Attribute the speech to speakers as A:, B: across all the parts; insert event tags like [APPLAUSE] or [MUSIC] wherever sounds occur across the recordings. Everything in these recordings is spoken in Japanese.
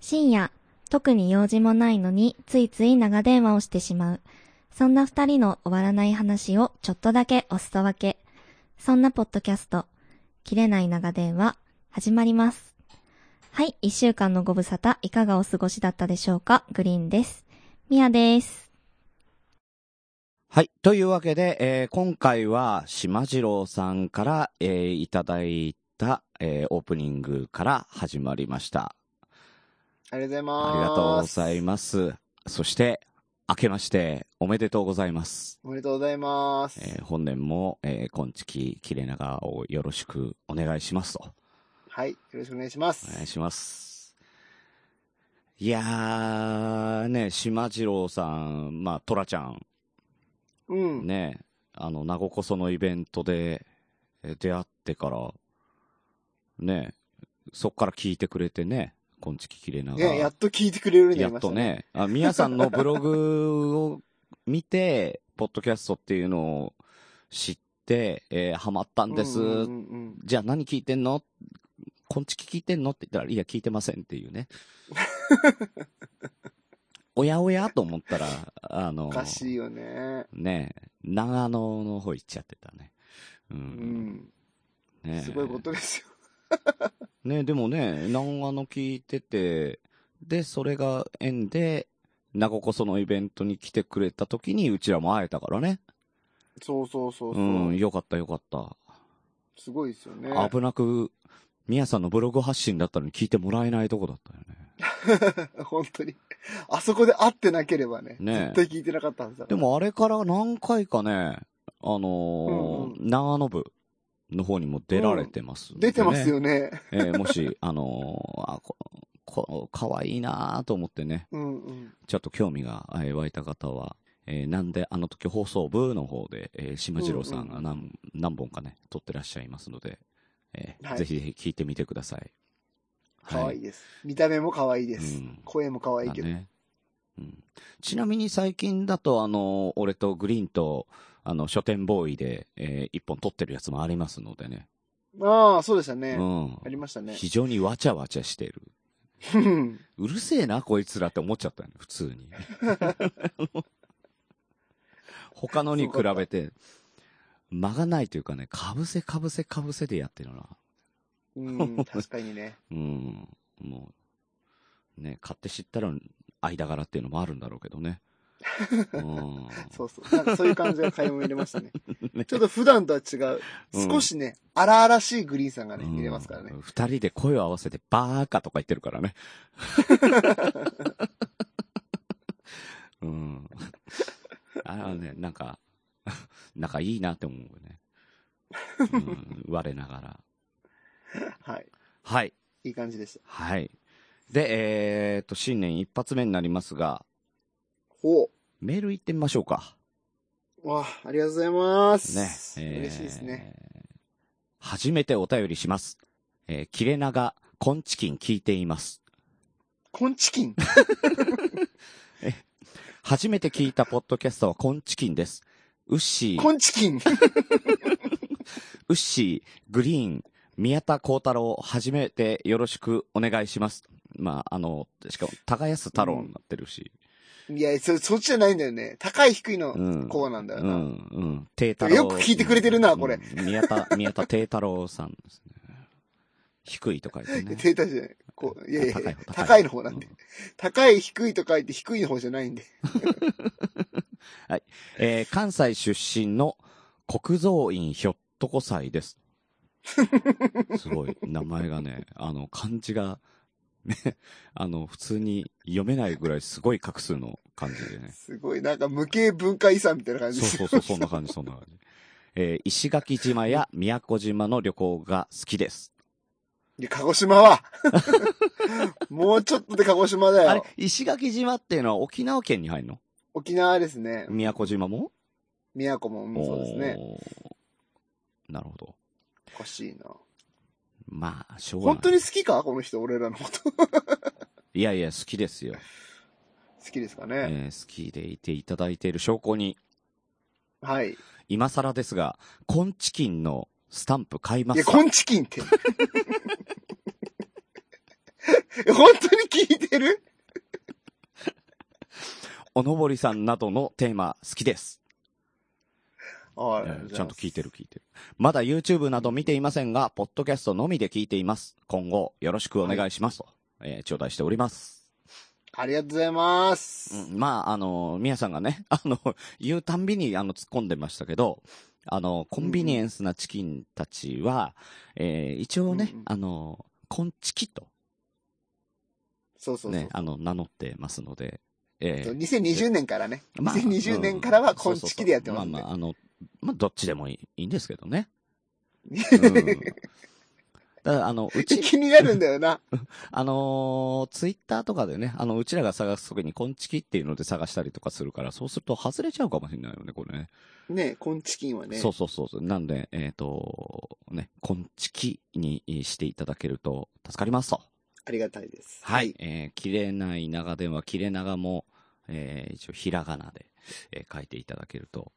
A: 深夜、特に用事もないのについつい長電話をしてしまう。そんな二人の終わらない話をちょっとだけお裾分け。そんなポッドキャスト、切れない長電話、始まります。はい、一週間のご無沙汰、いかがお過ごしだったでしょうかグリーンです。ミヤです。
B: はい。というわけで、えー今回は、島次郎さんから、えーいただいた、えーオープニングから始まりました。
C: ありがとうございます。
B: ありがとうございます。そして、明けまして、おめでとうございます。
C: おめでとうございます。
B: えー本年も、えー、今月、切れ長をよろしくお願いしますと。
C: はい。よろしくお願いし
B: お
C: ま
B: 願い
C: す。
B: します。いやー、ね、島次郎さん、まあ、トラちゃん、
C: うん。
B: ね、あの、名古こそのイベントでえー出会ってから、ね、そっから聞いてくれてね、こんちききれなが
C: い
B: ら。
C: や、やっと聞いてくれるようにな
B: や
C: りま
B: っ
C: した
B: と
C: ね。
B: ね、あ、みやさんのブログを [LAUGHS] 見て、ポッドキャストっていうのを知って、えーハマったんです。
C: うんうんうん
B: じゃあ何聞いてんのこんちき聞いてんのって言ったら、いや、聞いてませんっていう
C: [LAUGHS]
B: ね。おやおやと思ったら、あの、
C: おかしいよね。
B: ねえ、長野の方行っちゃってたね。う。
C: うんん。
B: ねえ
C: すごいことですよ。
B: ねえでもね、長野聞いてて、で、それが縁で、名古こそのイベントに来てくれた時に、うちらも会えたからね。
C: そうそうそうそう。
B: うん、よかったよかった。
C: すごいですよね。
B: 危なく、みやさんのブログ発信だったのに聞いてもらえないとこだったよね。
C: [LAUGHS] 本当に。あそこで会ってなければね。
B: ね
C: 絶対聞いてなかったはずだ。
B: で、もあれから何回かね、あのー
C: うん
B: 長野部の方にも出られてますんでね、
C: 出てますよね。
B: えーもし、 [LAUGHS] あのーあこ、こ、かわいいなぁと思ってね、
C: うんうん。
B: ちょっと興味がえー湧いた方は、えーなんであの時放送部の方で、えー、島次郎さんが何,、何本かね、撮ってらっしゃいますので、えー
C: はい
B: ぜひぜひ聞いてみてください。
C: 可愛い
B: い
C: です。見た目も可愛いです
B: うん。
C: 声も可愛いけ
B: だ
C: ど。
B: ねうん、ちなみに最近だと、あのー俺とグリーンと、あの、書店ボーイで、えー一本撮ってるやつもありますのでね。
C: ああ、そうでした
B: う
C: ね。
B: ん
C: あ。りましたね。
B: 非常にわちゃわちゃしてる。うるせえな、こいつらって思っちゃったよね、普通に。他のに比べて、間がないというかね、かぶせかぶせかぶせでやってるな。 [LAUGHS]
C: うん、確かにね。
B: うん。もう、ね、買って知ったら間柄っていうのもあるんだろうけどね。うん。
C: そうそう。なんかそういう感じが買い物入れましたね
B: [LAUGHS] ね。
C: ちょっと普段とは違う、
B: うん
C: 少しね、荒々しいグリーンさんがね、
B: うん
C: 入れますからね。
B: 二人で声を合わせて、バーカとか言ってるからね。うん。あれはね、なんか、仲いいなって思うよね。うん、我ながら。
C: はい。
B: はい。
C: いい感じでした。
B: はい。で、えー、っと、新年一発目になりますが、
C: ほ
B: メール行ってみましょうか。
C: う。わあ、ありがとうございます。
B: ね。えー
C: 嬉しいですね。。
B: 初めてお便りします。えー、切れ長、コンチキン聞いています。
C: コンチキン。
B: 初めて聞いたポッドキャストはコンチキンです。ウッシ
C: コ
B: ー、
C: ンチキン。
B: ウッシー、グリーン、宮田幸太郎、初めてよろしくお願いします。まあ、あの、しかも、耕す太郎になってるし。
C: [LAUGHS] いや、そ、そっちじゃないんだよね。高い低いの
B: うん
C: こうなんだ
B: う
C: よ
B: ん、う
C: な。
B: ん。低太郎。
C: よく聞いてくれてるな
B: うん
C: これ。
B: 宮田、宮田低太郎さんですね。低いと書いて
C: [LAUGHS]
B: ね。
C: 低体じゃない。こう、いやいやいや
B: 高い方
C: 高いの方なんで
B: う。
C: 高い低いと書いて低いの方じゃないんで。
B: えー関西出身の国蔵院ひょっとこ祭
C: [LAUGHS]
B: です。すごい、名前がね、あの、漢字が、ね、あの、普通に読めないぐらいすごい画数の漢字でね。
C: すごい、なんか無形文化遺産みたいな感じ
B: そう
C: です
B: そうそう、そんな感じ、そんな感じ。えー石垣島や宮古島の旅行が好きです。
C: いや、鹿児島は。 [LAUGHS] もうちょっとで鹿児島だ
B: あれ
C: よ。、
B: 石垣島っていうのは沖縄県に入るの
C: 沖縄ですね。
B: 宮古島も
C: 宮古も、うんそうですね。
B: おーなるほど。
C: おかしいな。
B: まあ、しょうがない。
C: 本当に好きかこの人、俺らのこと。 [LAUGHS] 好
B: いやいや、好きですよ。
C: きですかね。
B: えー好きでいていただいている証拠に、
C: はい。い
B: 今更ですが、コンチキンのスタンプ買いま
C: や、
B: す
C: [LAUGHS] コンチキンって。本当に聞いてる
B: おのぼりさんなどのテーマ好きです。
C: あ
B: えーちゃんと聞い
C: て。
B: てる聞いてる。まだ YouTube など見ていませんが、ポッドキャストのみで聞いています。今後よろしくお願いしますと、えー頂戴しております。
C: ありがとうございます。
B: うん、まあ、あの、みやさんがね、 [LAUGHS] あの、言うたんびに、あの、突っ込んでましたけど、あの、コンビニエンスなチキンたちは、えー一応ね、
C: うんうん
B: あの、コンチキとね、
C: そうそうそう。
B: あの、名乗ってますので、えー
C: 2020年からね。
B: まあ
C: 2020年からはコンチキでやって
B: うん
C: ま
B: そう
C: す
B: そうそうまあ
C: ね
B: まあ、あの、まあ、どっちでもいいいいんですけど
C: [LAUGHS]
B: ね。うん、ただ、あの、う [LAUGHS] ち、
C: 気になるんだよな。
B: あのツイッター Twitter とかでね、あの、うちらが探すときに、コンチキっていうので探したりとかするから、そうすると外れちゃうかもしれないよね、これね。
C: ねコンチキンはね。
B: そうそうそうそう。なんで、えっ、と、ね、こんちきにしていただけると助かりますと。
C: ありがたいです。
B: はい。。えー、切れない長電話、切れ長も、えー、一応ひらがなで、えー書いていただけると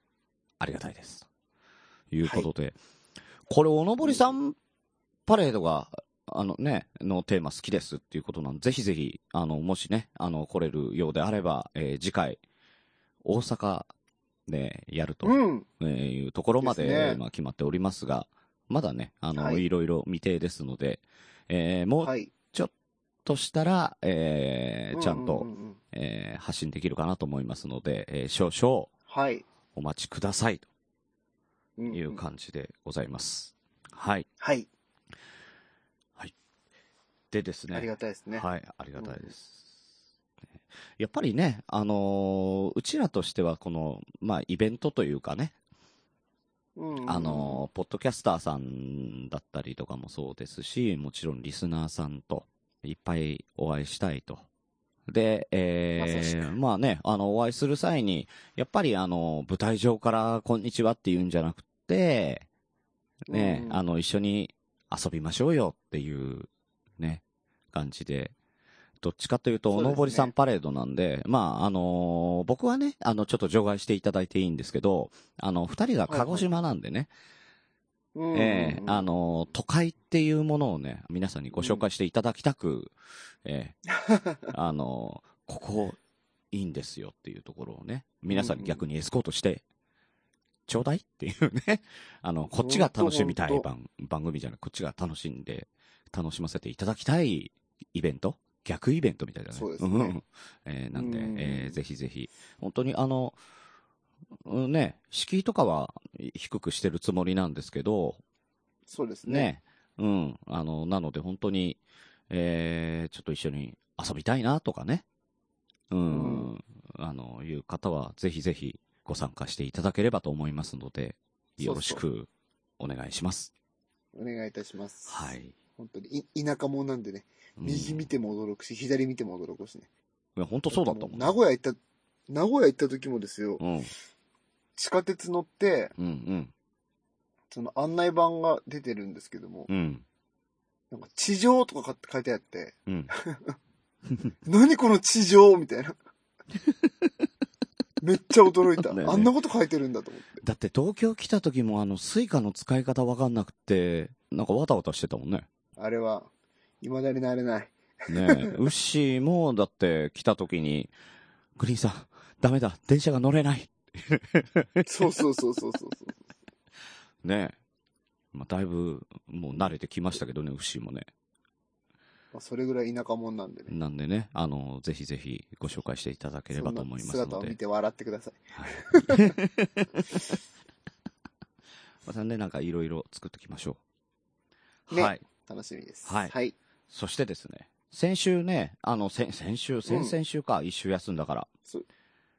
B: ありがたいです。ということで、これ、おのぼりさんパレードが、あのね、のテーマ好きですっていうことなんで、ぜひぜひ、あの、もしね、あの、来れるようであれば、えー次回、大阪でやると。
C: うん。
B: えーいうところまで
C: ですね
B: まあ、決まっておりますが、まだね、あの、、
C: はいい
B: ろいろ未定ですので、えーもう
C: はい。
B: としたら、えーちゃんと、
C: うううんうん
B: えー発信できるかなと思いますので、えー少々
C: はい。
B: お待ちください
C: う
B: と
C: ん
B: いう感じでございます。はい。
C: はい。
B: でですね。
C: ありがたいですね。
B: はい、ありがたいです。やっぱりね、あのーうちらとしては、この、まあ、イベントというかね、
C: うんうんうん
B: あの、ポッドキャスターさんだったりとかもそうですし、もちろんリスナーさんといっぱいお会いしたいと。で、え
C: まさし
B: ー、
C: く
B: まあね、あの、お会いする際に、やっぱりあの、舞台上からこんにちはって言うんじゃなくて、ね、
C: うん
B: あの、一緒に遊びましょうよっていう、ね、感じで、どっちかというと、
C: そ
B: お
C: うですね
B: のぼりさんパレードなんで、まあ、あのー僕はね、あの、ちょっと除外していただいていいんですけど、あの、二人が鹿児島なんでね、
C: うんうんうん
B: ええあ、のー都会っていうものをね、皆さんにご紹介していただきたく、え
C: [LAUGHS]
B: えあのーここ、いいんですよっていうところをね、皆さんに逆にエスコートして、ちょうだいっていうね、 [LAUGHS] あの、こっちが楽しみた
C: ほ
B: い
C: んと
B: 番番組じゃない、こっちが楽しんで、楽しませていただきたいイベント逆イベントみたいだね。
C: そうですね
B: んうんえーなんで、
C: うん
B: えーぜひぜひ、本当にあの、うんね、敷居とかは低くしてるつもりなんですけど、
C: そうですね。
B: ね、うん、あの、なので本当に、えーちょっと一緒に遊びたいなとかね、うん、
C: う
B: あの、いう方はぜひぜひご参加していただければと思いますので、よろしくお願いします。
C: お願いいたします。
B: は。い。
C: 本当に、い田舎者なんでね、
B: うん
C: 右見ても驚くし、左見ても驚くしね。
B: いや本当そうだったもん。
C: 名古屋行った、名古屋行った時もですよ、
B: うん、
C: 地下鉄乗って、
B: うん、うん、
C: その案内板が出てるんですけども、
B: うん、
C: なんか地上とか書いてあって、
B: うん。
C: [LAUGHS] 何この地上
B: [LAUGHS]
C: みたいな。めっちゃ驚いた。
B: そうだよね
C: あんなこと書いてるんだと思って。
B: だって東京来た時もあの、スイカの使い方わかんなくて、なんかわたわたしてたもんね。
C: あれは、未だになれない。
B: ねえ、ウッシーも、だって、来た時に、グリーンさん、ダメだ、電車が乗れない。
C: そうそうそうそ
B: [LAUGHS]
C: うそうそう。
B: ねえ。まあ、だいぶ、もう慣れてきましたけどね、ウッシーもね。
C: まあ、それぐらい田舎者なんでね。
B: なんでね、あの、ぜひぜひご紹介していただければと思います
C: そんな姿
B: の
C: を見
B: で。
C: て笑ってください。
B: はい。またね、なんかいろいろ作っていきましょう。
C: ね
B: はい。
C: 楽しみです。
B: はい
C: はい。
B: そしてですね、先週ね、あの、先先週、先
C: うん
B: 々週か、一、週休んだから。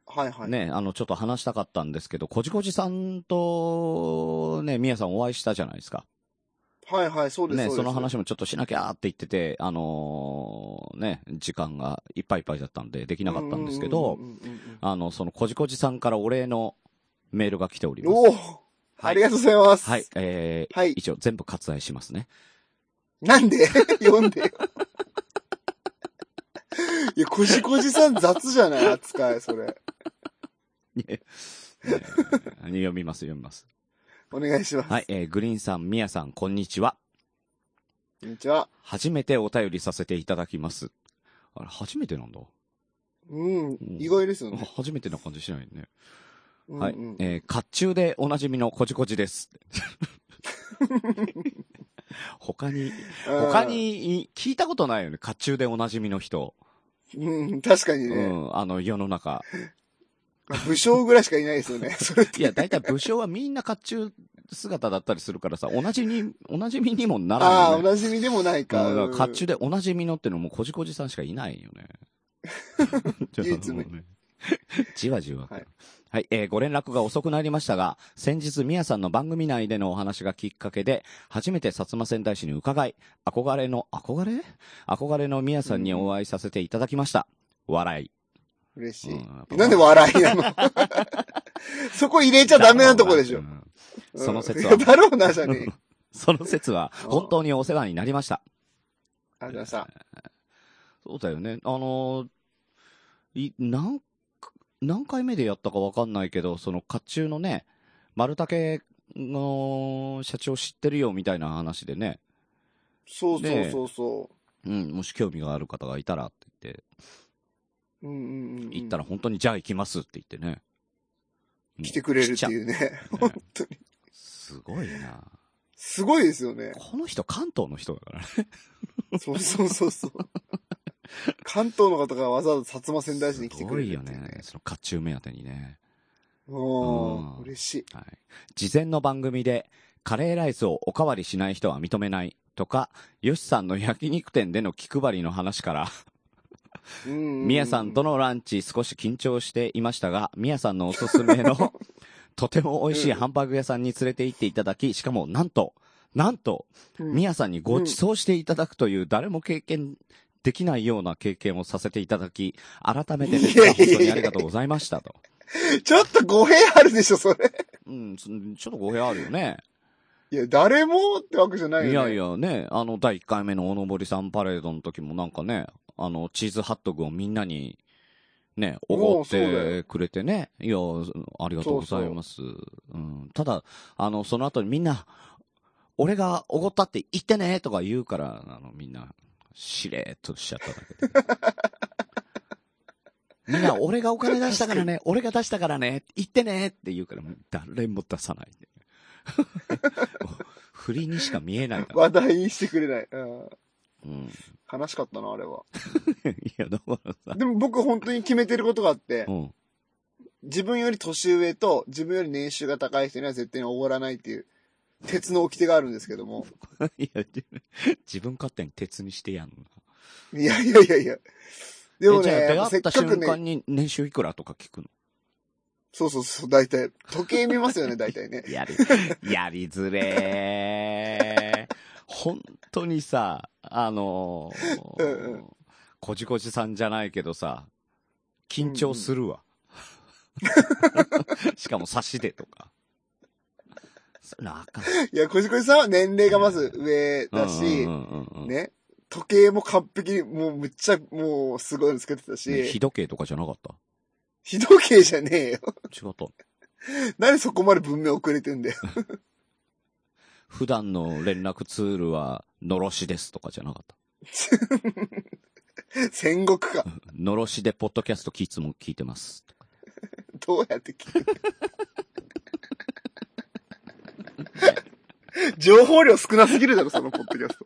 C: はいはい。
B: ね、あの、ちょっと話したかったんですけど、こじこじさんと、ね、みやさんお会いしたじゃないですか。
C: はいはい、そうです。
B: ね、
C: うです
B: その話もちょっとしなきゃーって言ってて、あのーね、時間がいっぱいいっぱいだったんで、できなかったんですけど
C: うん、うんうんうんうん
B: あの、そのこじこじさんからお礼のメールが来ております。
C: おおありがとうございます。
B: はい、えー
C: はい
B: 一応全部割愛しますね。
C: なんで [LAUGHS] 読んでよ。いや、こじこじさん雑じゃない扱い、それ。
B: ねえー [LAUGHS] 読みます、読みます。
C: お願いします。
B: はい、えーグリーンさん、みやさん、こんにちは。
C: こんにちは。
B: 初めてお便りさせていただきます。あれ、初めてなんだ。
C: うん、意外ですよね。
B: 初めてな感じしないね。
C: うんうん
B: はい。えー、甲冑でおなじみのこじこじです。 [LAUGHS] 他に、他、にい聞いたことないよね。甲冑でおなじみの人。
C: うんうん、確かに
B: う
C: ね、
B: ん、あの世の中。
C: まあ武将ぐらいしかいないです
B: [LAUGHS]
C: よね。それって
B: いや、大体武将はみんな甲冑姿だったりするからさ、おなじみ、おなじみにもなら
C: ああ、
B: な
C: お
B: い、ね。
C: なじみでもないか。
B: うんだから甲
C: う
B: 冑でおなじみのってのもこじこじさんしかいない
C: [LAUGHS]
B: よね。ちょっと
C: 唯一無
B: もうねじわじわ。は
C: はいい、
B: えーご連絡が遅くなりましたが、先日、みやさんの番組内でのお話がきっかけで、初めて薩摩仙台市に伺い、憧れの、憧れ憧れのみやさんにお会いさせていただきました。笑い。
C: ん嬉し
B: うんやっぱ
C: い。なんで笑い
B: [LAUGHS]
C: なのそこ入れちゃダメなとこでし
B: う
C: ょ。
B: ん
C: うん
B: その説
C: い
B: は
C: や、だろうな、じゃねえよ。
B: [LAUGHS] その説は、本当にお世話になりました。
C: あのさ、
B: そうだよね。あのーい、何、何回目でやったかわかんないけど、その、甲冑のね、丸竹の社長知ってるよみたいな話でね、
C: そうそ
B: ねえ
C: うそうそ
B: うん、もし興味がある方がいたらって言って、
C: う。うんうんうん。
B: 行ったら本当にじゃあ行きますって言ってね。
C: 来てくれるっていううね。
B: ん。
C: 本
B: 来ちゃう
C: 当に。
B: すごいな。
C: すごいですよね。
B: この人関東の人だからね。
C: そうそうそうそう。関東の方がわざわざ薩摩仙台市に来てくれるっ
B: す
C: てい
B: ご
C: う
B: いよね。その甲冑目当てにね。
C: お
B: うん
C: ー、嬉しい。
B: はい。事前の番組で、カレーライスをおかわりしない人は認めないとか、ヨシさんの焼肉店での気配りの話から、
C: うんうんうん
B: ミヤさんとのランチ少し緊張していましたが、ミヤさんのおすすめ
C: [LAUGHS]
B: の、とても美味しいハンバーグ屋さんに連れて行っていただき、しかもなんと、なんと、
C: うん
B: ミヤさんにご馳走していただくという誰も経験できないような経験をさせていただき、改めてですが、
C: いやいや
B: 本
C: いや
B: 当にありがとうございましたと。
C: ちょっと語弊あるでしょ、それ。
B: うん、ちょっと語弊あるよね。
C: いや、誰もってわけじゃないよね。
B: いやいやね、あの、第1回目のおのぼりさんパレードの時もなんかね、あの、チーズハットグをみんなに、ね、おごっ
C: おうそうだ
B: てくれてね、いや、ありがとうございます。うん、ただ、あの、その後にみんな、俺がおごったって言ってねとか言うから、あの、みんな、しれーっとしちゃっただけ [LAUGHS] で。みんな、俺がお金出したからね、俺が出したからね、言ってねって言うから、誰も出さない。 [LAUGHS] 振りにしか見えないだろ
C: 話題にしてくれない。うん。
B: うん。 [LAUGHS]
C: 悲しかったな、あれは。
B: いや、だからさ。
C: でも僕本当に決めてることがあって
B: う、ん。 [LAUGHS]
C: 自分より年上と自分より年収が高い人には絶対におごらないっていう、鉄の掟があるんですけども。
B: いや、じ自分勝手に鉄にしてやんの。
C: いやいやいやいや。でも
B: えじゃあ
C: ね、やっ
B: 出
C: ぱせ
B: 会
C: っ
B: った
C: か
B: 瞬
C: く
B: 間
C: ね、
B: に年収いくらとか聞くの。
C: そうそうそう、大体。時計見ますよね、大体ね。
B: やり、 [LAUGHS] やりづれー。本当にさ、あのー
C: うんうん
B: こじこじさんじゃないけどさ、緊張するわ。しかも差しでとか。そんなあかん。
C: いや、こじこじさんは年齢がまず上だし
B: う、んうんうんうん
C: ね。時計も完璧に、もうむっちゃ、もうすごいのつけてた
B: ね日
C: し、
B: 時計とかじゃなかった
C: 日時計じゃねえよ。
B: 違った。
C: なんでそこまで文明遅れてんだよ。
B: 普段の連絡ツールは、のろしですとかじゃなかった。
C: 戦国か。
B: のろしでポッドキャストいつも聞いてます。
C: どうやって聞く [LAUGHS] 情報量少なすぎるだろ、そのポッドキャス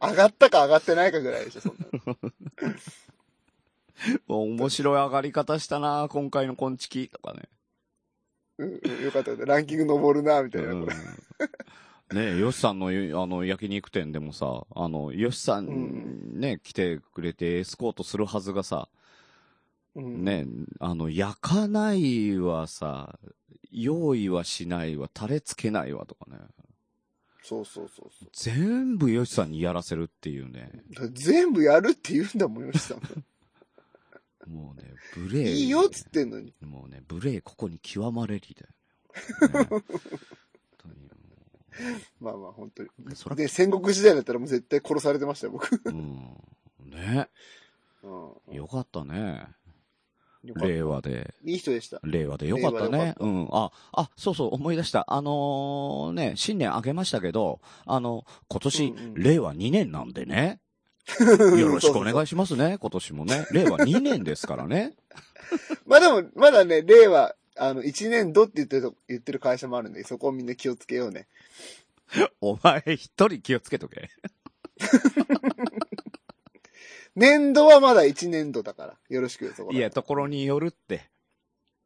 C: ト。上がったか上がってないかぐらいでしょ、そんなの
B: 面白い上がり方したな今回のコンチキとかね。
C: うんうん。よかったよかった。ランキング登るな、みたいな。
B: うん
C: これ
B: ねえ、ヨシさんの、あの、焼肉店でもさ、あの、ヨシさんね、来てくれてエスコートするはずがさ、
C: うん
B: ねえ、あの、焼かないはさ、用意はしないわ、タレつけないわとかね。
C: そうそうそうそう。
B: 全部ヨシさんにやらせるっていうね。
C: だから全部やるって言うんだもん、吉さん。
B: もうね、無礼。
C: いいよっつってんのに。
B: もうね、無礼ここに極まれりだ
C: [LAUGHS]
B: よね。本当にも
C: まあまあ、本当に。
B: うそら、
C: で、戦国時代だったらもう絶対殺されてましたよ、僕。
B: うん。ね。
C: うん
B: よかったね。
C: よかった
B: 令和で。
C: いい人でした。
B: 令和でよかった
C: 令和で
B: ね
C: よ。かった
B: うん。あ、あ、そうそう、思い出した。あのーね、新年明けましたけど、あの、今年、
C: うんうん [LAUGHS]
B: 令和2年なんでね。よろしくお願いしますね、今年もね。令和2年ですから
C: [LAUGHS]
B: ね。
C: まあでも、まだね、令和、あの、1年度って言ってると、言ってる会社もあるんで、そこをみんな気をつけようね。
B: お前一人気をつけとけ。
C: 年度はまだ1年度だから。よろしくよ、そこら。
B: いや、ところによるって。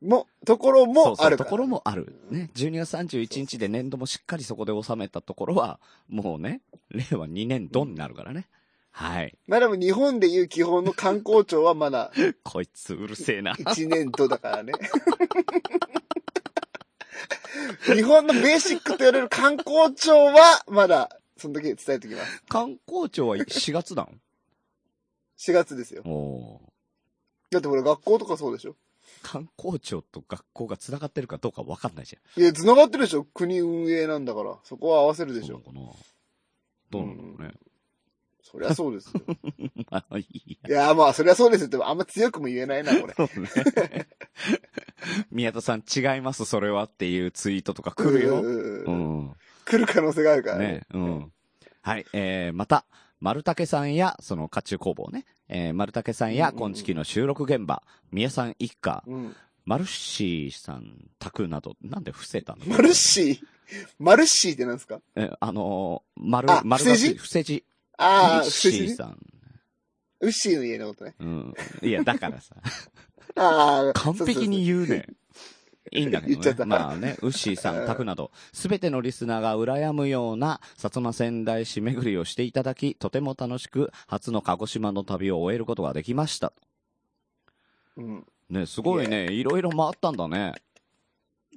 C: も、ところ
B: そう
C: も
B: そ
C: あ
B: う、
C: る
B: と
C: から。
B: ころもある。ね。12月31日で年度もしっかりそこで収めたところは、もうね、令和2年度になるからね。はい。
C: まあでも日本でいう基本の観光庁はまだ
B: こいつうるせえな。
C: 1年度だ
B: [LAUGHS]
C: からね。日本のベーシックと言われる観光庁はまだ、その時伝えておきます。
B: 観光庁は4月だ
C: 4月ですよ。
B: のおー
C: だって俺学校とかそうでしょ
B: 観光庁と学校が繋がってるかどうかわかんないじゃん。
C: いや、繋がってるでしょ国運営なんだから。そこは合わせるでしょ
B: そうなのかなどうなんだろうね。
C: そりゃそうですよ。
B: [LAUGHS] まあいい
C: いや、まあそりゃそうですよ。でもあんま強くも言えないな、これ。
B: や。そうね。宮田さん違います、それはっていうツイートとか [LAUGHS] 来るよ。う
C: よ。
B: ん。
C: 来る可能性があるからね
B: ね。、うん。はい、えー、また、丸竹さんや、その、甲冑工房ね、えー、丸竹さんや、
C: うんうんうん
B: 今月の収録現場、宮さん一家、
C: うん。
B: マルシーさん宅など、なんで伏せたの
C: マルシーマルシーってなんですか
B: えー、あのー、丸
C: あ、
B: 丸
C: 伏せ字
B: 伏せ字。
C: あ
B: ウ
C: あ、
B: ッ
C: 不
B: シ
C: 正
B: ー
C: ね。
B: さん。
C: ウッシーの家のことね。
B: うん。いや、だからさ、
C: ああ、
B: 完璧に言うね。いいんだけ
C: 言っちゃっ
B: どね。
C: た
B: まあね、ウッシーさん、タクなど、すべてのリスナーが羨むような、薩摩仙台市巡りをしていただき、とても楽しく、初の鹿児島の旅を終えることができました。
C: そうそうそう。うん。
B: ね、すごいね、いろいろ回ったんだね。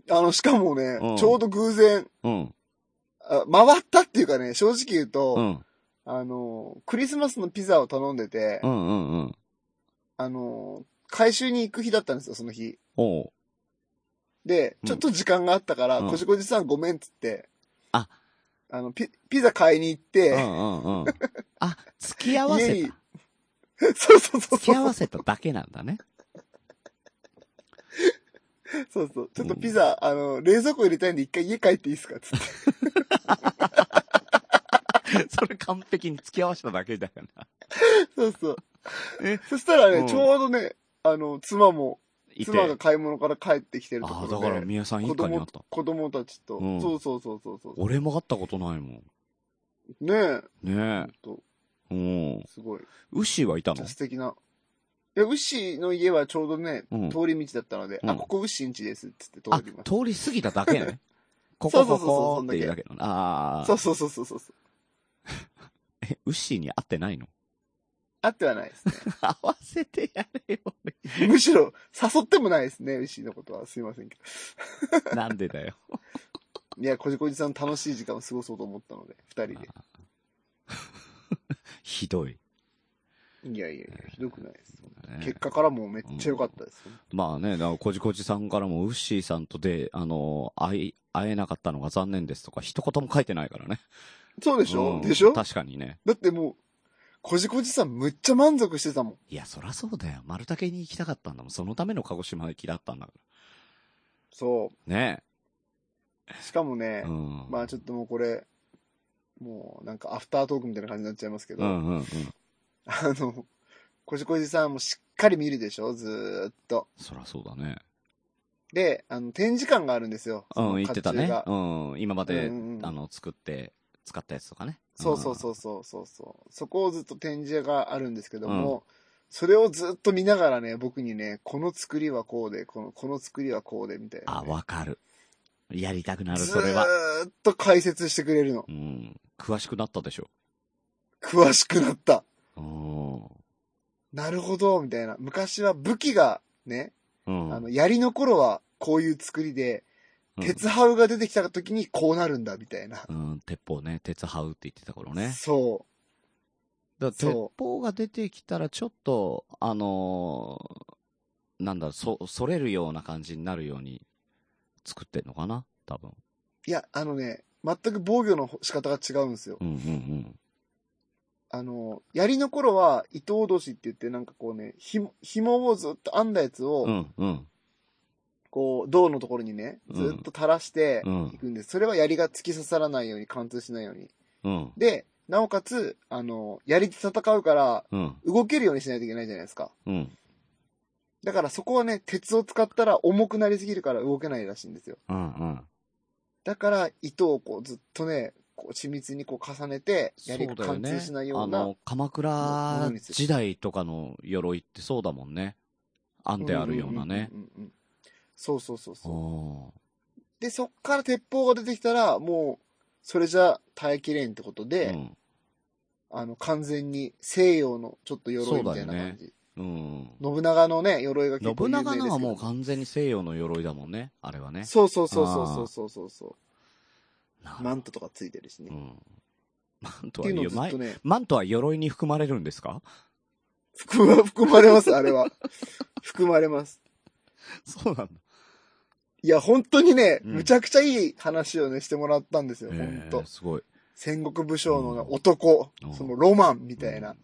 C: あの、しかもね、
B: うん
C: ちょうど偶然、
B: うん、
C: あ回ったっていうかね、正直言うと、
B: うん、
C: あの、クリスマスのピザを頼んでて、
B: うん、うん、うん。
C: あの、回収に行く日だったんですよ、その日。
B: おう
C: で、
B: うん
C: ちょっと時間があったから、
B: うん
C: こじこじさんごめんっつって、
B: あ
C: あの、ピ、ピザ買いに行って
B: う、ん、う
C: [LAUGHS]
B: ん、うん。あ、付き合わ
C: 家
B: せ
C: に [LAUGHS]
B: た。
C: そうそうそう
B: 付き合
C: そう。
B: わせただけなんだね。
C: そうそう。ちょっとピザ、あの、冷蔵庫入れたいんで一回家帰っていいですかっつ
B: [LAUGHS]
C: って。
B: それ完璧に付き合わせただけだよな。
C: そうそう
B: え。
C: そしたらね、
B: うん
C: ちょうどね、あの、妻も、
B: いて。
C: 妻が買い物から帰ってきてると
B: ああ、
C: こ
B: だ
C: ろ
B: から
C: で、
B: 宮さん一
C: 子
B: 家にあっ
C: 供
B: た。、
C: 子供たちと、
B: うん
C: そうそうそうそうそう。
B: 俺も会ったことないもん。
C: ねえ、
B: ね
C: ほんと
B: え。うん。
C: すごい、
B: ウシはいたの
C: 素敵な。いや、ウッシーの家はちょうどね、
B: うん
C: 通り道だったので、
B: うん
C: あ、ここウッシーん家ですっつって
B: あ、
C: 通りまし
B: 通り過ぎただけ
C: [LAUGHS]
B: ね。こ
C: そ
B: こ
C: うそ
B: こ
C: うそうそう
B: こっていうだけの。ああ
C: た。そう。そうそうそうそう。
B: え、ウシに会ってないの
C: あってはないですね。
B: 合わせてやれよ。
C: むしろ、誘ってもないですね、ウッシーのことは。すいませんけ
B: [LAUGHS] なんでだよ。
C: ど。いや、こじこじさん楽しい時間を過ごそうと思ったので、二人で。
B: ひどい。
C: いやいやいや、ひどくないです。
B: ね
C: 結果からもうめっちゃ良かったです。
B: まあね、だからこじこじさんからも、ウッシーさんとで、あの、会い、会えなかったのが残念ですとか、一言も書いてないからね。
C: そうでしょ、
B: うん
C: でしょだ
B: 確かにね。
C: ってもう、こじこじさんむっちゃ満足してたもん。
B: いや、そらそうだよ。丸竹に行きたかったんだもん。そのための鹿児島行きだったんだか
C: そ
B: ら。ね
C: う。しかもね
B: え。、うん。
C: まあちょっともうこれ、もうなんかアフタートークみたいな感じになっちゃいますけど、
B: う
C: あ
B: んうんうん。
C: の、こじこじさんもしっかり見るでしょずーっと。
B: そらそうだね。
C: で、あの、展示館があるんですよ。そ
B: うん、
C: の
B: 言ってた
C: 甲冑
B: ね
C: が。
B: うん、今まで、
C: うんうんうん
B: あの、作って、使ったやつとかね。
C: そうそう
B: う
C: そうそうそうそう。そこをずっと展示があるんですけども、それをずっと見ながらね、僕にね、この作りはこうで、この、この作りはこうで、みたい
B: ん。あ、
C: な、ね。
B: わかる。やりたくなる、
C: ず
B: それは。
C: ーっと解説してくれるの。
B: うん。詳しくなったでしょ。
C: 詳しくなった。
B: う
C: なるほど、みたいな。昔は武器がね、
B: ん。うん。
C: あの、槍の頃はこういう作り
B: う
C: で、
B: ん
C: 鉄ハウが出てきた時にこうなるんだ、みたいな。
B: うん、鉄砲ね、鉄ハウって言ってた頃ね。
C: そ
B: だから鉄
C: そう
B: 砲が出てきたら、ちょっと、あのーなんだ、そ、それるような感じになるように作ってんのかな多分。
C: う。いや、あのね、全く防御の仕方が違うんですよ。
B: うんうん
C: あの、槍の頃は糸脅しって言って、なんかこうね、ひも、紐をずっと編んだやつを、
B: うん。うんうん。
C: こう、胴のところにね、
B: うん
C: ずっと垂らして
B: うん
C: いくんです、それは槍が突き刺さらないように、貫通しないように。
B: うん。
C: で、なおかつ、あの、槍で戦うから、
B: うん。
C: 動けるようにしないといけないじゃないですか。
B: うん。
C: だからそこはね、鉄を使ったら重くなりすぎるから動けないらしいんですよ。
B: うん。うん。
C: だから、糸をこうずっとね、こう緻密にこう重ねて、槍が
B: そう
C: 貫
B: だよ
C: 通
B: ね
C: しないよう
B: あ
C: な、
B: の、鎌倉時代とかの鎧ってそうだもんね。編んであるようなね。
C: んんうんうん。そうそうそう
B: あ
C: そう。
B: ー
C: で、そっから鉄砲が出てきたら、もう、それじゃ耐えきれんってことで、
B: うん。
C: あの、完全に西洋のちょっと鎧みたいな感じ。
B: うん。
C: 信長のね、鎧が結構
B: 信
C: 有名です
B: 長
C: けど
B: のはもう完全に西洋の鎧だもんね。あれはね。
C: そうそうそうそうそうそうそ
B: な
C: う。マントとかついてるしね。
B: う
C: っ
B: ん。マントは
C: ていうのを
B: よ、
C: ずっとね、
B: マントは鎧に含まれるんです
C: [LAUGHS]
B: か
C: 含ま [LAUGHS] 含まれます、あれは。含まれます。
B: そうなんだ。
C: いや、本当にね、
B: うん
C: むちゃくちゃいい話をね、してもらったんですよ、本
B: え
C: 当
B: ー、すごい。
C: 戦国武将のね
B: うん
C: 男
B: うん、。
C: そのロマンみたいうなん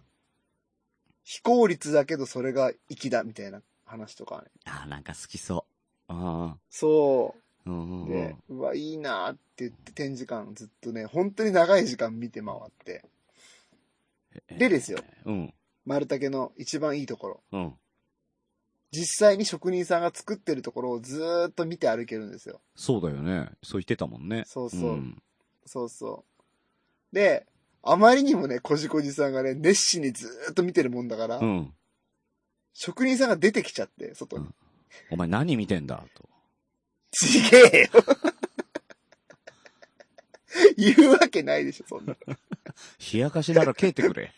C: 非効率だけどそれが粋だみたいな話とかね。
B: あーなんか好きそう。あ
C: そ
B: あ。うんうん
C: う。
B: う
C: で
B: ん。、
C: うわ、いいなーって言って展示館ずっとね、本当に長い時間見て回って。でですよ、
B: うん。
C: 丸竹の一番いいところ。
B: うん。
C: 実際に職人さんが作ってるところをずーっと見て歩けるんですよ。
B: そうだよね。そう言ってたもんね。
C: そうそうんそうそう。で、あまりにもね、こじこじさんがね、熱心にずーっと見てるもんだから、
B: うん。
C: 職人さんが出てきちゃって、外に。
B: うんお前何見てんだと。
C: ちげえよ [LAUGHS] 言うわけないでしょ、そんな。
B: 冷やかしなら蹴ってく
C: [LAUGHS]
B: れ。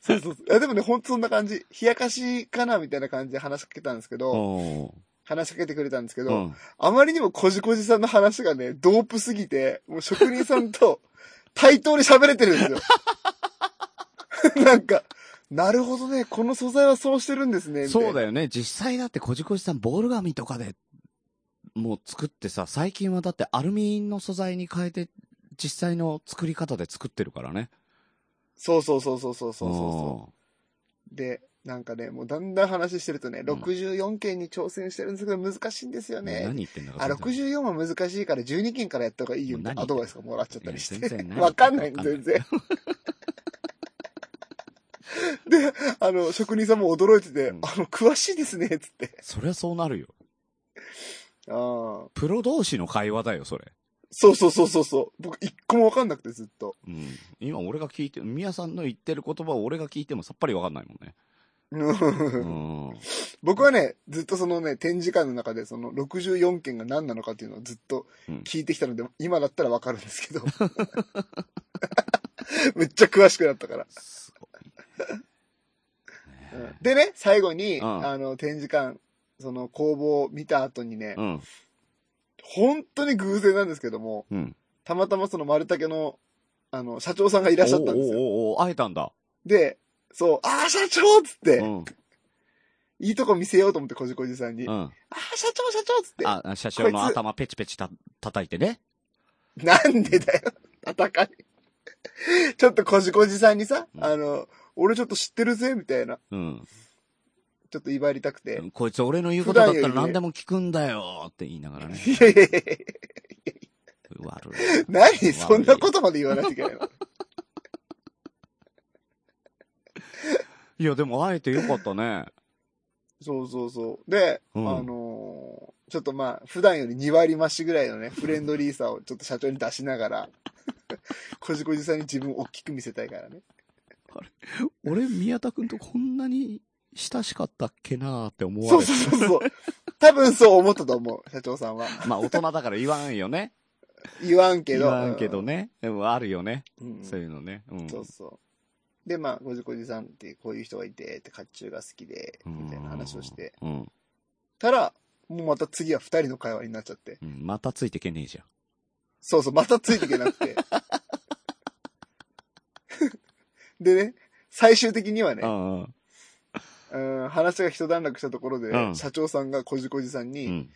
C: そうそうそう。いやでもね、ほんとそんな感じ。冷やかしかなみたいな感じで話しかけたんですけど、
B: おー
C: 話しかけてくれたんですけ
B: う
C: ど、
B: ん。
C: あまりにもこじこじさんの話がね、ドープすぎて、もう職人さんと [LAUGHS] 対等に喋れてるんですよ。 [LAUGHS] なんか、なるほどね、この素材はそうしてるんですね、みたいな。
B: そうだよね。実際だって、こじこじさん、ボール紙とかで、もう作ってさ、最近はだってアルミの素材に変えて、実際の作り方で作ってるからね。
C: そうそうそうそうそうそうそう。で、なんかね、もうだんだん話してるとね、64件に挑戦してるんですけど難しいんですよ
B: うん何
C: ね。
B: 言ってんだか
C: あ、64は難しいから12件からやった方がいいよみたいな
B: もう何言って
C: アドバイスがもらっちゃったりし
B: いや全然
C: て。
B: 何
C: わかんない
B: わかんない
C: 全然。で、あの、職人さんも驚いてて、
B: うん
C: あの、詳しいですね、つって。
B: そりゃそうなるよ。
C: ああ。
B: プロ同士の会話だよ、それ。
C: そうそうそうそうそう。僕、一個もわかんなくて、ずっと。 [LAUGHS]
B: うん。今俺が聞いて、宮さんの言ってる言葉を俺が聞いてもさっぱりわかんないもんね。うん。
C: 僕はね、ずっとそのね、展示会の中で、その64件が何なのかっていうのをずっと聞いてきたので、今だったらわかるんですけど。 [LAUGHS] めっちゃ詳しくなったから。
B: すごい
C: う
B: ね
C: んでね、最後に、
B: うん
C: あの、展示館、その工房を見た後にね、
B: うん。
C: 本当に偶然なんですけども、
B: うん。
C: たまたまその丸竹の、あの、社長さんがいらっしゃったんです
B: お
C: よ。
B: うおうおう会えたんだ。
C: で、そう、ああ、社長っつって、
B: うん。
C: いいとこ見せようと思って、こじこじさんに。
B: う
C: あ
B: ん。
C: あ、社長、社長っつって。
B: あ、社長の頭ペチペチた叩いてね。
C: なんでだよ、戦い。ちょっとこじこじさんにさ、
B: うん
C: あの、俺ちょっと知ってるぜ、みたいな、
B: うん。
C: ちょっと威張りたくて。
B: こいつ俺の言うことだったら
C: 普段よりね
B: 何でも聞くんだよって言いながらね。
C: いやいやいやいや
B: 悪い。
C: [LAUGHS] 何そんなこととまで言わないといけな
B: [LAUGHS]
C: いの
B: いや、でも会えてよかったね。
C: そうそうそう。で、
B: うん
C: あのーちょっとまあ、普段より2割増しぐらいのね、フレンドリーさをちょっと社長に出しながら、 [LAUGHS] こじこじさんに自分を大きく見せたいからね。
B: 俺、宮田くんとこんなに親しかったっけなーって思わ
C: そう
B: れて
C: そう。そうそう。多分そう思ったと思う、社長さんは。
B: まあ、大人だから言わんよね。
C: 言わんけ
B: 言
C: ど。
B: わんけどね。でも、あるよね。
C: うん。うん
B: そういうのね。うん。
C: そうそう。で、まあ、こじこじさんってこういう人がいて、って、甲冑が好きで、みたいな話をして。
B: うん。
C: たら、もうまた次は二人の会話になっちゃって。
B: うん。またついてけねえじゃん。
C: そうそう、またついていけなくて。 [LAUGHS] でね、最終的にはね、
B: うんうん。
C: うん、話が一段落したところで、
B: うん
C: 社長さんがこじこじさんに、
B: うん。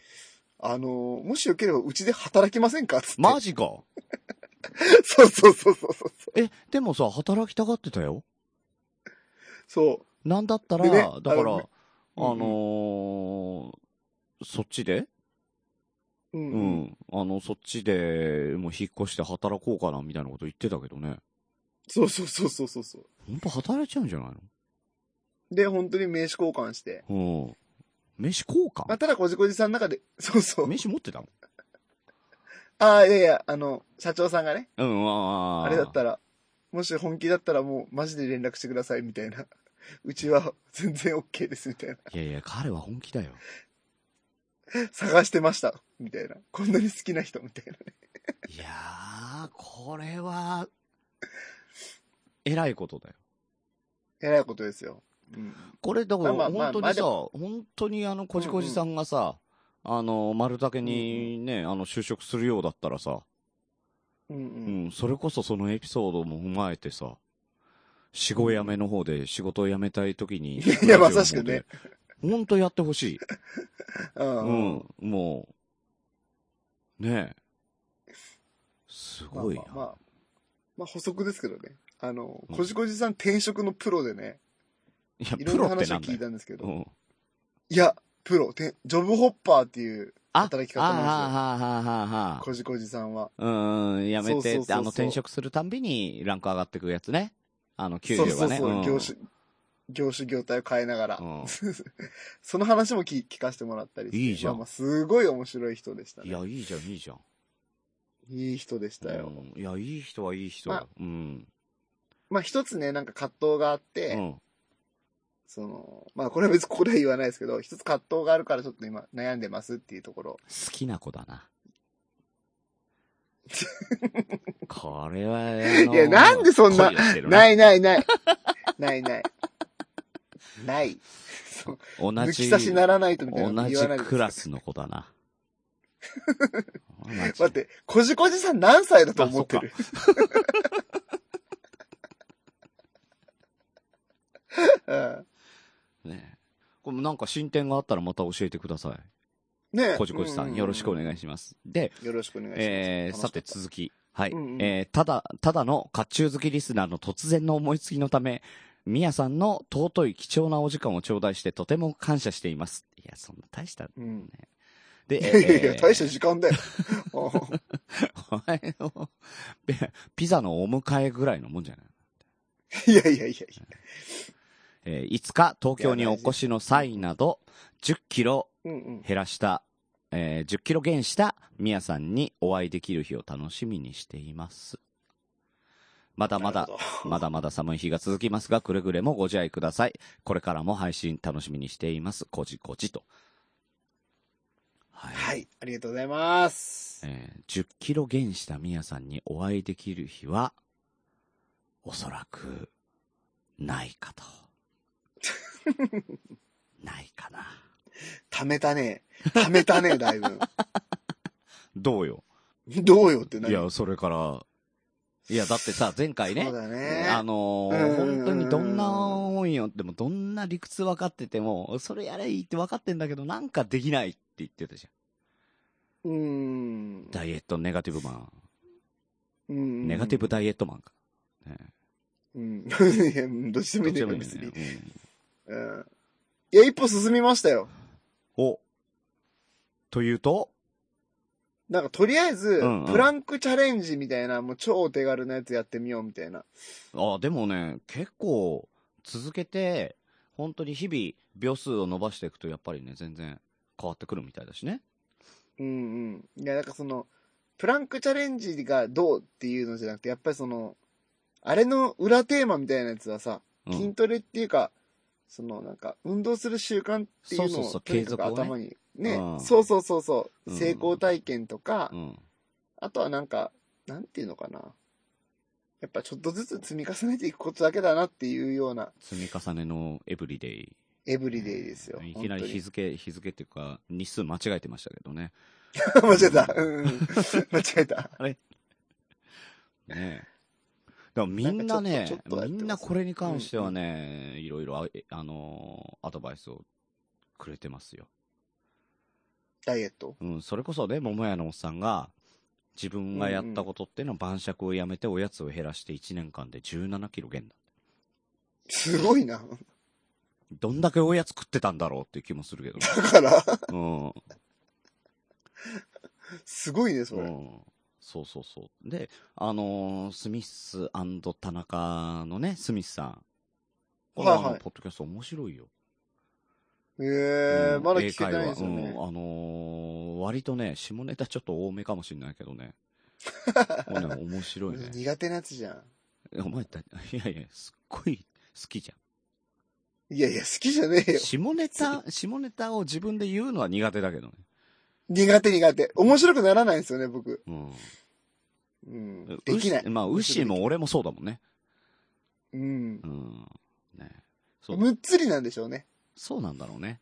C: あのー、もしよければうちで働きませんかつって。
B: マジか。
C: そうそうそうそうそう。
B: え、でもさ、働きたがってたよ。
C: そう。
B: なんだったら、
C: でね
B: だから、あ
C: あの
B: のーそっちで、
C: うん
B: うん、あの、そっちで、もう引っ越して働こうかな、みたいなこと言ってたけどね。
C: そうそうそうそうそうそ。
B: 本当働いちゃうんじゃないう
C: で、本当に名刺交換して。
B: のうん。飯交換、
C: まあ、ただこじこじさんの中で、 [LAUGHS] そうそう。
B: 飯持ってたの
C: ああ、いやいや、あの、社長さんがね、
B: うん、ああ。
C: あれだっ。たら、もし本気だったらもうマジで連絡してくださいみたいな。 [LAUGHS] うちは全然 OK ですみたいな。
B: いやいや、彼は本気だよ。
C: 探してましたみたいな。こんなに好きな人みたいなね。
B: いやー、これは、えらいことだよ。
C: えらいことですよ。うん。
B: これ、だから、
C: まあまあ
B: 本当
C: まあ
B: に
C: で
B: さ、
C: も
B: 本当にあの、こじこじさんがさ、あの、丸竹にね、あの、就職するようだったらさ、
C: うんう。
B: うんん、それこそそのエピソードも踏まえてさ、仕事辞めの方で仕事を辞めたい時に。
C: いやいやまさしくね。
B: ほんとやってほしい。
C: う。
B: うんん、もう。ねえ。すごいな。
C: まあまあ、まあ、まあ補足ですけどね。あの、こじこじさん転職のプロでね、
B: いや、
C: いろ
B: プ
C: ん
B: ロ
C: な
B: って
C: 話を
B: なんだ
C: 聞い
B: よ。
C: たんですけ
B: う
C: ど、
B: ん。
C: いや、プロ、てジョブホッパーっていう
B: あ、
C: 働き方なんで
B: あはあはあはあはあ
C: すよ。こじこじさんは。
B: うんうん、やめ
C: そうそう
B: て
C: そう、そう
B: あの、転職するたんびにランク上がってくやつね。あの、給料
C: そうそ
B: が
C: う
B: ね。
C: そう、
B: ん
C: 業種、業種業態を変えながら
B: う。ん
C: [LAUGHS] その話も聞聞かせてもらったりして。
B: いいじゃん
C: まあまあ、すごい面白い人でした
B: い
C: ね。
B: や、いいじゃん、いいじゃん。
C: いい人でしたよ。
B: うんいや、いい人はいい人だよ。うん。
C: まあ一つね、なんか葛藤があっ
B: う
C: て、
B: ん。
C: その、まあこれは別に [LAUGHS] ここでは言わないですけど、一つ葛藤があるからちょっと今悩んでますっていうと
B: [LAUGHS]
C: ころ。
B: 好きな子だ
C: [LAUGHS]
B: な。これは、あの
C: いやなんでそんな
B: 恋をしてる
C: ないないない。ないない。
B: [LAUGHS]
C: ない。そう
B: 同
C: 抜き
B: じ、
C: 差しならないとみたいなこと
B: 同
C: 言
B: じ
C: わないで
B: クラスの子だ
C: [LAUGHS]
B: な。待
C: 待って、こじこじさん何歳だと思ってる [LAUGHS] うん
B: ねこれなんか進展があったらまた教えてくださ
C: ね
B: い。こじこじさん、よろしくお願いします。で、
C: す。よろしくお願いします。
B: えー、さて
C: 楽しかっ
B: 続き。はい。
C: うんうん
B: えー、ただ、ただの甲冑好きリスナーの突然の思いつきのため、みやさんの尊い貴重なお時間を頂戴してとても感謝しています。いや、そんな大した。
C: た。うん。
B: で、
C: [LAUGHS] いやいやいや、
B: えー
C: 大した時間だよ。うん
B: [LAUGHS] お前の [LAUGHS] ピピザのお迎えぐらいのもんじゃない
C: いやいやいやいや。
B: えーいつか東京にお越しの際など、10キロ
C: うんうん。
B: 減らした、えー10キロ減したみやさんにお会いできる日を楽しみにしています。まだまだ
C: なるほど
B: まだまだ寒い日が続きますが、くれぐれもご自愛ください。これからも配信楽しみにしています。こじこじと。はい。
C: はい、ありがとうございます。
B: えー10キロ減したみやさんにお会いできる日は、おそらく、ないかと。
C: [LAUGHS]
B: ないかな。
C: 貯めたね。貯めたね、だいぶ。
B: どうよ。
C: どうよって
B: い
C: 何
B: や、それから、いや、だってさ、前回ね
C: そう、だね。
B: あの
C: うん
B: ー、
C: うんうん
B: 本当にどんな本よっても、どんな理屈分かってても、それやれいいって分かってんだけど、なんかできないって言ってたじゃ
C: うーん
B: ん。。ダイエットネガティブマン。ネ
C: ネ
B: ガティブダイエットマンか。ね
C: うん。いやどっちでも
B: ど
C: い
B: っ
C: い
B: ちで
C: ね
B: もいいね
C: 別に。
B: うん
C: うん。いや、一歩進みましたよ。
B: お。というと
C: なんか、とりあえず
B: うんうん、
C: プランクチャレンジみたいな、もう超お手軽なやつやってみようみたいな。
B: あ、でもね、結構続けて、本当に日々秒数を伸ばしていくとやっぱりね、全然変わってくるみたいだしね。
C: うんうん。いや、なんかその、プランクチャレンジがどうっていうのじゃなくて、やっぱりその、あれの裏テーマみたいなやつはさ、
B: うん
C: 筋トレっていうか、そのなんか、運動する習慣ってい
B: そう
C: うの
B: そうそう
C: を、とにか
B: 継続
C: く
B: をね
C: 頭に。ね
B: うん、
C: そうそうそうそう、
B: うん
C: 成功体験とか、
B: うん。
C: あとはなんか、なんていうのかな。やっぱちょっとずつ積み重ねていくことだけだなっていうような
B: 積み重ねのエブリデイ。
C: エブリデイですよ。
B: いきなり日
C: 本
B: 付、日付っていうか、日数間違えてましたけど
C: [LAUGHS]
B: ね。
C: 当に [LAUGHS] 間違えた。うんうん。間違えた。
B: ねえだからみんな
C: なんか
B: ね
C: ちょっとちょっとやってます
B: みんなこれに関してはね、いろいろあ、えあのーアドバイスをくれてますよ。
C: ダイエット。
B: うん、それこそね、桃屋のおっさんが、自分がやったことっていうのは晩酌をやめておやつを減らして1年間で17キロ減だ。
C: すごいな。
B: どんだけおやつ食ってたんだろうっていう気もするけ
C: [LAUGHS]
B: どね。
C: だから、
B: うん。
C: すごいね、それ。
B: うん。そうそうそう。で、あのースミス田中のね、スミスさん。これ
C: はいはい
B: あのポッドキャスト面白いよ。
C: ええ
B: うん
C: まだ聞けてないですよ
B: 英会
C: ね。
B: 話うんあのー割とね、下ネタちょっと多めかもしれないけどね。
C: [LAUGHS]
B: これね面白いね。
C: 苦手なやつじゃ
B: お前 [LAUGHS] だ、いやいや、すっごい好きじ
C: ん。いやいや、好きじゃね
B: ゃ
C: え
B: ん。
C: よ。
B: 下ネタ、下ネタを自分で言うのは苦手だけどね。
C: 苦手苦手。面白くならないんですよね、僕。
B: うん。
C: うん
B: う。
C: できない。
B: まあ、ウッシーも俺もそうだもんね。
C: うん
B: う。ん。ね。そう、
C: むっつりなんでしょうね。
B: そうなんだろうね。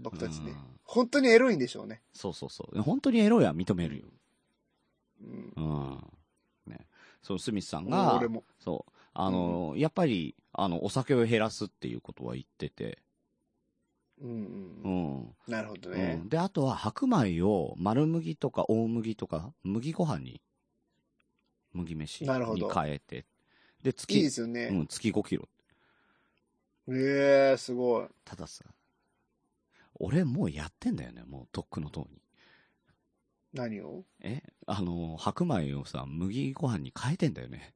C: 僕たちね
B: うん。
C: 本当にエロいんでしょうね。
B: そうそうそう。本当にエロいは認めるよ。
C: うん。
B: うん。ね。そう、スミスさんが
C: 俺、も。
B: そう、あの、やっぱり、あの、お酒を減らすっていうことは言ってて、
C: うん
B: う
C: う。
B: んん。
C: なるほど
B: う
C: ね。
B: んで、あとは白米を丸麦とか大麦とか麦ご飯に、麦飯に
C: なるほど
B: 変えて、で、月、
C: いいですよね。
B: うん、月5キロ。
C: ええすごい。
B: たださ、俺もうやってんだよね、もうとっくのとうに。
C: 何を
B: えあの、白米をさ、麦ご飯に変えてんだよね。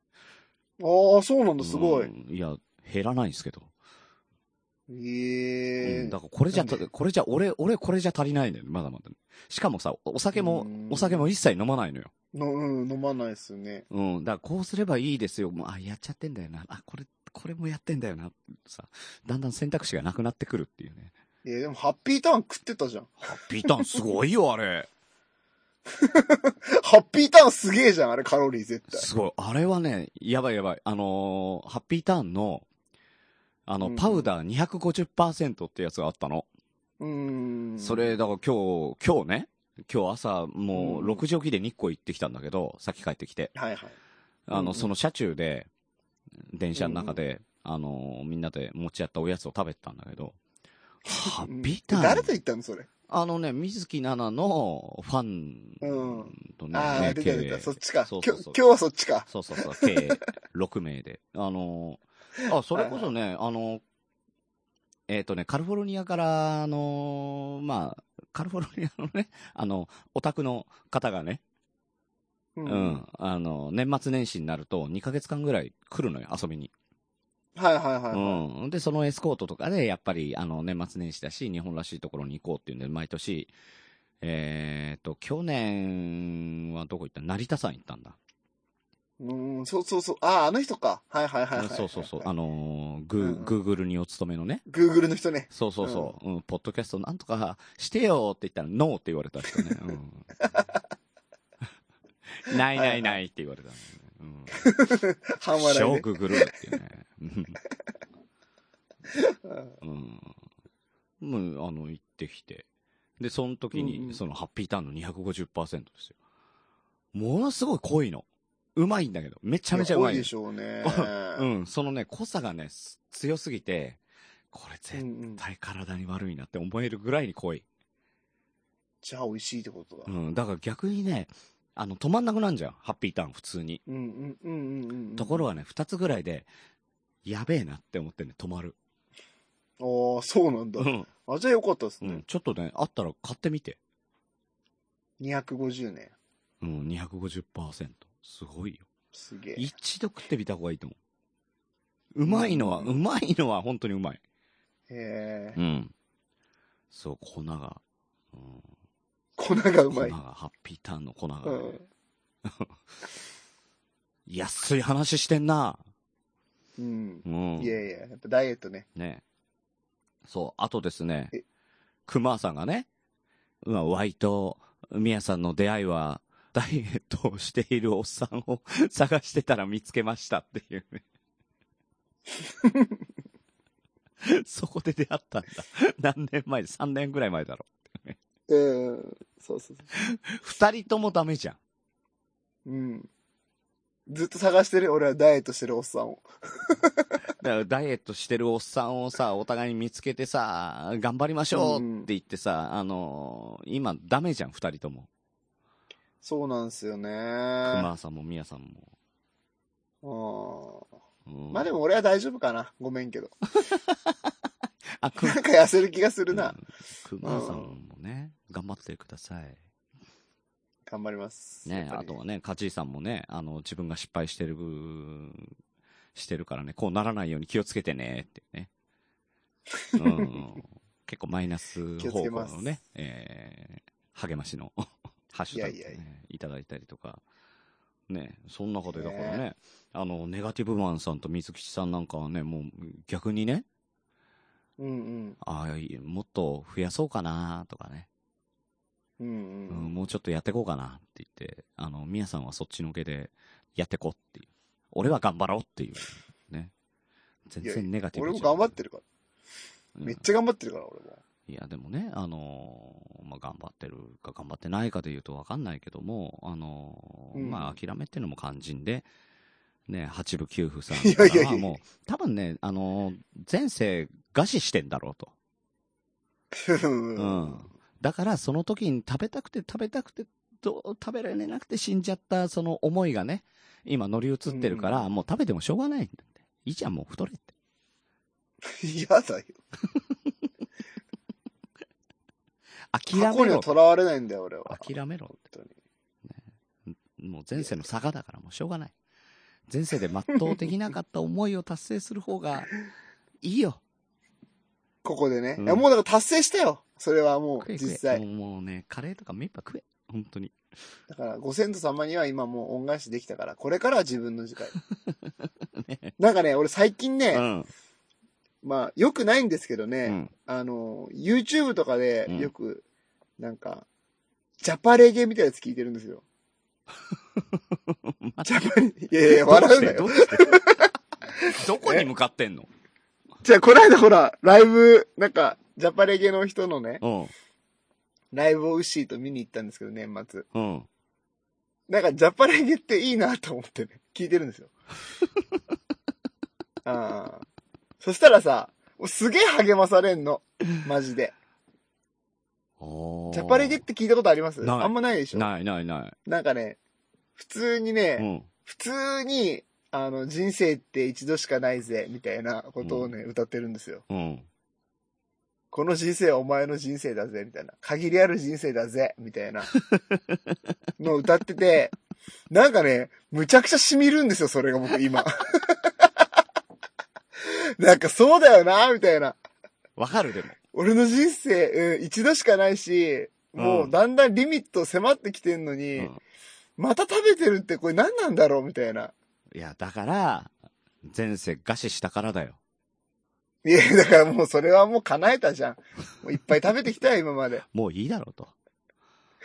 C: ああ、そうなんだ、すごい。
B: うんいや、減らないんですけど。
C: ええ
B: うんだからこれじゃ、
C: なんで
B: これじゃ、俺、俺これじゃ足りないんだよね、まだまだ、しかもさ、おお酒も
C: うん、
B: お酒も一切飲まないのよ。
C: の、うん、飲まないですよね。
B: うん、だからこうすればいいですよ。もう、あ、やっちゃってんだよな。あ、これ、これもやってんだよな。さ、だんだん選択肢がなくなってくるっていうね。
C: いや、でも、ハッピーターン食ってたじゃん。 [LAUGHS]
B: ハッピーターンすごいよ、あれ。
C: ハッピーターンすげえじゃん、あれ、カロリー絶対。
B: すごい。あれはね、やばいやばい。あのーハッピーターンの、あの、
C: うん
B: パウダー250%ってやつがあったの。
C: うーん。
B: そ、れ、だから今日、今日ね、今日朝、もう
C: うん
B: 6時起きで日光行ってきたんだけど、さっき帰ってきて。
C: はいはい。
B: あ
C: うんう
B: の、
C: ん
B: その車中で、電車の中で、あの、みんなで持ち合ったおやつを食べてたんだけど、ハッピーターン。
C: 誰と言ったの、それ。
B: あのね、水木奈々のファンとね、
C: ああ、
B: ね
C: 出た
B: 計
C: 出た、そっちか。
B: そう
C: 今
B: そう
C: 日
B: そう
C: 今日はそっちか。
B: そうそうそう、計6名で。あの、あ、それこそね、あの、えっ、とね、カリフォルニアから、あの、まあ、カリフォルニアのね、 [LAUGHS] あの、オタクの方がね、
C: う
B: うん、あの、年末年始になると2ヶ月間ぐらい来るのよ、遊びに。
C: はいはいはい。
B: うん。で、そのエスコートとかで、やっぱり、あの、年末年始だし、日本らしいところに行こうっていうんで、毎年、えー、と、去年はどこ行った成田山行ったんだ。
C: うん、そうそうそう。ああ、あの人か。はいはいはいはい。
B: そうそうそう。あ
C: の、
B: のー、グ
C: うんう
B: ー、
C: ん
B: グーグルにお勤めのね。
C: Google の人ね。
B: そうそうそう。うん、ポッドキャストなんとかしてよって言ったら、ノーって言われた人ね。
C: [LAUGHS]
B: うん。ないないないって言われたのね、うん。
C: 半笑い
B: ショ
C: で
B: ー。グーグルーっていうね。うん
C: うん
B: うん。もう、あの、行ってきて。で、その時
C: うんう
B: に、
C: ん
B: そのハッピーターンの250%ですよ。ものすごい濃いの。うまいんだけど。めちゃめちゃうまい
C: い
B: の。
C: や多でしょうね。
B: [LAUGHS] うん、そのね、濃さがね、す強すぎて、これ
C: うんう
B: 絶
C: ん。
B: 対体に悪いなって思えるぐらいに濃い。
C: じゃあ美味しいってことだ
B: う。ん、だから逆にね、あの、止まんなくなんじゃん。ハッピーターン普通に。
C: うんうんうんうんうん。
B: ところがね、二つぐらいで、やべえなって思ってね、止まる。
C: ああ、そうなんだ
B: う。ん。
C: あ、じゃあよかったです
B: う
C: ね
B: ん。。ちょっとね、あったら買ってみて。
C: 250ね。
B: うん、250%。すごいよ。
C: すげえ。
B: 一度食ってみた方がいいと思う。うまいのは、
C: う
B: うんまいのは本 [LAUGHS] 当にうまい。
C: へえ。
B: うん。そう、粉が。うん、
C: 粉がう
B: 粉
C: まい
B: が、。ハッピーターンの粉がね、
C: うん。
B: 安い話してんな。
C: うん。
B: うん。
C: いやいや、やっぱダイエットね。
B: ね。そう、あとですね
C: え、
B: 熊さんがね、まあ、ワイと、ミヤさんの出会いは、ダイエットをしているおっさんを探してたら見つけましたっていうね。そこで出会ったんだ。何年前 ?3 年ぐらい前だろ。
C: うん。そうそうそ
B: 二人ともダメじゃん。
C: う。うん。ずっと探してる、俺はダイエットしてるおっさんを。
B: だからダイエットしてるおっさんをさ、お互いに見つけてさ、頑張りましょうって言ってさ、あのー今ダメじゃん、二人とも。
C: そうなんですよね。
B: 熊さんもミヤさんも。
C: うん。
B: うん
C: まあでも俺は大丈夫かな。ごめんけど。
B: あ、く
C: なんか痩せる気がするな。
B: くまさんもね、頑張ってください。
C: 頑張ります。
B: ね
C: やっぱ
B: あ
C: り
B: とはね、カチーさんもね、あの、自分が失敗してる分、してるからね、こうならないように気をつけてね、って
C: [LAUGHS]
B: ね。うん。結構マイナス
C: 気を
B: 方
C: つけ
B: 向
C: ます
B: のね、えー、励ましの [LAUGHS] ハッシュタグ、ね、
C: いやいやい
B: いただいたりとか。ね、そんなことで、だからね、
C: ね
B: あの、ネガティブマンさんと水吉さんなんかはね、もう逆にね、
C: うん
B: ああ、いもっと増やそうかなとかね、
C: うん。うん
B: う
C: うんん。
B: もうちょっとやってこうかなって言って、あの、みやさんはそっちのけでやってこうっていう。俺は頑張ろうっていう。ね。全
C: いやい
B: 然ネガティブ
C: 俺も頑張って
B: る。
C: るから。
B: うん
C: めっちゃ頑張ってるから、俺も。
B: いや、でもね、あのーまあ、頑張ってるか頑張ってないかで言うとわかんないけども、あのー
C: うん
B: まあ、諦めっていうのも肝心で、ね、八部九夫さん
C: いやいやいや
B: はもう、多分ね、あのー前世餓死してんだろうと。
C: うん
B: う
C: うん
B: ん。だから、その時に食べたくて食べたくて、どう食べられなくて死んじゃった、その思いがね、今乗り移ってるから、もう食べてもしょうがないんだって。いいじゃん、もう太れって。
C: 嫌だよ。過
B: 諦
C: 去
B: め
C: には
B: ろ。
C: とらわれないんだよ、俺は。
B: 諦めろ
C: 本当に。
B: もう前世の差がだから、もうしょうがない。前世で全うできなかった思いを達成する方が、いいよ。
C: ここでね。
B: うん
C: いやもうだから達成したよ。それはも
B: 食
C: う、
B: え食
C: 実
B: え。も
C: 際。
B: うもうね、カレーとか目いっぱい食え。本当に。
C: だから、ご先祖様には今もう恩返しできたから、これからは自分の時
B: [LAUGHS]
C: 間。なんかね、俺最近
B: う
C: ね、
B: ん。
C: まあ、良くないんですけど
B: う
C: ね、
B: ん。
C: あの、YouTube とかで
B: うん
C: よく、なんか、ジャパレゲみたいなやつ聞いてるんですよ。 [LAUGHS] ジャパレ、いやいや、笑うな
B: ど
C: よ。
B: うしてどうして [LAUGHS] どこに向かってんの
C: じゃあ、この間ほら、ライブ、なんか、ジャパレゲの人のね、
B: うん。
C: ライブをウッシーと見に行ったんですけど、年末。
B: うん。
C: なんかジャパレゲっていいなと思ってね、聞いてるん
B: [LAUGHS]
C: ですよ。ああ。そしたらさ、もうすげえ励まされんの。マジで。
B: おー
C: ジャパレゲって聞いたことあります
B: ない
C: あんまないでしょな
B: ないないない。
C: んかね、普通にね、
B: うん。
C: 普通に、あの、人生って一度しかないぜ、みたいなことをね、歌ってるんですよ。
B: うん。
C: この人生はお前の人生だぜ、みたいな。限りある人生だぜ、みたいな。のを歌ってて、なんかね、むちゃくちゃ染みるんですよ、それが僕今。 [LAUGHS] なんかそうだよな、みたいな。
B: わかるでも。
C: 俺の人生、うん、一度しかないし、もうんうだんだんリミット迫ってきてんのに、
B: うん
C: また食べてるってこれ何なんだろうみたいな。
B: いや、だから、前世餓死したからだよ。
C: いや、だからもうそれはもう叶えたじゃん。もういっぱい食べてきたよ、今まで。
B: もういいだろうと。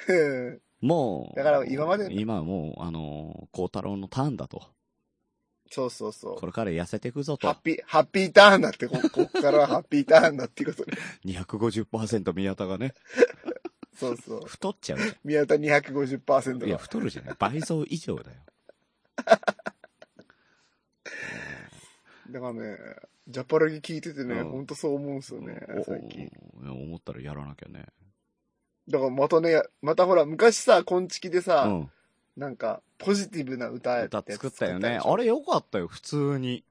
C: うん
B: もう。
C: だから今まで
B: 今はもう、あのー、孝太郎のターンだと。
C: そうそうそう
B: こ。れから痩せていくぞ
C: ハ
B: と
C: ッ。ピー、ハッピーターンだって、こ、こっからはハッピーターンだっていう
B: [LAUGHS]
C: ことね。
B: 250%宮田がね、
C: そうそう。
B: 太っちゃうじ
C: 宮田250%
B: ゃ
C: が。
B: ん。いや、太るじゃない。倍増以上だよ。
C: だからね、ジャパラギ聞いててね、
B: うん
C: ほんとそう思うんですよね、最近。
B: おおお思ったらやらなきゃね。
C: だからまたね、またほら、昔さ、昆虫でさ、
B: うん。
C: なんか、ポジティブな歌や
B: 歌
C: やつ
B: 作ったよね。
C: でしょ
B: あれよかったよ、普通に。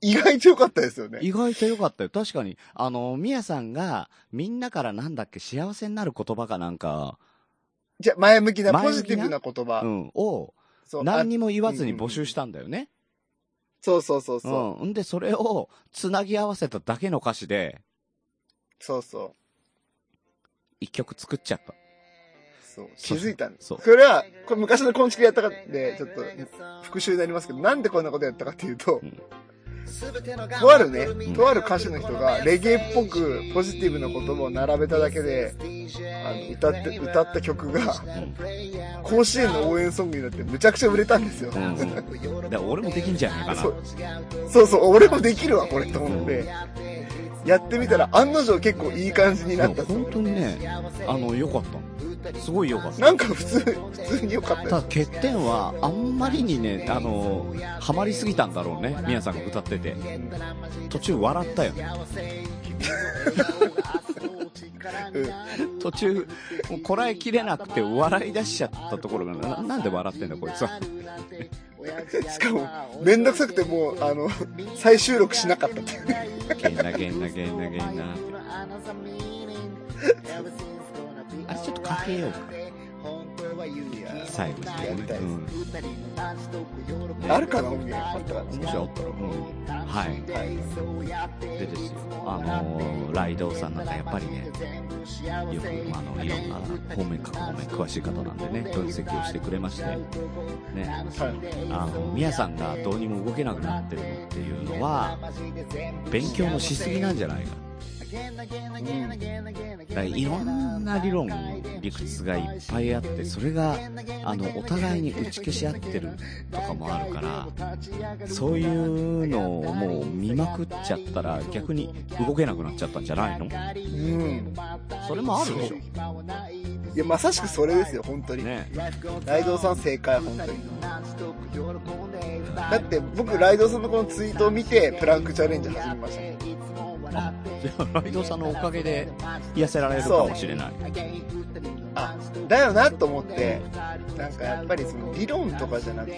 C: 意外と良かったですよね。
B: 意外と良かったよ。確かに、あの、みやさんが、みんなからなんだっけ、幸せになる言葉かなんか、
C: じゃ、前向きな、
B: 前向
C: ポ
B: きな
C: ジティブな言葉。
B: うん、を、
C: そうあ
B: 何にも言わずに募集したんだよね。
C: そうそうそう
B: う
C: そう。
B: ん。んで、それを、つなぎ合わせただけの歌詞で、
C: そうそう。
B: 一曲作っちゃった。
C: そう気づいたんです。
B: そ
C: そうれは、これ昔の昆虫やったかで、ちょっと復習になりますけど、なんでこんなことやったかっていうと、
B: うん
C: とあるね、
B: ん
C: とある歌手の人が、レゲエっぽくポジティブな言葉を並べただけで、あの歌って、歌った曲が、甲子園の応援ソングになってむちゃくちゃ売れたんですよ。
B: うん。うん。で、俺もできんじゃないか
C: そうそうそう、俺もできるわ、これと思って。やってみたら、案の定結構いい感じに
B: な。
C: ないった
B: や、
C: と
B: 本当にね、あの、良かったの。すごい良かった。
C: なんか普通、普通に良かったよ
B: ただ欠点はあんまりにねあのハマりすぎたんだろうねみやさんが歌ってて途中笑ったよね
C: うん
B: 途中もうこらえきれなくて笑い出しちゃったところがななんで笑ってんだこいつ
D: [LAUGHS]
B: は
C: しかも、めんどくさくてもう、あの、再収録しなかったっていうね。
B: ゲンナゲンナゲンナゲンナあれちょっとかけようか
D: は勇気
B: 最後に
D: やりたい
B: ね。うん。
D: です
C: あるかな音源あったかな
B: もしあったら、うん。はい。でですよ、あのーライドウさんなんかやっぱりね、よく、あの、いろんな方面、各方面詳しい方なんでね、分析をしてくれまして、ね、
C: はい。
B: あの、みやさんがどうにも動けなくなってるっていうのは、勉強のしすぎなんじゃないか。うん、だからいろんな理論、理屈がいっぱいあって、それが、あの、お互いに打ち消し合ってるとかもあるから、そういうのをもう見まくっちゃったら、逆に動けなくなっちゃったんじゃないの
C: うん。
B: それもあるでし
C: いや、まさしくそれですよ、本当
B: ょ。
C: に。
B: ね。
C: ライドウさん正解、本当に。だって、僕、ライドウさんのこのツイートを見て、プランクチャレンジ始めましたね。
B: あじゃあ、ライドさんのおかげで癒せられるかもしれない。
C: あ、だよなと思って、なんかやっぱりその理論とかじゃなくて、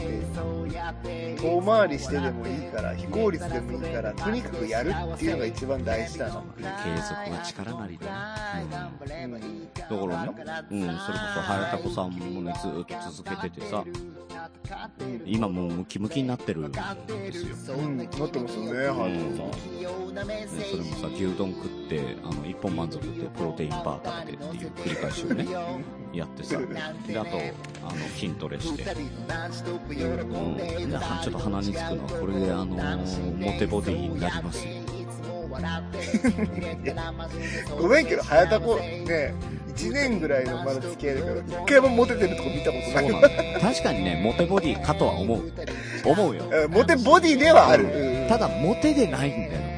C: 遠回りしてでもいいから、非効率でもいいから、とにかくやるっていうのが一番大事だな。
B: 継続は力なりだね。うん、だからね、うん、それこそ、早田子さんもね、ずーっと続けててさ、今もうムキムキになってるんですよ。
C: うん、なってますよね、
B: う
C: はい。
B: んね、それもさ牛丼食ってあの一本満足でプロテインバー食べてっていう繰り返しをねやってさであとあの筋トレして、うん、ではちょっと鼻につくのはこれであのモテボディになりますよ
C: ごめんけど、早田子、ね、1年ぐらいのまだ付き合いだから、一回もモテてるとこ見たこと
B: そ
C: な
B: う
C: い。
B: なんだよ確かにねモテボディかとは思う思うよ
C: うんモテボディではある。うん
B: ただモテでないんだよ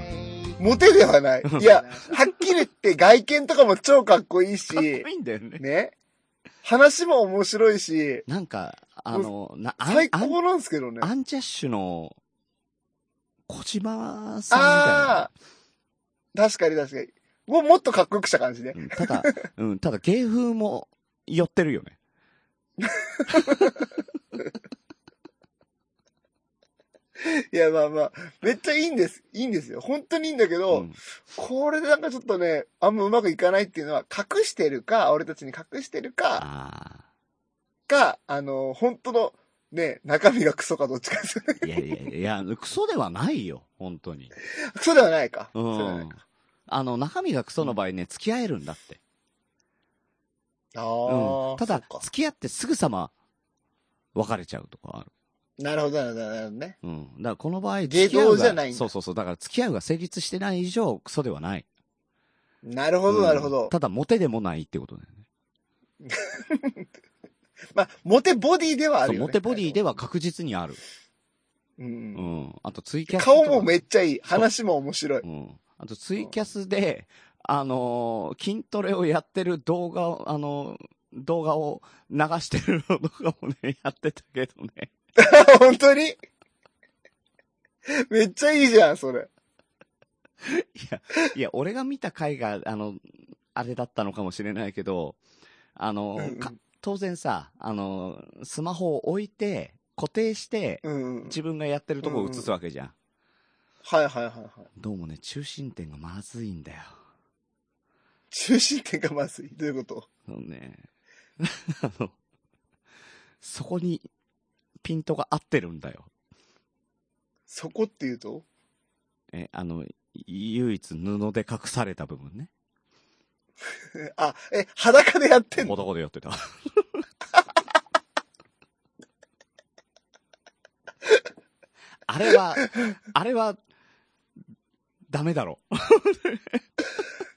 C: モテで
B: [LAUGHS]
C: はない。いや、はっきり言って外見とかも超かっこいいし、
B: かっこいいんだよね
C: ね。話も面白いし、
B: なんかあのなあん
C: 最
B: あん
C: 高なんですけどね。
B: アンジャッシュの小島さんみたいな
C: ああー、確かに確かに。もうもっとかっこよくした
B: [LAUGHS]
C: 感じね。
B: うんただ、うん、ただ芸風も寄ってるよね。
C: いや、まあまあ、めっちゃいいんです。いいんですよ。本当にいいんだけど、
B: うん
C: これでなんかちょっとね、あんまうまくいかないっていうのは、隠してるか、俺たちに隠してるか、
B: あ
C: か、あの、本当の、ね、中身がクソかどっちかですよ [LAUGHS] ね。
B: あ。いやいやいや、クソではないよ、本当に。
C: クソではないか。
B: う
C: クソではない
B: ん。あの、中身がクソの場合ね、付き合えるんだって。
C: あ
B: う
C: ー
B: ん。ただ
C: そっ、か
B: 付き合ってすぐさま、別れちゃうとかある。
C: なるほど、なるほど、なるほどね。
B: うん。だからこの場合、
C: 芸
B: 付き合う
C: 道
B: が
C: じゃないんだ
B: そうそうそう。だから付き合うが成立してない以上、クソではない。
C: なるほ
B: う
C: ど、
B: ん
C: なるほど。
B: ただ、モテでもないってことだよね。
C: まあ、モテボディではあ
B: そ
C: る
B: う、
C: よ、ね。
B: モテボディでは確実にある。
C: うん
B: う
C: うん。
B: ん。あと、ツイキャスとか
C: 顔もめっちゃいい。話も面白い。
B: うん。あと、ツイキャスで、あのー筋トレをやってる動画を、あのー動画を流してるのとかもね、 [LAUGHS] やってたけどね。
C: [LAUGHS] 本当にめっちゃいいじゃん、それ。
B: いや、いや、俺が見た回が、あの、あれだったのかもしれないけど、あのー
C: うん
B: か当然さ、あのースマホを置いて、固定して、
C: うんうん。
B: 自分がやってるとこを映すわけじゃん。
C: はいはいはいはい。
B: どうもね、中心点がまずいんだよ。
C: 中心点がまずい。どういうこと
B: あのね、 [LAUGHS] あの、そこにピントが合ってるんだよ。
C: そこっていうと
B: え、あの、唯一布で隠された部分ね。
C: えあ、え、裸でやってんの
B: 男でや
C: [LAUGHS]
B: ってた。あれは、あれは、ダメだろ。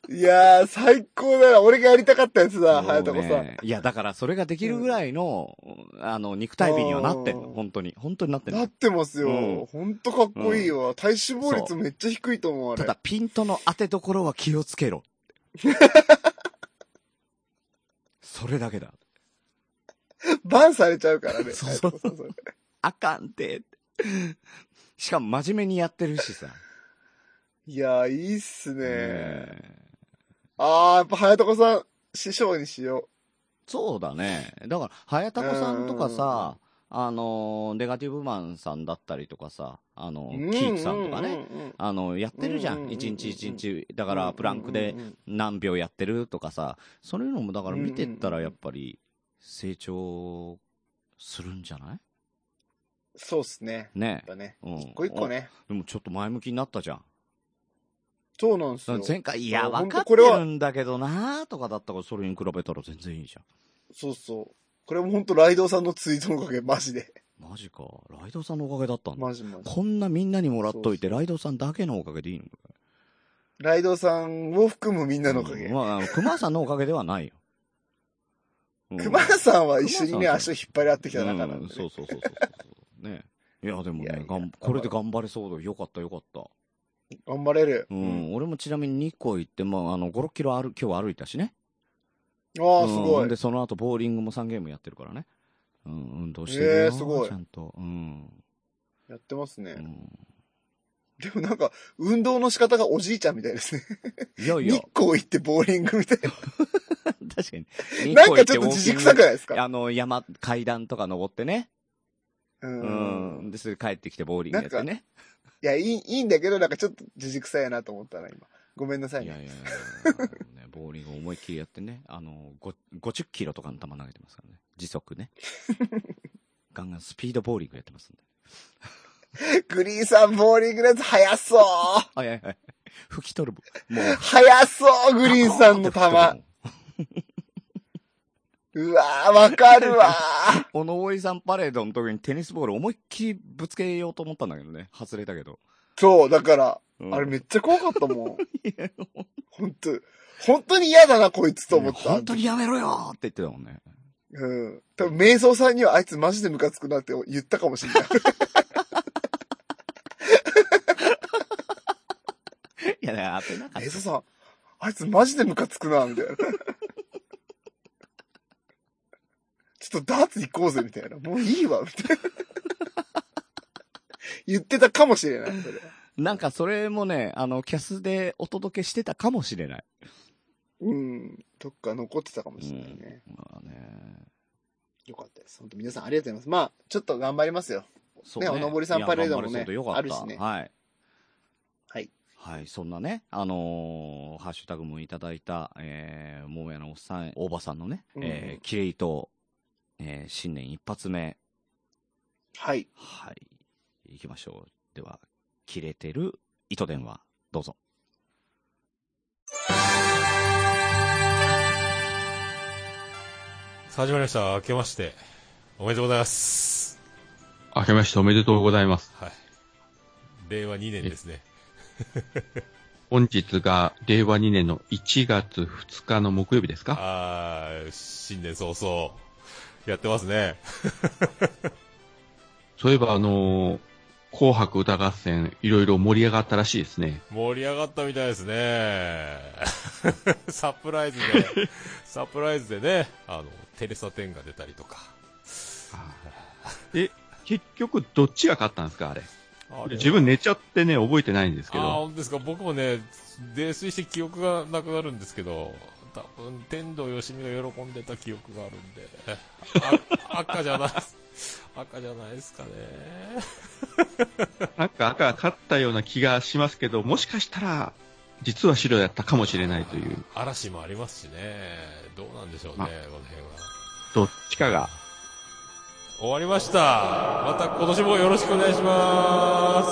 C: いやー、最高だな。俺がやりたかったやつ
B: もう
C: だ、
B: ね
C: 早田子さん。
B: いや、だからそれができるぐらいの、あの、肉体美にはなってんの。
C: うん
B: 本当に。本当になってん
C: な
B: の
C: っ。てます
B: うん
C: よ。ほんとかっこいいわ。体脂肪率
B: そう
C: めっちゃ低いと思う、あ
B: た
C: れ
B: だ、。ピントの当てどころは気をつ
C: [LAUGHS]
B: けろ。それだけだ。
C: バンされちゃうからね。
B: [LAUGHS] そうそう
C: 早田子さんれ
B: あかんて。しかも真面目にやってるしさ。ね
C: いやー、いいっすね。
B: え
C: あー、やっぱ早田子さん、師匠にしよ
B: そうだね。だから、早田子さんとかさ、あの、ネガティブマンさんだったりとかさ、あの
C: う。、
B: キーツさんとか
C: う
B: ね。
C: んうんうんうん。
B: あの、やってるじゃ
C: うんうん
B: ん。
C: うんうん
B: 一日一日。だから、プランクで
C: うんうんうん
B: 何秒やってるとかさ、そういうのもだから見てったらやっぱり、成長するんじゃない
C: そうっすね。
B: ね
C: やっぱね。
B: うん
C: 一個一個ね。
B: でもちょっと前向きになったじゃん。
C: そうなんです
B: だか
C: よ
B: ら。前回、いや、
C: ほ
B: 分
C: んと
B: かって
C: これは
B: るんだけどなーとかだったから、それに比べたら全然いいじゃ
C: そうそう。これも本当ライドウさんのツイートのおかげ、マジで。
B: ん。マジか。ライドさんのおかげだったんだ。
C: マジマジ。
B: こんなみんなにもらっとい
C: そ
B: て、
C: うそ
B: ライドさんだけのおかげでいいのかよ
C: ライドウさんを含むみんなのおか
B: うん
C: げ。
B: まああの、熊さんのおかげではないよ。うん
C: 熊さんは一緒にね、
B: 熊さん
C: 足を引っ張り合ってきた中な
B: う
C: んで
B: ん
C: ね。
B: そうそうそうそうそう。ね。いや、でも
C: いやい
B: ね
C: や、
B: がんこれで頑張れそうだ。よかった、よかった。
C: 頑張れる。
B: うん、。俺もちなみに2個行って、まあ、あの、5、6キロ歩、今日歩いたしね。
C: あ
B: う
C: あ、
B: ん
C: すごい
B: で、。その後、ボーリングも3ゲームやってるからね。うん、運動してるよ、
C: えーすごい
B: ちゃんと。うん。
C: やってます
B: う
C: ね。
B: ん
C: でもなんか、運動の仕方がおじいちゃんみたいですね。
B: いやいや
C: 日、光行ってボーリングみたい
B: 確かに。
C: [LAUGHS] な。なんかちょっと自
B: 軸
C: くさくないですか
B: あの、山、階段とか登ってね。
C: う。
B: うんん。で、それ帰ってきてボーリングやってね。
C: いや、いい、いいんだけど、なんかちょっと自軸さやなと思ったな、今。ごめんなさい
B: いやい
C: ね。
B: やいや、ね、ボーリング思いっきりやってね、あの、ご50キロとかの球投げてますからね。時速ね。ガンガンスピードボーリングやってますんで。
C: グリーンさん、ボーリングのやつ、速そう
B: はいはいはい。拭き取る。もう。
C: 速そうグリーンさんの球。うわー、わかるわー。
B: この大井さんパレードの時にテニスボール思いっきりぶつけようと思ったんだけどね。外れたけど。
C: [LAUGHS] そう、だから、
B: うん
C: あれめっちゃ怖かったもん。
B: いや
C: 本当本当に嫌だな、こいつと思った。
B: 本当にやめろよーって言ってたもんね。
C: うん。多分、瞑想さんにはあいつマジでムカつくなって言ったかも [LAUGHS] しれない。
B: いや、だから当てなかっ
C: 瞑想
B: た。
C: さん、あいつマジでムカつくな、みたいな。ちょっとダーツ行こうぜ、みたいな。もういいわ、みたいな。言ってたかもしれない、それ
B: なんかそれもね、あの、キャスでお届けしてたかもしれない。
C: うん。どっか残ってたかもしれないね。
B: まあね。
C: よかったです。本当皆さんありがとうございます。まあ、ちょっと頑張りますよ。
B: そ
C: ねおのぼりさんパレードも
B: い
C: ね
B: や頑張れそうでよかった
C: あるしね
B: はい。
C: はい。
B: はい、そんなね、あのーハッシュタグもいただいた、えー、桃屋のおっさん、大場さんのね、
C: うん
B: えー、キレイと、えー、新年一発目、
C: はい。
B: はい、行きましょう。では、切れてる糸電話、どうぞ。
E: さあ始まりました。明けまして。おめでとうございます。
F: 明けましておめでとうございます。
E: はい。令和2年ですね。
F: 本日が令和2年の1月2日の木曜日ですか
E: あー、新年早々。やってますね。
F: そういえばあのー紅白歌合戦いろいろ盛り上がったらしいですね。
E: 盛り上がったみたいですね。 [LAUGHS] サプライズで、サプライズでね、あの、テレサ・テンが出たりとか。
F: え、結局どっちが勝ったんですかあれ。
E: あ
F: 自分寝ちゃってね、覚えてないんですけ
E: あー、
F: ど。
E: 本当ですか。僕もね、泥酔して記憶がなくなるんですけど、多分、天童よしみが喜んでた記憶があるんで、あ赤じゃない、赤じゃないですかね。
F: なんか赤が勝ったような気がしますけど、もしかしたら、実は白だったかもしれないという、
E: 嵐もありますしね、どうなんでしょうね、こ
F: ま
E: の
F: あ
E: 辺は。
F: どっちかが。
E: 終わりました。また今年もよろしくお願いしま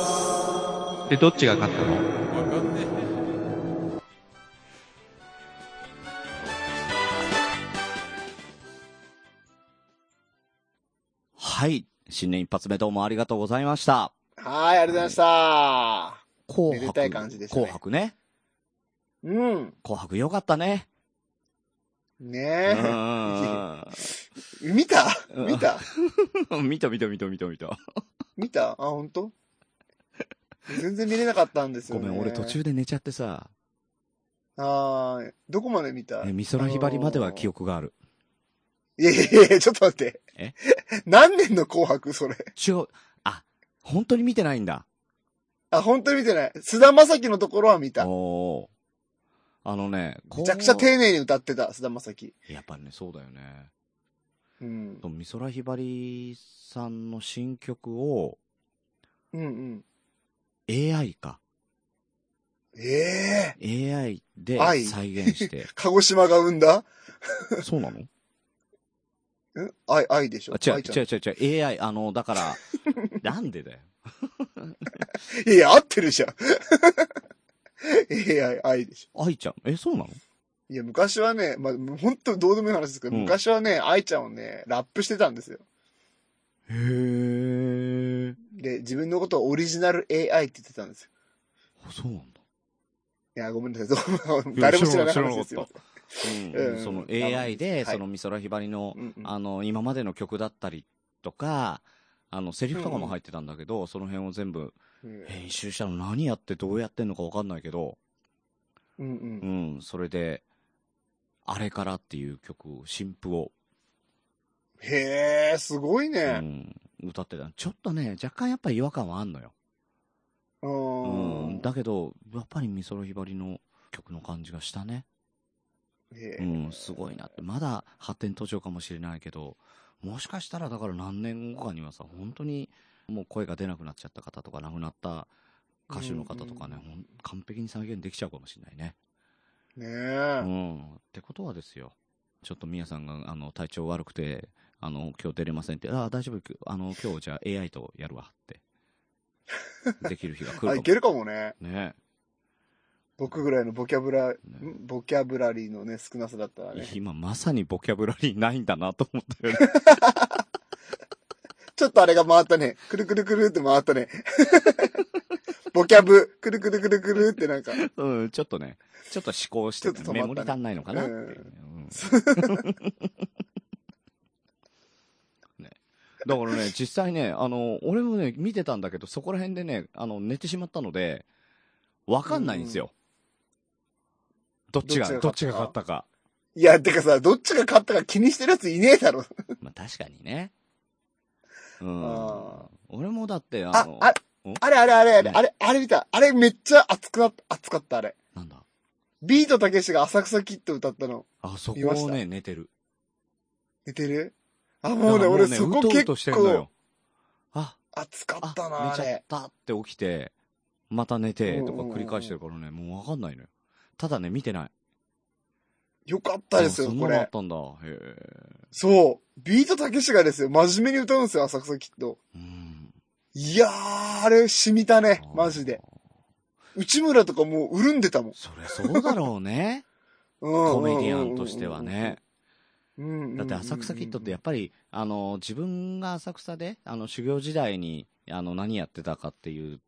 E: す。
F: で、どっちが勝ったの
E: わかんねえ。
B: はい、新年一発目どうもありがとうございました。
C: はい、ありがとうございました。
B: 紅白。
C: めでたい感じでしたね
B: 紅白ね。
C: うん。
B: 紅白よかったね。
C: ね
B: うん
C: え。見た
B: うん
C: 見た
B: [LAUGHS] 見た見た見た見た見た。
C: 見たあ、本当？全然見れなかったんですよ、
B: ご
C: ね。
B: めん、俺途。中で寝ちゃってさ、
C: あーどこまで見た
B: ね美空ひばりまでは記憶がある。
C: いやいやいや、ちょっと待って。
B: え
C: 何年の紅白それ。
B: 違う、あ、本当に見てないんだ。
C: あ、本当に見てない。菅田将暉のところは見た。め
B: おーあのね、め
C: ちゃくちゃ丁寧に歌ってた、菅田将暉。
B: やっぱりね、そうだよね。
C: うん。
B: でも美空ひばりさんの新曲を
C: うんうん。
B: AI か。
C: ええ
B: AI で
C: 愛 [LAUGHS]。
B: 再現して
C: 鹿児島が生んだ
B: そうなの
C: ん愛、愛でしょ
B: あ違う
C: 愛ち
B: 違
C: ゃ
B: う違う違う、AI、あの、だ
C: [LAUGHS]
B: から、なんでだよ。
C: ん。いや、合ってるじゃん。AI、愛でし
B: 愛ちゃん、え、そうなの
C: ょ。いや、昔はね、まあ、本当どうでもいい話ですけど、
B: うん
C: 昔はね、愛ちゃんをね、ラップしてたんですよ。
B: へえ。
C: で、自分のことをオリジナル AI って言ってたんですよ。
B: あそうなんだ。
C: いや、ごめんなさい。どうも誰も知らない話ですよ。
B: うん
C: うん
B: その
C: うん
B: AI で、
C: はい
B: その美空ひばりの、
C: うんうん
B: あの、今までの曲だったりとか、あの、セリフとかも入ってたんだけど、その辺を全部
C: うん
B: 編集したの何やってどうやってんのかわかんないけど、
C: うんう。
B: うんん、それで、あれからっていう曲を、新譜を、
C: へえ、すごいうね。
B: ん、歌ってた。ちょっとね、若干やっぱり違和感はあんのよ。
C: う。
B: うんん、だけど、やっぱり美空ひばりの曲の感じがしたね。
C: へ
B: う
C: え
B: ん、すごいなって。まだ発展途上かもしれないけど、もしかしたらだから何年後かにはさ、本当にもう声が出なくなっちゃった方とか、亡くなった歌手の方とかね、
C: うんうん
B: ほん完璧に再現できちゃうかもしれないね。
C: ね
B: う
C: え。
B: ん。ってことはですよ。ちょっとみやさんが、あの、体調悪くて、あの、今日出れませんって、ああ、大丈夫、あの、今日じゃあ AI とやるわ
C: [LAUGHS]
B: って。できる日が来るかも
C: あ、いけるかもね。
B: ね。
C: 僕ぐらいのボキャブラ、ん
B: ね
C: ボキャブラリーのね、少なさだったらね。
B: 今まさにボキャブラリーないんだなと思った
C: [LAUGHS]
B: よね。
C: ちょっとあれが回ったね。くるくるくるって回ったね。 [LAUGHS] ボキャブ、くるくるくるくるってなんか。
B: うん、ちょっとね、ちょっと思考して
C: ちょ
B: た
C: っと止まったね
B: メモリ足んないのかなっていうね、うん [LAUGHS] ねだからね、実際ね、あの、俺もね、見てたんだけど、そこら辺でね、あの、寝てしまったので、わかんないんですよ。どっちが、ど
C: ど
B: っ
C: っ
B: ち
C: ち
B: が
C: が
B: 勝
C: 勝
B: っ
C: った
B: か。
C: いや、てかさ、どっちが勝ったか気にしてるやついねえだろ。
B: まあ確かにね。うん
C: あ。
B: 俺もだって、あ
C: あ
B: の、、
C: あ
B: ん、
C: あれあれあれあれ、
B: ね
C: あれ、あれ見た。あれめっちゃ熱くなった、熱かったあれ。
B: なんだ。
C: ビートたけしが浅草キッド歌ったの。
B: あそこ
C: 見まし
B: を
C: た
B: ね、寝てる。
C: 寝てるあ、もうね、
B: だから
C: 俺そこ
B: うと
C: 結
B: うとしてんの
C: 構
B: よ。あ、
C: 熱かった
B: あ
C: な、あ
B: 寝ちゃっ
C: れ。
B: たって起きて、また寝てと
C: うん
B: か
C: うんうん
B: 繰り返してるからね、もうわかんないのよ。ただね、見てない。
C: よかったです
B: あ
C: よ、
B: そん
C: こ
B: なのあっ
C: れ。
B: たんだ。へえ。
C: そう。ビートたけしがですよ、真面目に歌うんですよ、浅草キッド。
B: うん。
C: いやー、あれ染みたね、マジで。。内村とかもう潤んでたもん。
B: そりゃそうだろうね。コ
C: コ
B: メディアンとしてはね。。
C: うんうんうんうん
B: だって浅草キッドってやっぱり、あの、自分が浅草で、あの、修行時代に、あの、何やってたかっていう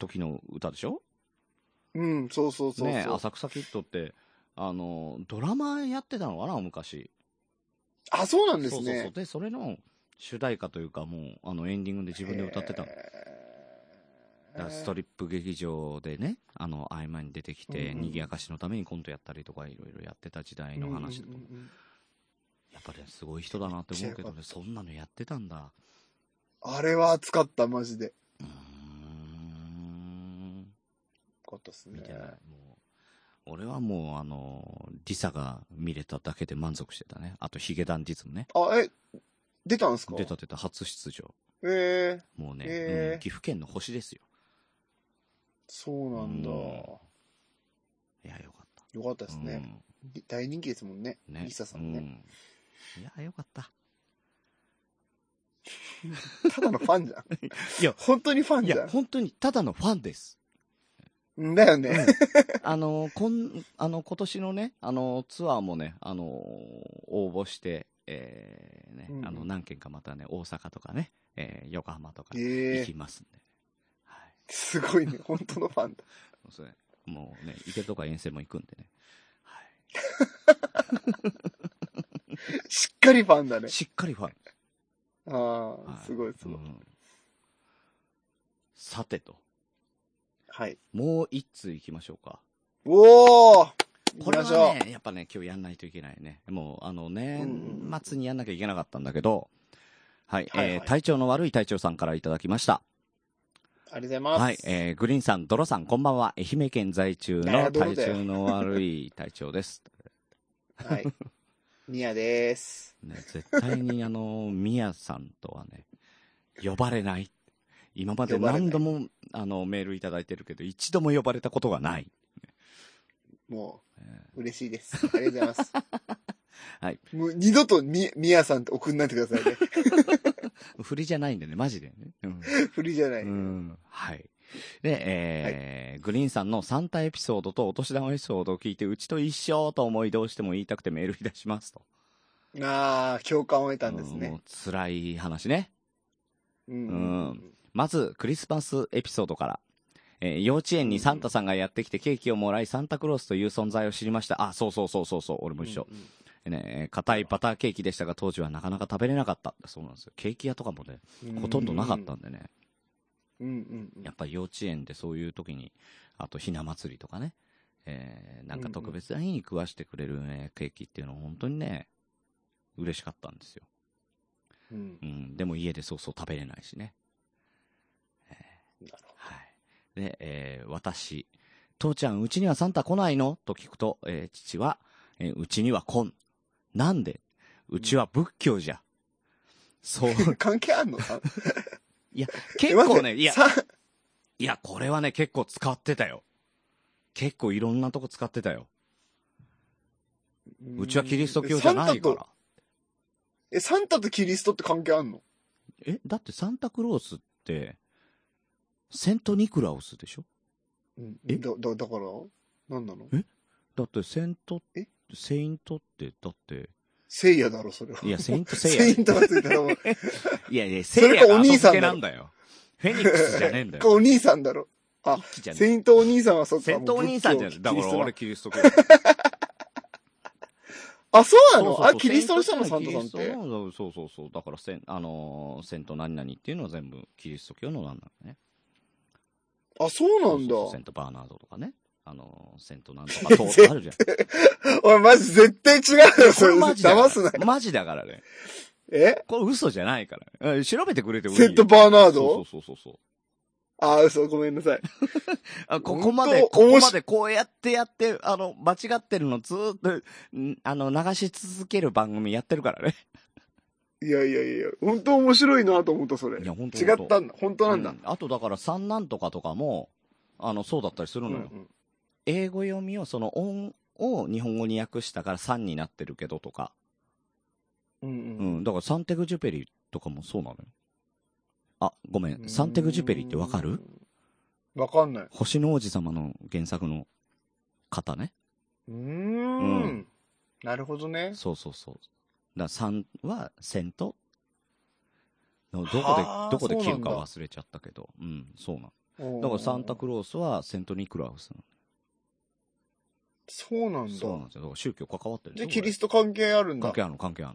B: 時の歌でしょ
C: うん、そうそうそうそう。
B: ね浅草キッドって、あの、ドラマやってたのかな、昔。
C: あ、そうなんです
B: そうそうそう
C: ね。
B: で、それの主題歌というか、もう、あの、エンディングで自分で歌ってたの。だからストリ
C: リ
B: ップ劇場でね、あの、合間に出てきて、
C: うんうん
B: 賑やかしのためにコントやったりとか、いろいろやってた時代の話とかも、やっぱりねすごい人だなって思うけどね、そんなのやってたんだ。
C: あれは熱かった、マジで。よ
B: うーん。
C: かったっすね。
B: 見てない。もう、俺はもう、あの、リサが見れただけで満足してたね。あと、ヒゲダンディズムね。
C: あ、え、出たんすか
B: 出た。出た、初出場。
C: えー、
B: もうね、
C: へー
B: うん岐阜県の星ですよ。
C: そうなんだ。
B: うん
C: よ
B: いや、よかった。
C: かったですね。
B: うん
C: 大人気ですもんね。
B: ね。
C: リサさんね。
B: うんいや、よかった。
C: ただのファンじゃん。
B: [LAUGHS] いや
C: 本当にファン
B: い
C: じゃ
B: や、
C: ん
B: 本当にただのファンです。
C: うん。だよね。
B: あの、こん、あの、今年のね、あの、ツアーもね、あの、応募して、えーね、
C: うん
B: あの、何件かまたね、大阪とかね、えー横浜とか行
C: え
B: き
C: ー、
B: ますんで、はい。
C: すごいね。本当のファンだ。
B: そうですねもうね、池とか遠征も行くんでね。は
C: しっかりファンだね
B: い。。しっかりファン。
C: あ
B: は
C: あ、すごい、すごい。
B: うんさてと、
C: はい。
B: もう一通行きましょうか。
C: おー
B: こ
C: 行き
B: れ
C: ましょ
B: は
C: う。
B: ね、やっぱね、今日やんないといけないね。もう、あの、年
C: うん
B: 末にやんなきゃいけなかったんだけど、はい、
C: はいはい
B: えー体調の悪い隊長さんからいただきました。
C: ありがとうございます。
B: はい、えーグリーンさん、ドロさん、こんばんは。愛媛県在住
C: あ
B: の
C: ード
B: 体
C: ロだよ
B: 調の悪い隊長です。 [LAUGHS]
C: はい。ニヤです。
B: ね、絶対にあの、ミヤさんとはね、呼ばれない。今まで何度も、あの、メールいただいてるけど、一度も呼ばれたことがない。
C: も
B: えー
C: う、嬉しいです。ありがとうございます。
B: [LAUGHS] はい。
C: もう二度とみ、みやさんって送んないでくださいね。
B: [LAUGHS] 振りじゃないんでね、マジでね。うん
C: 振りじゃない。
B: うんはい。で、えーグリーンさんのサンタエピソードとお年玉エピソードを聞いて、うちと一緒と思いどうしても言いたくてメールいたしますと。
C: ああ、共感を得たんで
B: う
C: す
B: んも
C: ね
B: う。辛い話ね。
C: う
B: う。まず、クリスマスエピソードから。えー幼稚園にサンタさんがやってきてケーキをもらい、サンタクロースという存在を知りました。あ、そうそうそうそうそう、俺も一緒。ね、えー硬いバターケーキでしたが、当時はなかなか食べれなかった。そうなんですよ。ケーキ屋とかもね、ほとんどなかったんでね。
C: うんうんうん。
B: やっぱり幼稚園でそういう時に、あとひな祭りとかね、えーなんか特別な日に食わしてくれる、ねケーキっていうのは本当にね、嬉しかったんですよ。
C: うん
B: うん、でも家でそうそう食べれないしね。えー
C: なる
B: はい。で、えー私、父ちゃん、うちにはサンタ来ないのと聞くと、えー父は、えーうちには来ん。なんでうちは仏教じゃ。そう。
C: 関係あんの結
B: いや、 [LAUGHS] 結構ね、いや、
C: さ
B: いや、これはね、結構使ってたよ。結構いろんなとこ使ってたよ。うちはキリスト教じゃないか
C: サンタと
B: ら。
C: え、サンタとキリストって関係あんの
B: え、だってサンタクロースって、セントニクラウスでしょ
C: うん
B: え
C: だ、だ、だから、なんなの
B: だってセント
C: え、
B: セイントって、だ
C: [LAUGHS]
B: って、
C: 聖夜だろ、それは。
B: いや、セイントセイヤ
C: セイントがついた
B: [LAUGHS]
C: らもう、
B: いやいや、
C: そ
B: セイ
C: れ
B: ヤ
C: か
B: が後付け
C: お兄さんだ
B: な
C: ろ
B: んだよ。フェニックスじゃねえん
C: [LAUGHS]
B: だよ。
C: お兄さんだろ。あ
B: 一気じゃね
C: セイントお兄さんはそ
B: え。
C: っか。
B: セントお兄さんじゃねえ。だから俺
C: 俺。
B: キリスト教。
C: [LAUGHS] あ、そう
B: そうそ
C: な
B: うそう
C: のあ、キリストの人のサンタさんっ
B: キリス
C: て
B: ト。のそうそうそう。だからセン、あのーセント何々っていうのは全部キリスト教のなんだね。
C: あ、そうなんだ
B: そうそう。セントバーナードとかね。あのーセント
C: [LAUGHS]
B: なんとかとあるじゃん。
C: おい、マジ絶対違うよ、
B: こ
C: それ。
B: れマジだか
C: 騙すなよ。
B: ら。マジだからね。
C: え
B: これ嘘じゃないからね。え調べてくれてもいいよ
C: セントバーナー
B: そ
C: ド
B: うそうそうそうそう。
C: あー、嘘、ごめんなさい。
B: あここまで、こ
C: 本当
B: こ
C: 面
B: ま
C: 白
B: でこうやってやって、あの、間違ってるのずーっと、んあの、流し続ける番組やってるから
C: [LAUGHS]
B: ね。
C: いやいやいや、本当面白いなと思った、それ。
B: い
C: 違
B: や、本当
C: ったんだ。本当なんだ。
B: あとだから、三なんとかとかも、あの、そうだったりするのよ。
C: うん
B: 英語読みを、その音を日本語に訳したから3になってるけどとか。
C: うん
B: う
C: うん
B: ん、だからサンテグジュペリとかもそうなのよ。あ、ごめん、サンテグジュペリってわかる
C: わかんない。
B: 星の王子様の原作の方ね。
C: うーん,、
B: うん
C: なるほどね。
B: そうそうそう。だから3はセント。どこで
C: はあ、
B: どこで切るか
C: そうなんだ
B: 忘れちゃったけど。うん、そうな
C: だ
B: の。だからサンタクロースはセントニクラウスな
C: そうな
B: の
C: んだ。
B: そうなんですよ。だから宗教関わってるん
C: じゃあ
B: です
C: キ
B: よ
C: リスト関係あるんだ。
B: 関係あるの、関係あ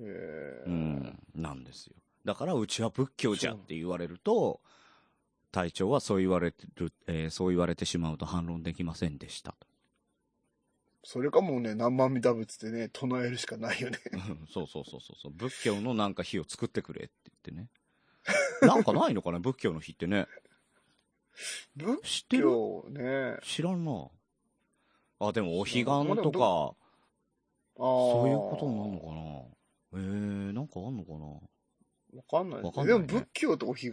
B: る
C: へー
B: の。うん、なんですよ。だから、うちは仏教じゃって言われると、隊長はそう言われてる、えーそう言われてしまうと反論できませんでしたと。
C: それかもうね、南蛮弥陀仏ってね、唱えるしかな
B: [LAUGHS]
C: いよね。
B: うんそうそうそうそうそう。仏教のなんか火を作ってくれって言ってね。 [LAUGHS] なんかないのかね仏教の火ってね。
C: 仏
B: 知ってる
C: 教ね。
B: 知らんな。あ、でもお彼岸と
C: ま
B: か、
C: あー
B: そういうことになるのかなえー、なんかあんのかな
C: わかんない,、
B: わかんな
C: で
B: い
C: も
B: ね
C: 仏教とお彼岸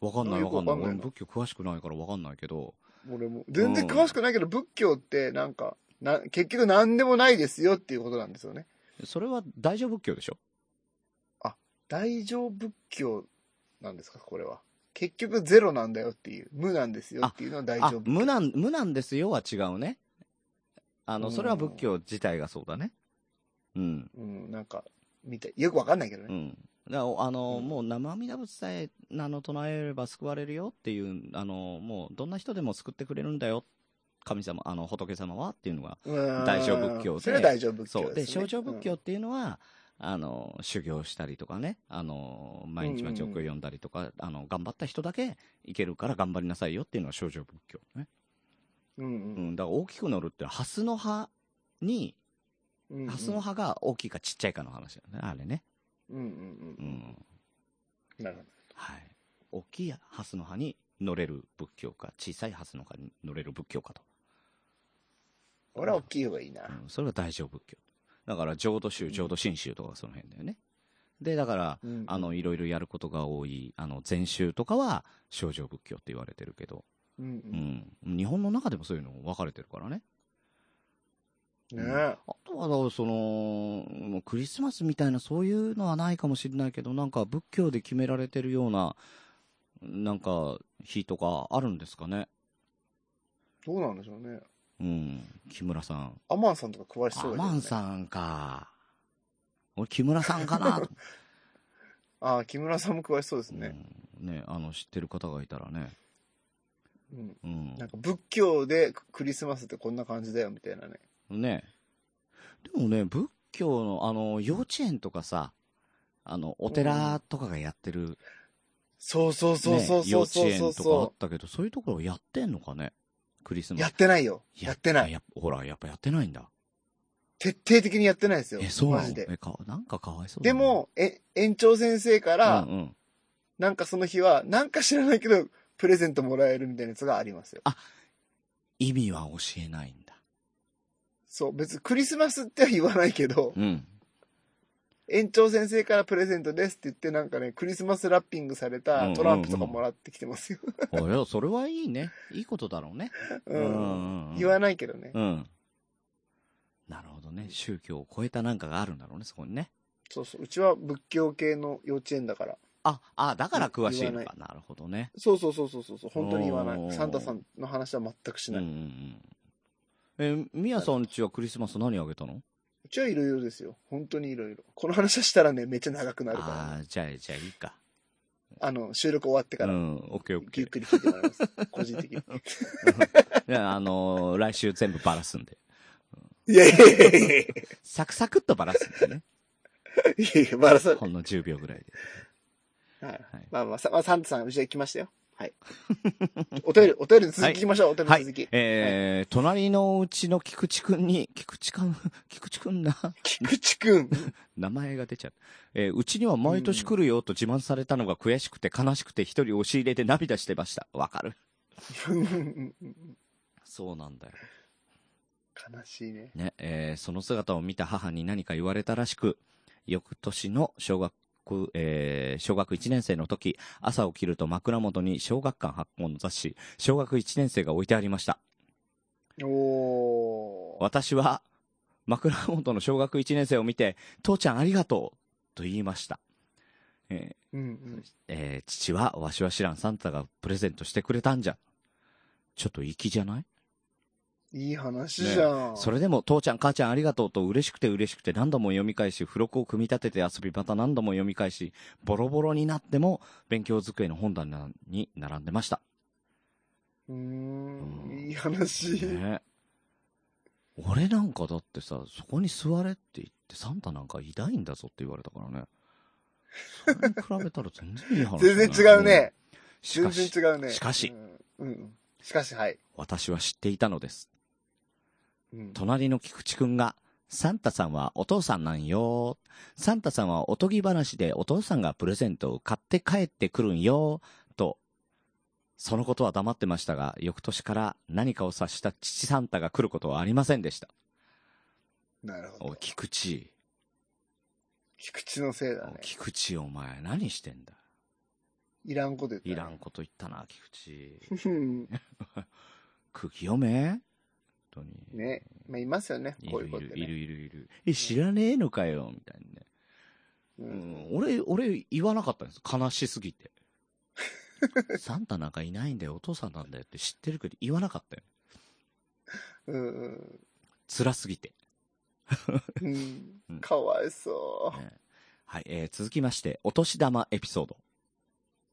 B: わかんない
C: よ
B: わ
C: く
B: か
C: わ
B: んな
C: か
B: い。俺
C: んない
B: も仏教詳しくないからわかんないけど。
C: 俺も。全然詳しくないけど、仏教ってなんか、な結局何でもないですよっていうことなんですよね。
B: それは大乗仏教でしょ
C: 大乗仏教なんですか、これは。結局ゼロなんだよっていう、無なんですよっていうのは大
B: あ
C: 乗、仏教。
B: 無なん、無なんですよは違うね。あの、
C: うん
B: それは仏教自体がそうだね。うん。
C: うん、なんか、みたい。よくわかんないけど
B: う
C: ね。
B: ん。だからあの、
C: うん
B: もう生身仏さえ、あの、唱えれば救われるよっていう、あの、もう、どんな人でも救ってくれるんだよ。神様、あの、仏様はっていうのが、
C: うん
B: 大乗仏教で
C: それは大乗仏教
B: そう。で、
C: ね
B: 小乗仏教っていうのは、あの、修行したりとかね、あの、毎日毎日お経読んだりとか、あの、頑張った人だけいけるから頑張りなさいよっていうのは小乗仏教ね。
C: うん
B: う
C: うん
B: ん、だから大きくなるって、ハスの葉に、
C: うんうん。
B: ハスの葉が大きいかちっちゃいかの話だね、あれね。
C: うんうんう
B: うんん。
C: うん。なるほど。
B: はい。大きいハスの葉に乗れる仏教か、小さいハスの葉に乗れる仏教かと。
C: 俺は大きい方がいいな。
B: うん、それは大乗仏教。だから、浄土宗、浄土真宗とかがその辺だよね。で、だから、
C: うん
B: あの、いろいろやることが多い、あの、禅宗とかは、小乗仏教って言われてるけど、
C: うんう。
B: うんん。日本の中でもそういうの分かれてるからね。
C: ね
B: あとは、だからその、もうクリスマスみたいなそういうのはないかもしれないけど、なんか仏教で決められてるような、なんか、日とかあるんですかね。
C: どうなんでしょうね。
B: うん。木村さん。
C: アマンさんとか詳し
B: ア
C: そうだけど、ね。
B: マンさんか。俺、木村さん
C: [LAUGHS]
B: かな。
C: ああ、木村さんも詳しそうですね。
B: うんね、あの、知ってる方がいたらね。
C: うん。
B: うん。
C: なんか仏教でクリスマスってこんな感じだよみたいなね。
B: ね。でもね、仏教の、あの、幼稚園とかさ、あの、お寺とかがやってる、
C: そうそうそう
B: ね
C: そう
B: 幼稚
C: そうそう
B: 園
C: そう
B: とかあっ
C: そ
B: たけど、そういうところやってんのかねクリス
C: う。
B: マス。
C: やってないよ。やってない。
B: やほら、やっぱやってないんだ。
C: 徹底的にやってないですよ。
B: え、そう
C: マ
B: な
C: ジ
B: の
C: で。
B: え、か、なんかかわいそうだ
C: で
B: な、
C: も、え、園長先生から、
B: うんうん。
C: なんかその日は、なんか知らないけど、プレゼントもらえるみたいなやつがありますよ。
B: 意味は教えないんだ。
C: そう、別にクリスマスっては言わないけど、
B: うん。
C: 園長先生からプレゼントですって言って、なんかね、クリスマスラッピングされたトランプとかもらってきてますよ。
B: あいや、それはいいね。いいことだろうね。
C: うん。
B: うん
C: 言わないけどね。
B: うん。なるほどね。宗教を超えたなんかがあるんだろうね、そこにね。
C: そうそう。うちは仏教系の幼稚園だから。
B: あ、あ、だから詳しいの
C: 言わ
B: か。なるほどね。
C: そうそうそうそうそうそう。本当に言わな
B: おー
C: い。サンタさんの話は全くし
B: うんう
C: ない。
B: ん
C: う
B: うん。え、みやさんちはクリスマス何あげたの
C: ちはいろいろですよ。本当にいろいろ。この話はしたらね、めっちゃ長くなるからね、
B: ああー、じゃあ、じゃあいいか。
C: あの、収録終わって
B: う
C: から、
B: ん、オッケーオッケ
C: ゆっ
B: ー。
C: くり聞いてもらいます。個人的に。
B: じゃあ、あのー来週全部ばらすんで。
C: いやいやいやいやい
B: サクサクっとばらすんでね。
C: やいや、バラさ、
B: ほんの10秒ぐらいで。
C: はい
B: はい
C: まあまあ、さまあ、サンタさん、うちは来ましたよ。はい。お便り、お便りの続き聞きましょう。お便りの続き。
B: えー、隣のうちの菊池くんに、菊池くん、 [LAUGHS] 菊池くんな、
C: 菊池くん。
B: 名前が出ちゃう。えーうちには毎年来るよと自慢されたのが悔しくて悲しくて一人押し入れで涙してました。わかる
C: うん
B: そうなんだよ。
C: [LAUGHS] 悲しいね。
B: ね、えーその姿を見た母に何か言われたらしく、翌年の小学、えー小学1年生の時、朝起きると枕元に小学館発行の雑誌、小学1年生が置いてありました。
C: おー。
B: 私は、枕元の小学1年生を見て、父ちゃんありがとうと言いました。えー
C: うんうん。
B: えー父は、わしは知らんサンタがプレゼントしてくれたんじゃ。ちょっと粋じゃない
C: いい話じゃん。
B: それでも、父ちゃん、母ちゃんありがとうと嬉しくて嬉しくて何度も読み返し、付録を組み立てて遊び、また何度も読み返し、ボロボロになっても、勉強机の本棚に並んでました。
C: うーん
B: う、ん
C: いい話。
B: ね俺なんかだってさ、そこに座れって言って、サンタなんか偉大んだぞって言われたからね。それに比べたら全然いい話だね。
C: [LAUGHS] 全然違うね。
B: うん。し
C: 全
B: かし
C: 然違うね。
B: しかし
C: うん。うん。しかし、はい。
B: 私は知っていたのです。
C: うん
B: 隣の菊池くんが、サンタさんはお父さんなんよ。サンタさんはおとぎ話でお父さんがプレゼントを買って帰ってくるんよ。と、そのことは黙ってましたが、翌年から何かを察した父サンタが来ることはありませんでした。
C: なるほ
B: おい
C: ど。
B: 菊池。
C: 菊池のせいだ
B: おい
C: ね。
B: 菊池、お前、何してんだ。
C: いらんこと言ったね。
B: いらんこと言ったな、菊池。
C: うん。
B: 空気読め本当に。
C: ね。まあ、いますよね。
B: い
C: こう
B: る
C: いう
B: い
C: 子っ
B: る
C: て
B: いる
C: ね。
B: いるいる。え、知らねえのかよ、みたいなね。
C: う。
B: うんん、俺、俺言わなかったんです。悲しすぎ
C: [LAUGHS]
B: て。サンタなんかいないんだよ、お父さんなんだよって知ってるけど言わなかったよ。
C: うんうん
B: 辛すぎて。
C: うん
B: うん
C: かわいそう。
B: ねはい、えー続きまして、お年玉エピソード。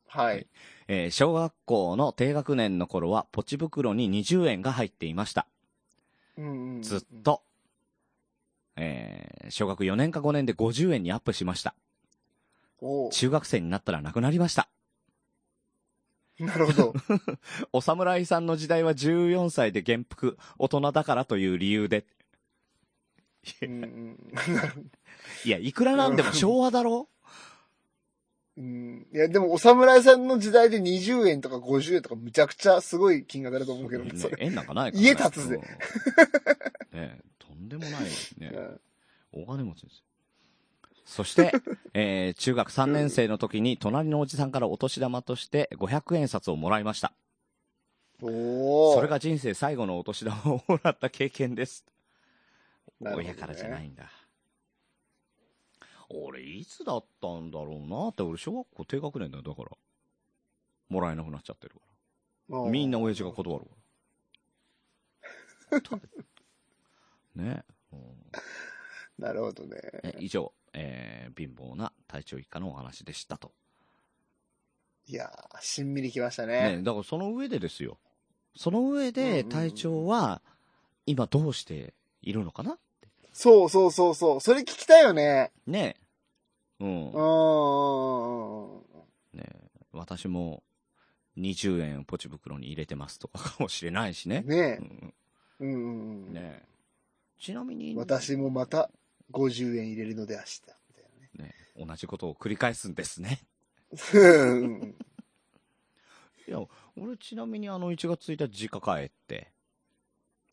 C: はい。
B: えー小学校の低学年の頃は、ポチ袋に20円が入っていました。
C: うんうん
B: ずっ。と。えー小学4年か5年で50円にアップしました。
C: おう
B: 中学生になったらなくなりました。
C: なるほ
B: [LAUGHS]
C: ど。
B: お侍さんの時代は14歳で元服、大人だからという理由で。
C: うんうん [LAUGHS] なるほど
B: いや、いくらなんでも昭和だろ
C: うん。いや、でも、お侍さんの時代で20円とか50円とか、むちゃくちゃすごい金額だと思うけどね、そ
B: ね
C: れ。
B: 縁なんかないから、
C: 家建つぜ
B: うん。ねえとんでもないね。
C: うん
B: お金持ちですよ。そ
C: [LAUGHS]
B: して、えー中学3年生の時に、隣のおじさんからお年玉として500円札をもらいました。
C: おお。
B: それが人生最後のお年玉をもらった経験です。
C: なるほどね
B: 親からじゃないんだ。俺、いつだったんだろうなって、俺、小学校低学年だよ、だから。もらえなくなっちゃってるか
C: う
B: ら。みんな親父が断る
C: [LAUGHS]
B: から。ね。うん
C: なるほどね。
B: え以上、えー貧乏な体調以下のお話でしたと。
C: いやー、しんみりきましたね。
B: ね、だからその上でですよ。その上
C: うんうんう
B: で
C: ん
B: 体調は今どうしているのかな
C: そうそうそうそう。それ聞きたいよね。
B: ねうん
C: う。ーん。
B: ね私も20円をポチ袋に入れてますとかかもしれないしね。
C: ね
B: うん
C: え。うんうんうん。
B: ねちなみに、
C: 私もまた50円入れるので明
B: [LAUGHS]
C: 日。
B: ね、同じことを繰り返すんですね。
C: みたいなねうんうん。
B: 俺ちなみにあの1月1日実家帰って、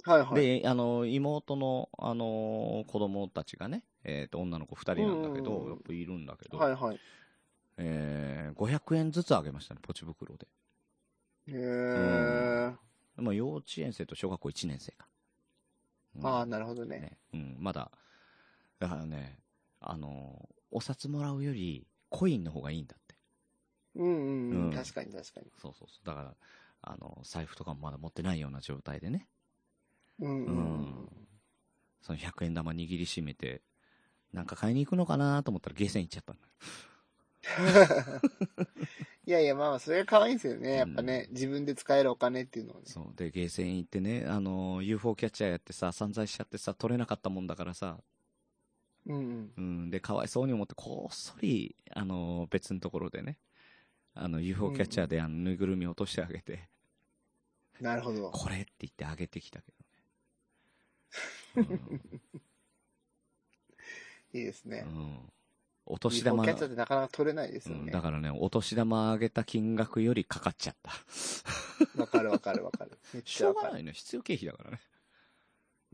C: はいはい。
B: で、あの、妹の、あの子供たちがね、えっ、と、女の子2人なんだけ
C: うんうんう
B: ど、
C: ん
B: やっぱいるんだけど、
C: はいはい。
B: えー、500円ずつあげましたね、ポチ袋で。
C: へー。
B: まあ、幼稚園生と小学校1年生か。うん
C: ああ、なるほどね。
B: ね。うん、まだ、だからね、あのーお札もらうより、コインの方がいいんだって。
C: うんう
B: う
C: んうんん。確かに確かに。
B: そうそうそう。だから、あの財布とかもまだ持ってないような状態でね。
C: うんうんうん。
B: その100円玉握りしめて、なんか買いに行くのかなと思ったらゲーセン行っちゃったんだ。
C: いやいや、まあまあ、それが可愛いんですよね。やっぱね、自分で使えるお金っていうのはね。
B: そう。で、ゲーセン行ってね、あのー UFO キャッチャーやってさ、散財しちゃってさ、取れなかったもんだからさ、
C: うんうん。
B: うん、で、かわいそうに思って、こっそり、あの、別のところでね、あの、UFO キャッチャーで、あの、ぬいぐるみ落としてあげて、
C: なるほど。
B: これって言ってあげてきたけど
C: [LAUGHS]
B: ね。
C: いいです
B: う
C: ね
B: ん。。うんお年
C: 日
B: 玉、
C: 本キャッチャーってなかなか取れないですよ
B: うん
C: ね。
B: だ
C: わ、
B: からね、お年玉あげた金額よりかかっちゃった。
C: かるわかるわかる。めっ
B: し
C: ちゃ
B: ょう
C: わか
B: が
C: る。
B: ないね。必要経費だからね。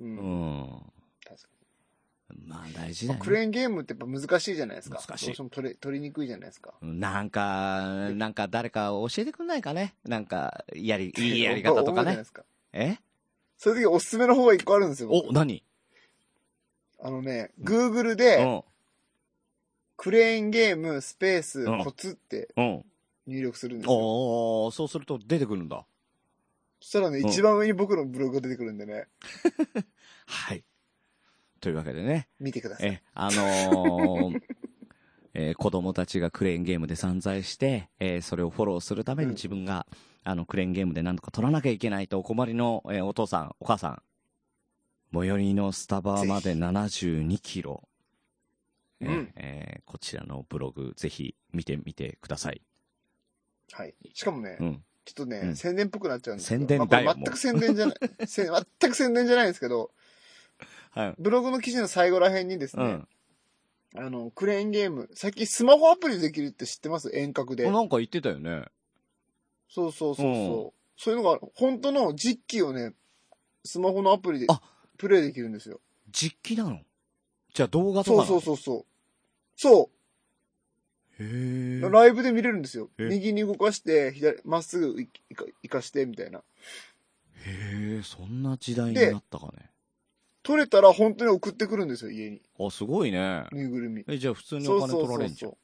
C: う。
B: うんん。
C: 確か
B: まあ、大事
C: に
B: だよ、
C: クレ
B: ね。
C: ーンゲームってやっぱ難しいじゃないですか。
B: 難しい
C: どうしても取れ、取りにくいじゃないですか。
B: なんか、なんか誰か教えてくんないかねなんか、やり、いいやり方と
C: 思うじ
B: か
C: ゃない
B: ね
C: で。すか。
B: え
C: そういう時おすすめの方が一個あるんですよ。僕
B: お、何
C: あのね、Google
B: う
C: で、
B: ん。
C: クレーンゲームスペース
B: うん
C: コツって
B: うん。
C: 入力するんですよ。
B: おー、そうすると出てくるんだ。
C: そしたらね、
B: うん
C: 一番上に僕のブログが出てくるんでね、
B: はい。というわけでね、
C: 見てください。
B: え、あのー [LAUGHS] えー子供たちがクレーンゲームで散財して、えーそれをフォローするために
C: うん
B: 自分が、あの、クレーンゲームで何とか取らなきゃいけないとお困りの、えーお父さん、お母さん。最寄りのスタバまで
C: ぜひ
B: 72キロ。えー
C: うん
B: えーこちらのブログ、ぜひ見てみてください。
C: はい。しかもね、
B: うん。
C: ちょっとね、
B: うん
C: 宣伝っぽくなっちゃうんですけど
B: 宣伝だよ
C: まあこれ
B: も
C: 全
B: う
C: く宣伝
B: [LAUGHS]
C: じゃない、せ全く宣伝じゃないんですけど、
B: はい。
C: ブログの記事の最後ら辺にです
B: う
C: ね
B: ん。、
C: あの、クレーンゲーム、最近スマホアプリできるって知ってます遠隔で。
B: なんか言ってたよね。
C: そうそうそうそう。
B: う
C: そういうのが、本当の実機をね、スマホのアプリで
B: あ
C: プレイできるんですよ。
B: 実機なのじゃあ動画とかな
C: そ
B: の
C: うそうそうそう。そ
B: へ
C: う。
B: え。
C: ライブで見れるんですよ。
B: え
C: 右に動かして、左、まっすぐいいかいかして、みたいな。
B: へえ、そんな時代に
C: で
B: なったかね。
C: 撮れたら本当に送ってくるんですよ、家に。
B: あ、すごいね。
C: ぬいぐるみ。
B: え、じゃあ普通に
C: そ
B: お
C: う
B: 金
C: そう
B: 取
C: そ
B: られ
C: うん
B: じ
C: そ
B: ゃん
C: う。。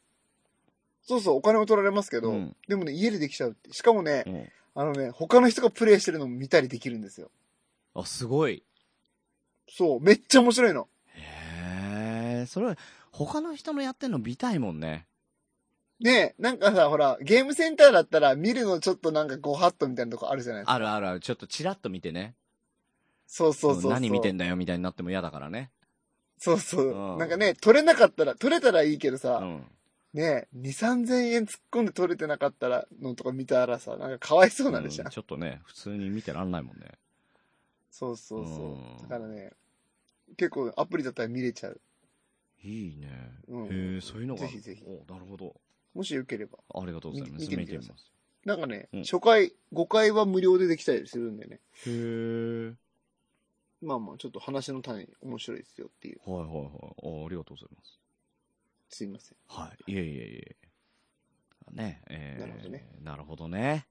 C: そうそう、お金も取られますけど、
B: うん
C: でもね、家でできちゃうって。しかもね、
B: うん
C: あのね、他の人がプレイしてるのも見たりできるんですよ。
B: あ、すごい。
C: そう、めっちゃ面白いの。
B: へえ、それ、他の人のやってんの見たいもんね。
C: ねえ、なんかさ、ほら、ゲームセンターだったら見るのちょっとなんかごはっとみたいなとこあるじゃないですか。
B: あるあるある。ちょっとチラッと見てね。
C: そうそうそうそう。
B: 何見てんだよみたいになっても嫌だからね。
C: そうそう、
B: うん
C: なんかね、取れなかったら、取れたらいいけど
B: う
C: さ、
B: ん。
C: ねえ、2、3千円突っ込んで取れてなかったら、のとか見たらさ、なんかかわいそうなんでしょ、
B: うんちょっとね、普通に見てらんないもんね。
C: そうそうそう。
B: うん
C: だからね、結構アプリだったら見れちゃう。
B: いいね。
C: うん
B: へえ、そういうのがある。
C: ぜひぜひ
B: お、なるほど。
C: もしよければ。
B: ありがとうございます。
C: 見て見てみてください
B: ます。
C: なんかね、
B: うん
C: 初回、5回は無料でできたりするんでね。
B: へえ。
C: まあまあ、ちょっと話の種に面白いですよっていう。
B: はいはいはい。あありがとうございます。
C: すいません。
B: はい。いえいえいえ。ね、えー、
C: なるほどね。
B: なるほどね。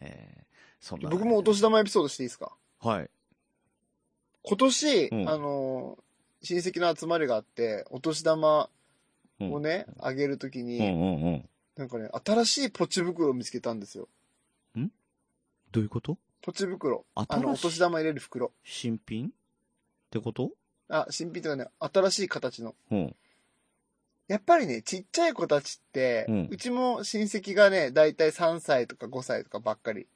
B: えー、そんな、
C: 僕もお年玉エピソードしていいですか
B: はい。
C: 今年、
B: うん
C: あの、親戚の集まりがあって、お年玉
B: うん
C: をね、あげるとき
B: うんう
C: に、
B: んうん。
C: なんかね、新しいポチ袋を見つけたんですよ。
B: どういうこと
C: ポチ袋。
B: 新しい
C: あの、お年玉入れる袋。
B: 新品ってこと
C: あ、新品とかね、新しい形の。
B: うん。
C: やっぱりね、ちっちゃい子たちって、
B: う
C: うんちも親戚がね、だいたい3歳とか5歳とかばっかり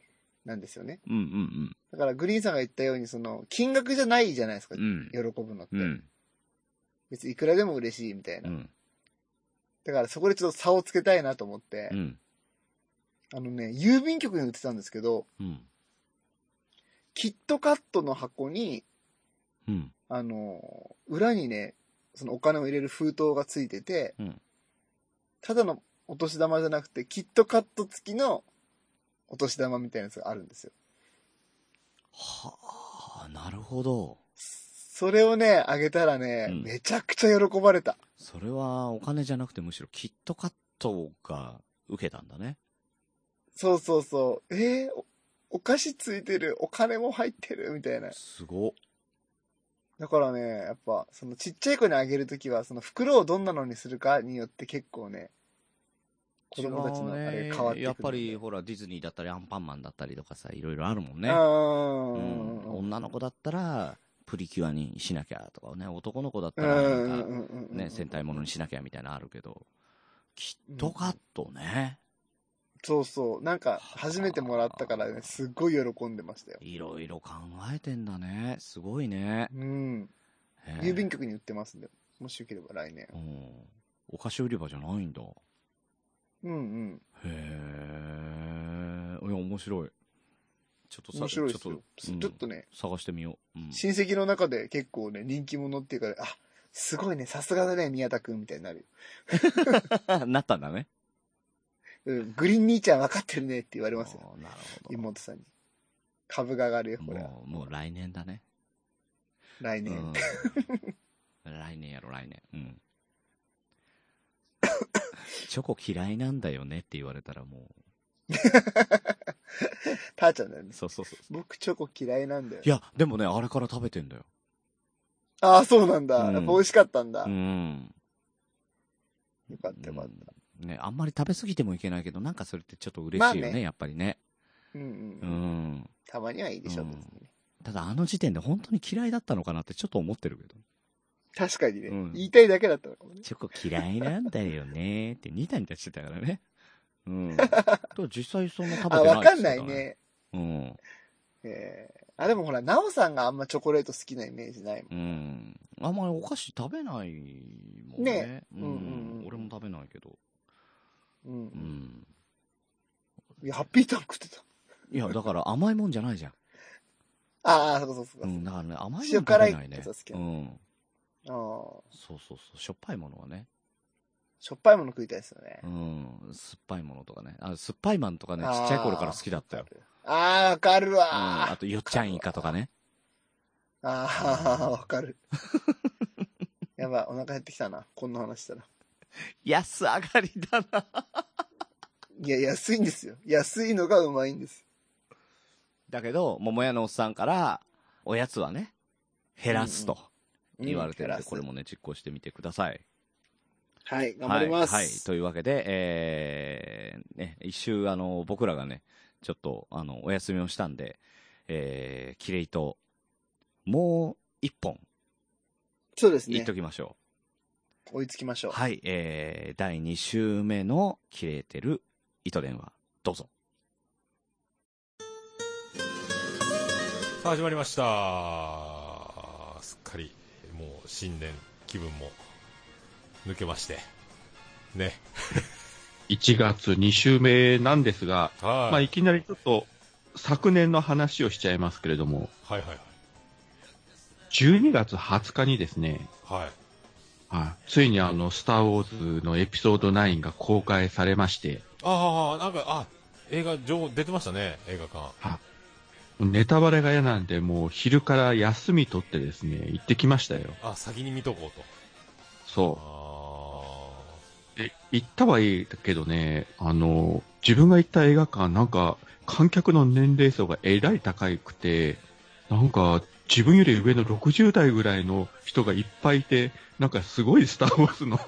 C: なんですよね。
B: うんうん
C: だからグリーンさんが言ったように、その、金額じゃないじゃないですか、
B: うん。うん
C: 喜。ぶのって。
B: うん。
C: 別にいくらでも嬉しいみたいうな。
B: ん。
C: だからそこでちょっと差をつけたいなと思って、
B: うん。
C: あのね、郵便局に売ってたんですけど、
B: うん。
C: キットカットの箱に、
B: うん。
C: あの、裏にね、そのお金を入れる封筒がついてて、
B: うん
C: ただのお年玉じゃなくて、キットカット付きのお年玉みたいなやつがあるんですよ。
B: はあ、なるほど。
C: それをね、あげたらね、
B: うん
C: めちゃくちゃ喜ばれた。
B: それはお金じゃなくてむしろキットカットが受けたんだね。
C: そうそうそう。えーお、お菓子ついてる、お金も入ってる、みたいな。
B: すごっ。
C: だからね、やっぱ、そのちっちゃい子にあげるときは、その袋をどんなのにするかによって結構ね、子供たちのあれが変わってくるんで
B: やっぱりほらディズニーだったりアンパンマンだったりとかさ、いろいろあるもんね。う
C: うん
B: ん、女の子だったらプリキュアにしなきゃとかね、男の子だっ
C: う
B: た
C: ん
B: ら
C: う
B: なんんか
C: うんうんうん
B: ね、戦隊ものにしなきゃみたいなのあるけど、キットカットね、
C: そうそう。なんか、初めてもらったからね、すっごい喜んでましたよ。
B: いろいろ考えてんだね。すごいね。
C: うん。
B: へえ
C: 郵便局に売ってますんで、もしよければ来年。
B: うん。お菓子売り場じゃないんだ。
C: うんうん。
B: へえ。いや、面白い。ちょっとさ
C: 面白いです
B: ちょっ
C: よ。
B: と、うん
C: ちょっとね、
B: 探してみよう。うん。
C: 親戚の中で結構ね、人気者っていうかね、あ、すごいね、さすがだね、宮田くんみたいになるよ。
B: [LAUGHS] なったんだね。
C: うん、グリーン兄ちゃん分かってるねって言われますよ。
B: おーなるほど。
C: 妹さんに。株が上がるよ、これは。
B: もう、もう来年だね。
C: 来
B: う
C: 年
B: ん。 [LAUGHS] 来年やろ、来年。
C: [LAUGHS]
B: うん。チョコ嫌いなんだよねって言われたらも
C: たーちゃんだよね
B: う、。そうそうそう。
C: 僕チョコ嫌いなんだよ
B: い。や、でもね、あれから食べてんだよ。
C: ああ、そうなん
B: う
C: だ。
B: ん
C: やっぱ美味しかったんだ。
B: う
C: よ
B: ん。
C: かったよかった。
B: うんね、あんまり食べ過ぎてもいけないけど、なんかそれってちょっと嬉しいよね、
C: まあね
B: やっぱりね。
C: うんう。
B: うんん。
C: たまにはいいでしょ、
B: うん
C: 別にね。
B: ただあの時点で本当に嫌いだったのかなってちょっと思ってるけど。
C: 確かにね、
B: うん
C: 言いたいだけだったのかもね。
B: チョコ嫌いなんだよねってニタニタしてたからね。
C: [LAUGHS]
B: うん。と実際そんな食べ
C: あ、
B: てない
C: わ
B: っ
C: か
B: つって
C: ん
B: た
C: ない。ね。
B: うん。
C: えーあ、でもほら、ナオさんがあんまチョコレート好きなイメージないもん。
B: うん。あんまりお菓子食べないもんね。
C: ね
B: うん、
C: うんうんうん
B: 俺も食べないけど。
C: うん。
B: うん。
C: いや、ハッピーターン食ってた。
B: いや、だから甘いもんじゃないじゃん。
C: ああ、そうか [LAUGHS] そうかそ
B: う
C: うか。
B: ん。だからね、甘いもん食べ
C: 塩
B: な
C: 辛
B: い
C: い
B: ね
C: やつは好。き
B: う
C: なの
B: ん。
C: あー
B: そうそうそう。しょっぱいものはね。
C: しょっぱいもの食いたいですよね
B: う。ん。酸っぱいものとかね。あ、酸っぱいマンとかね、ちっちゃい頃から好きだったよ。
C: ああ、わかるわ
B: うん。
C: ー。
B: あと、よっちゃんイカとかね。
C: ああ、わ
B: [LAUGHS]
C: かる。やばい、お腹減ってきたな。こんな話したら。
B: 安上がりだな。
C: いや、安いんですよ。安いのがうまいんです。
B: だけど、桃屋のおっさんから、おやつはね、減らすと言われてるんで、これ
C: も。
B: もね、実行してみてください。
C: はい、頑張ります。
B: はい。はい。というわけで、えー、ね、一周、あの、僕らがね、ちょっと、あの、お休みをしたんで、えー、キレイと、もう一本、
C: そうです
B: 言
C: ね
B: っと。きましょ
C: 追いつきまし
B: う。
C: ょう。
B: はい。えー、第2週目のキレイてる糸電話、どうぞ。
E: さあ始まりましたすっかりもう新年気分も抜けましてね
F: 1月2週目なんですが、
E: はい、
F: まあ、いきなりちょっと昨年の話をしちゃいますけれども、
E: はいはい
F: 12月20日にですね、
E: はいはい
F: はいついにあの、スター・ウォーズのエピソード9が公開されまして、
E: ああなんかあ映画情報出てましたね映画館
F: ネタバレが嫌なんで、もう昼から休み取ってですね、行ってきましたよ。
E: あ先に見とこうと
F: そ
E: あ
F: う。で行ったはいいけどね、あの、自分が行った映画館、なんか、観客の年齢層がえらい高くて、なんか、自分より上の60代ぐらいの人がいっぱいいて、なんかすごいスター・ウォーズの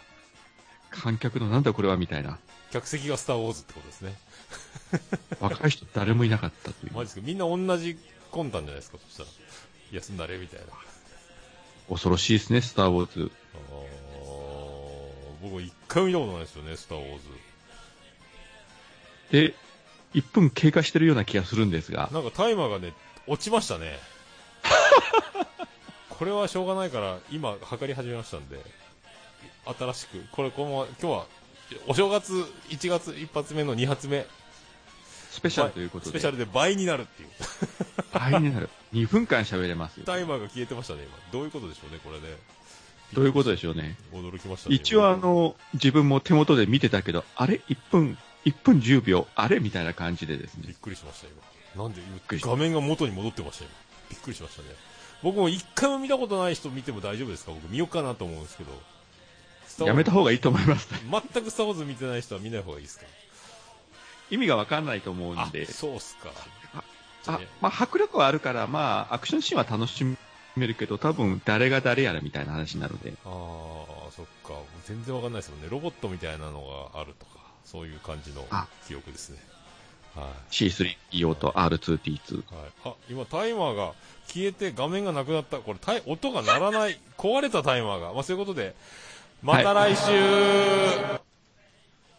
F: 観客のなんだこれはみたいな。
E: 客席がスター・ウォーズってことですね。
F: 若い人誰もいなかったとい
E: マ
F: う。
E: ジですかみんな同じ魂胆じゃないですかそしたら。休んだれみたいな。
F: 恐ろしいですね、スター・ウォーズ。
E: あー僕は一回も見たことないですよね、スター・ウォーズ。
F: で、1分経過してるような気がするんですが、
E: なんかタイマーがね、落ちました
F: [LAUGHS]
E: ね。これはしょうがないから、今、測り始めましたんで、新しく、これ、このまま、今日は、お正月、1月1発目の2発目、
F: スペシャルということ
E: スペシャ
F: で、
E: ルで倍になるっていう。
F: 倍になる。2分間喋れますよ。
E: タイマーが消えてましたね、今。どういうことでしょうね、これね。
F: どういうことでしょうね。
E: 驚きましたね。
F: 一応あの、自分も手元で見てたけど、あれ ?1 分、1分10秒、あれみたいな感じでです
E: 今、び
F: ね
E: っ。くりしました、今。なんで
F: くりし、た
E: 画面が元に戻ってました、今。びっくりしましたね。僕も一回も見たことない人見ても大丈夫ですか僕見ようかなと思うんですけど。スターウォ
F: や
E: ーズ
F: めた方がいいと思いますね。
E: 全くスターウォーズ見てない人は見ない方がいいですか
F: 意味がわかんないと思うん
E: あ
F: で、、
E: そうっすか。じゃあ
F: あ
E: ね、
F: まあ、迫力はあるから、まあ、アクションシーンは楽しめるけど、多分、誰が誰やらみたいな話になるので、
E: あー、そっか。もう全然わかんないですもんね。ロボットみたいなのがあるとか、そういう感じの
F: あ
E: 記憶ですね。はい。
F: C3PO と R2T2。
E: はい、あ今、タイマーが消えて画面がなくなった、これタイ、音が鳴らない、壊れたタイマーが、まあ、そういうことで、また来週、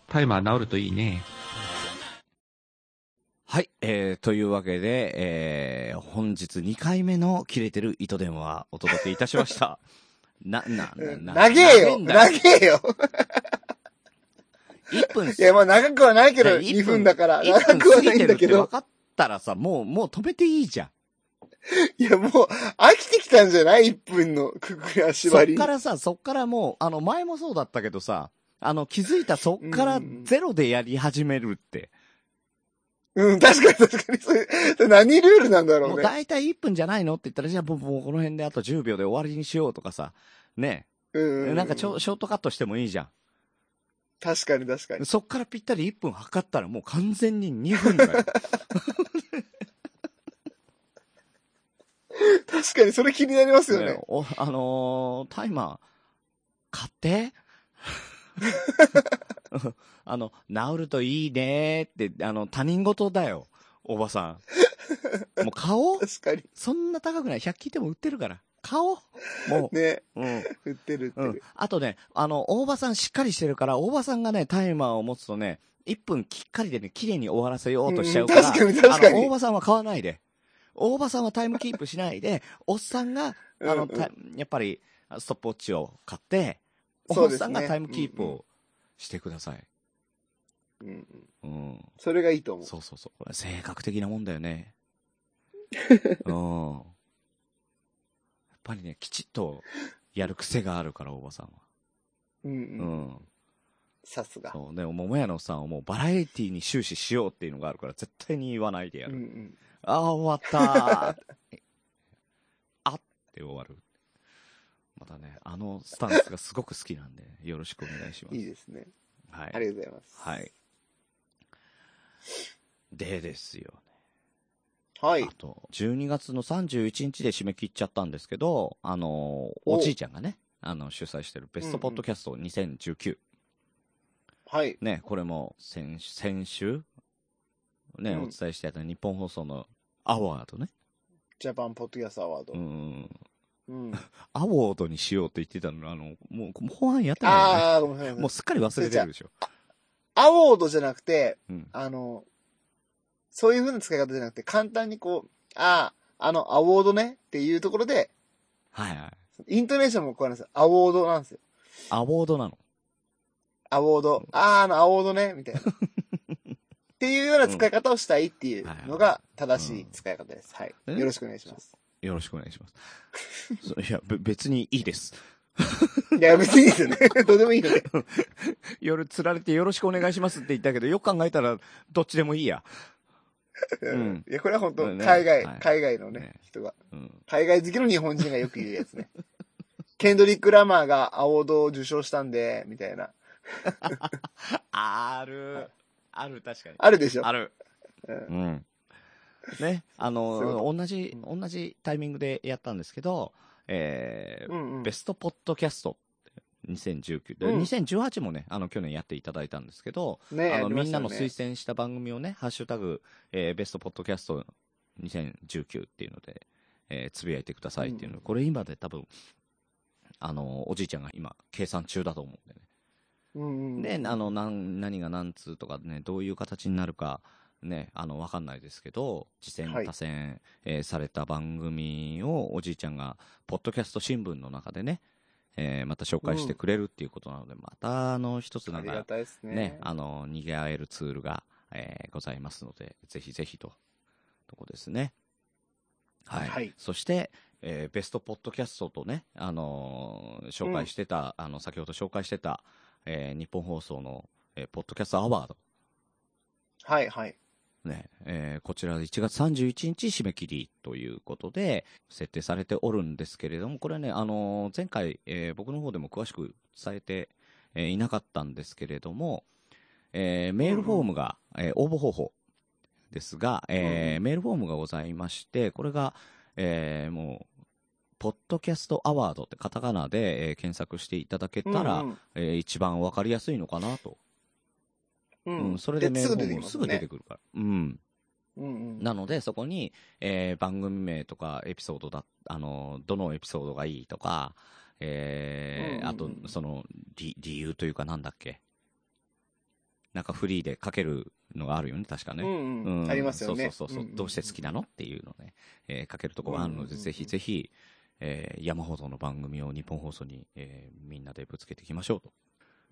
F: タイマー治るといいね。
B: はい、えー、というわけで、えー、本日2回目の切れてる糸電話お届けいたしま
C: [LAUGHS]
B: した。な、な、な、な、
C: 投げえよ
B: ん
C: 投
B: だ
C: げえよ
B: 1分
C: いや、まあ長くはないけど、
B: いや
C: 2分だから、
B: 一分
C: 長くはないんだ
B: 過ぎてる
C: け
B: って分
C: ど、
B: かったらさ、もう、もう止めていいじゃん。
C: いや、もう、飽きてきたんじゃない ?1 分のくくや
B: そ
C: 縛
B: っ
C: り。
B: からさ、そっからもう、あの、前もそうだったけどさ、あの、気づいたそっから
C: うん
B: ゼロでやり始めるって。
C: うん、確かに確かに。それ、それ何ルールなんだろ
B: も
C: う
B: う
C: ね。
B: 大体1分じゃないのって言ったら、じゃあもうもうこの辺であと10秒で終わりにしようとかさ、ね。
C: うん。
B: なんかちょ、ショートカットしてもいいじゃ
C: 確かに確か
B: ん。
C: に。
B: そっからぴったり1分測ったらもう完全に2分だよ。
C: 確かに、 [LAUGHS] それ気になりますよね。
B: おあのータイマー、買って [LAUGHS] あの、治るといいねーって、あの、他人事だよ、おばさん。もう買おう
C: 確かに。
B: そんな高くない。100均でも売ってるから。買おうも
C: ね。
B: う。うん。
C: 売って
B: う
C: る売って
B: ん
C: る。。
B: あとね、あの、大場さんしっかりしてるから、大場さんがね、タイマーを持つとね、1分きっかりでね、綺麗に終わらせようとしちゃうから、
C: うん確かに確かに
B: あの、大場さんは買わないで。大場さんはタイムキープしないで、おっさんが、あ
C: うんう
B: の、
C: ん
B: たやっぱり、ストップウォッチを買って、
C: そ
B: お
C: う
B: っ
C: ですね
B: さんがタイムキープをしてください。
C: うんうん
B: うん。
C: それがいいと思う。
B: そうそうそう。これ性格的なもんだよ
C: [LAUGHS]
B: ね。うん。やっぱりね、きちっとやる癖があるから、おばさんは。
C: うん
B: う
C: うん。
B: ん。
C: さすが。
B: そうね、桃屋のさんはもうバラエティに終始しようっていうのがあるから、絶対に言わないでや
C: うん
B: る。
C: うん。
B: ああ、終 [LAUGHS] わったーあって終わる。またね、あのスタンスがすごく好きなんで、よろしくお願いします。
C: いいですね。
B: はい。
C: ありがとうございます。
B: はい。でですよ。
C: はい。
B: あと、12月の31日で締め切っちゃったんですけど、あのー、
C: お
B: おじいちゃんがね、あの、主催してるベストポッドキャスト2019。
C: はい。
B: ね、これも先、先週、ね、
C: うん
B: お伝えしてた日本放送のアワードね。
C: ジャパンポッドキャストアワード
B: う。ん。 [LAUGHS]
C: うん。
B: アワードにしようって言ってたの、あの、もう、後半やってないよ
C: ああ、ごめんなさい。
B: ね。もうすっかり忘れてるでしょ。
C: アワードじゃなくて、
B: うん
C: あの、そういう風な使い方じゃなくて、簡単にこう、ああ、あの、アワードねっていうところで、
B: はいはい。
C: イントネーションもこうなんですよ。アワードなんですよ。
B: アワードなの。
C: アワード。ああ、あの、アワードね、
B: [LAUGHS]
C: みたいな。っていうような使い方をしたいっていうのが正しい使い方です。はい。
B: うん
C: よろしくお願いします。
B: よろしくお願いします。そういや、べ別にいいです。
C: いや、別にいいで
B: [LAUGHS]
C: すよね。どうでもいいので。
B: 夜釣られてよろしくお願いしますって言ったけど、よく考えたら、どっちでもいいや。ん
C: いや、これは本当、
B: うんね
C: 海外、
B: はい
C: 海外の
B: ね
C: ね、人が。
B: うん。
C: 海外好きの日本人がよく言うやつね。 [LAUGHS] ケンドリック・ラマーが青堂を受賞したんで、みたいな。
B: ある。ある、確かに。
C: あるでしょ
B: ある。
C: うん
B: うん。ね、あ
C: そういう
B: の、
C: こ
B: 同じ、同じタイミングでやったんですけど、えー
C: うんうん。
B: ベストポッドキャスト、2019、で
C: うん
B: 2018もね、あの、去年やっていただいたんですけど、
C: ね
B: あの、
C: やりま
B: み
C: し
B: ん
C: た
B: な
C: よね
B: の推薦した番組をね、ハッシュタグ、えーベストポッドキャスト2019っていうので、えーつぶやいてくださいっていうの、これ今で多分、あの、おじいちゃんが今、計算中だと思うんでね。
C: うんうん。
B: で、あの、なん、何が何通とかね、どういう形になるか、ね、あの、わかんないですけど、次戦
C: はい
B: 多戦、えーされた番組をおじいちゃんが、ポッドキャスト新聞の中でね、えーまた紹介してくれるっていうことなので、また、あの、一つな
C: あ
B: ん
C: りが
B: か、
C: たいですね。
B: ね、あの、逃げ合えるツールが、えーございますので、ぜひぜひと、とこですね。はい。
C: はい
B: そして、えーベストポッドキャストとね、あのー紹介してた、あの、先ほど紹介してた、えー日本放送の、えーポッドキャストアワード。
C: はいはい。
B: ね、えーこちら1月31日締め切りということで、設定されておるんですけれども、これね、あのー前回、えー僕の方でも詳しく伝えて、えーいなかったんですけれども、えーメールフォームが、えー応募方法ですが、えーメールフォームがございまして、これが、えーもう、ポッドキャストアワードってカタカナで、えー検索していただけたら、
C: うんうん
B: えー一番わかりやすいのかなと。
C: うん
B: うんそれでメール
C: す
B: フ
C: ぐ
B: ォーム
C: 出てき
B: も
C: ますす
B: ぐ
C: もん
B: 出て
C: ね。
B: くるから。うん。
C: うんうん。
B: なので、そこに、えー番組名とかエピソードだ、あの、どのエピソードがいいとか、えー
C: うんうんうん
B: あと、その、理、理由というかなんだっけ。なんかフリーで書けるのがあるよね、確かね。
C: うん
B: う
C: うん。
B: ん
C: ありますよね。
B: そうそうそうそう、
C: んんん
B: どうして好きなのっていうのね、えー書けるとこがあるので、
C: うんうんうん
B: ぜひぜひ、えー山ほどの番組を日本放送に、えーみんなでぶつけていきましょうと。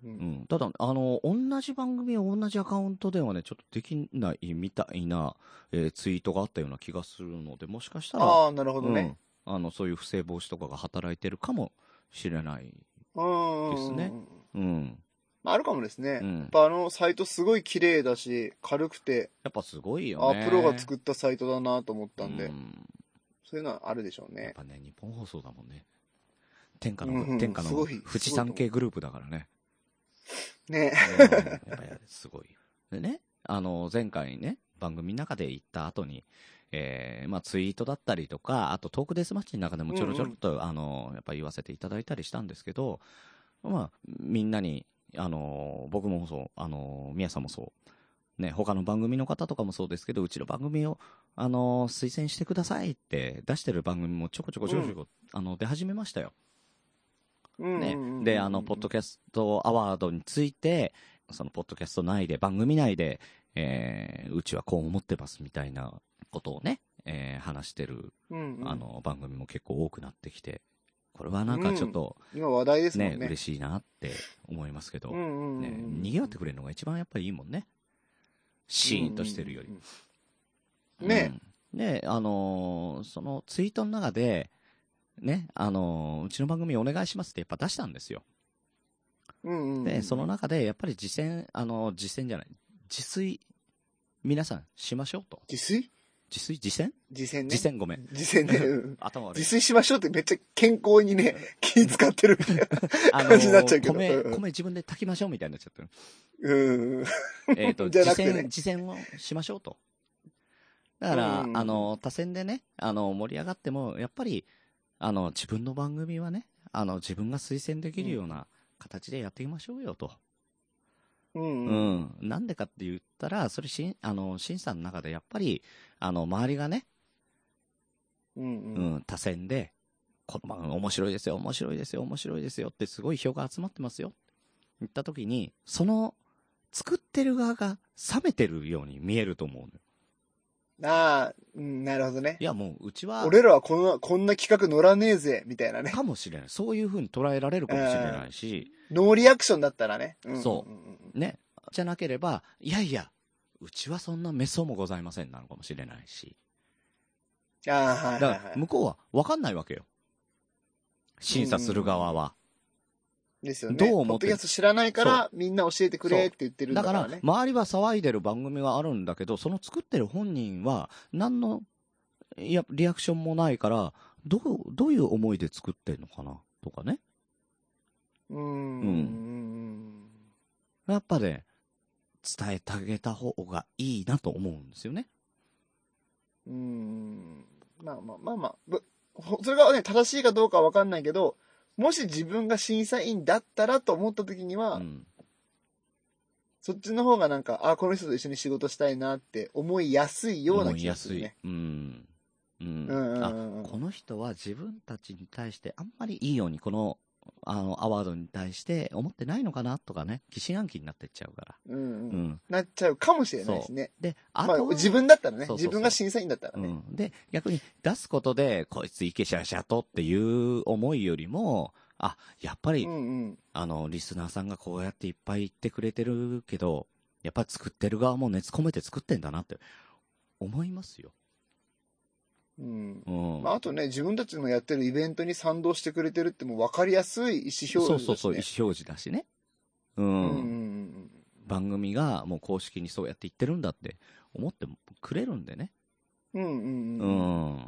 C: う
B: うんん。ただ、あの、同じ番組を同じアカウントではね、ちょっとできないみたいな、えーツイートがあったような気がするので、もしかしたら、
C: ああ、なるほど
B: う
C: ね。
B: んあの、そういう不正防止とかが働いてるかもしれない。
C: うん。
B: ですね。うん。
C: まああるかもですね。
B: う
C: やっ
B: ん。
C: ぱあのサイトすごい綺麗だし、軽くて、
B: やっぱすごいよ
C: あ
B: ね。
C: プロが作ったサイトだなと思ったん
B: う
C: で、そういうのはあるでしょう
B: やっ
C: ね。
B: ぱね、日本放送だもんね。天下の、
C: うんうん
B: 天下の
C: すごい
B: 富士山系グループだからね。
C: ね。
B: うんやっぱりすごい。でね、あの、前回ね、番組の中で言った後に、えーまあツイートだったりとか、あとトークデスマッチの中でもちょろちょろっと、あの、やっぱり言わせていただいたりしたんですけど、まあ、みんなに、あの、僕もそう、あの、宮さんもそう、ね、他の番組の方とかもそうですけど、うちの番組を、あの、推薦してくださいって出してる番組もちょこちょこちょこちょこ、あの、出始めましたよ。ね、で、あの、ポッド
C: キ
B: キャストアワードについて、その、ポッドキャスト内で、番組内で、えーうちはこう思ってますみたいなことをね、えー話してる、
C: ャ
B: あ、の、番組も結構多くなってきて、これはなんかちょっと、
C: 今話題ですもん
B: ね、
C: ね。
B: 嬉しいなって思いますけど、
C: うんうんうん
B: ね、賑わってくれるのが一番やっぱりいいもんね。シーンとしてるより。。
C: うん
B: う
C: ね
B: んねあのーそのツイートの中で、ね、あのーうちの番組お願いしますってやっぱ出したんですよ。
C: うんうんうん。
B: で、その中で、やっぱり実践、あの、実践じゃない、自炊、皆さんしましょうと。
C: 自炊
B: 自炊実践
C: 自炊ね。
B: 実践ご
C: [LAUGHS]
B: めん。
C: 自炊
B: [LAUGHS]
C: ね。うん
B: 頭悪
C: 自
B: い。
C: 炊しましょうってめっちゃ健康にね、気使ってるみたいな。
B: あの
C: 感じになっちゃうけど
B: 米、
C: うん
B: 米自分で炊きましょうみたいになっちゃって
C: [LAUGHS]
B: る。
C: うん。
B: えっと、
C: じゃ
B: 実
C: なくてね
B: 践、実践をしましょうと。だから、
C: うん
B: あの、多選でね、あの、盛り上がっても、やっぱり、あの、自分の番組はね、あの、自分が推薦できるような形でやっていきましょうよと。
C: うんうん。
B: うん。なんでかって言ったら、それしん、あの、審査の中でやっぱり、あの、周りがね、
C: うん
B: う
C: うん。
B: ん、多選で、この番組面白いですよ、面白いですよ、面白いですよってすごい票が集まってますよ。言った時に、その、作ってる側が冷めてるように見えると思うのよ。
C: ああ、うんなるほどね
B: い。や、もう、うちは、
C: 俺らはこんな、こんな企画乗らねえぜ、みたいなね。
B: かもしれない。そういう風に捉えられるかもしれないし、
C: ノーリアクションだったらね。うん
B: そ
C: うんうん
B: ね。じゃなければ、いやいや、うちはそんなメソもございませんなのかもしれないし。
C: うん。ああ、はい
B: だ
C: は
B: か
C: いは
B: ら、
C: い。
B: 向こうは分かんないわけよ。審査する側は。
C: ですよね。
B: どう思ってる
C: ポッドキャスト知らないから、みんな教えてくれって言ってるん
B: だ
C: だ
B: か
C: から
B: ら
C: ね、。
B: 周りは騒いでる番組があるんだけど、その作ってる本人は、何の、いや、リアクションもないから、どう、どういう思いで作ってるのかなとかね。
C: うーん。
B: う
C: うんん
B: やっぱね、伝えてあげた方がいいなと思うんですよね。
C: うーん。まあまあまあまあぶ。ほそれがね、正しいかどうかはわかんないけど、もし自分が審査員だったらと思った時には、
B: うん。
C: そっちの方がなんか、あこの人と一緒に仕事したいなって思いやすいような
B: 思い
C: 気が
B: や
C: す
B: す
C: る
B: い
C: ね。。
B: うん。う
C: うんうん
B: ん。
C: う
B: あ
C: んうん、
B: この人は自分たちに対してあんまりいいようにこの、あの、アワードに対して思ってないのかなとかね、疑心暗鬼になってっちゃうから。
C: うんうん
B: うん。
C: なっちゃうかもしれないしね。
B: で、あ
C: ま
B: と
C: あ
B: は、
C: 自分だったらね
B: そうそうそう
C: 自分が審査員だったら
B: う
C: ね。
B: ん。で、逆に出すことで、こいつイケシャシャとっていう思いよりも、あ、やっぱり、
C: うんうん。
B: あの、リスナーさんがこうやっていっぱい言ってくれてるけど、やっぱり作ってる側も熱込めて作ってんだなって思いますよ。
C: うん。
B: うん。
C: まあ、あとね、自分たちのやってるイベントに賛同してくれてるってもう分かりやすい意思表示だし、ね。
B: そうそうそう、意思表示だしね。うん。
C: うんうんうん
B: 番組がもう公式にそうやって言ってるんだって思ってくれるんでね。
C: うん。うんうん
B: う
C: うん。
B: ん。や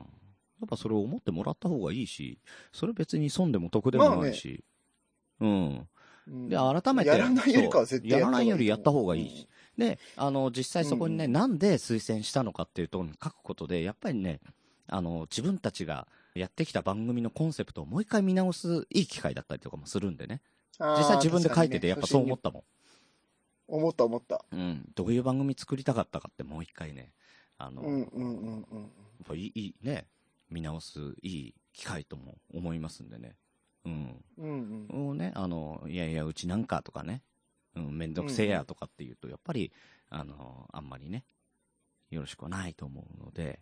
B: っぱそれを思ってもらった方がいいし、それ別に損でも得でもないし。うん。
C: うん
B: で、改めて。
C: やらないよりかは絶
B: そう
C: 対
B: やら
C: った方が
B: ないよりやった方がいい
C: うん
B: し。で、あの、実際そこにね、
C: うんうん
B: なんで推薦したのかっていうところに書くことで、やっぱりね、あの、自分たちがやってきた番組のコンセプトをもう一回見直すいい機会だったりとかもするんでね。
C: あー
B: 実際自分で書いてて、やっぱそう思っ
C: 確か
B: たも
C: にね思った思った。
B: ん。うん。どういう番組作りたかったかってもう一回ね、あの、
C: うんうんうんう
B: や
C: ん。
B: っぱいい、いいね、見直すいい機会とも思いますんでね。うん。
C: うんうん。
B: をね、あの、いやいや、うちなんかとかね、うん、めんどくせえやとかっていうと、やっぱり、あの、あんまりね、よろしくはないと思うので、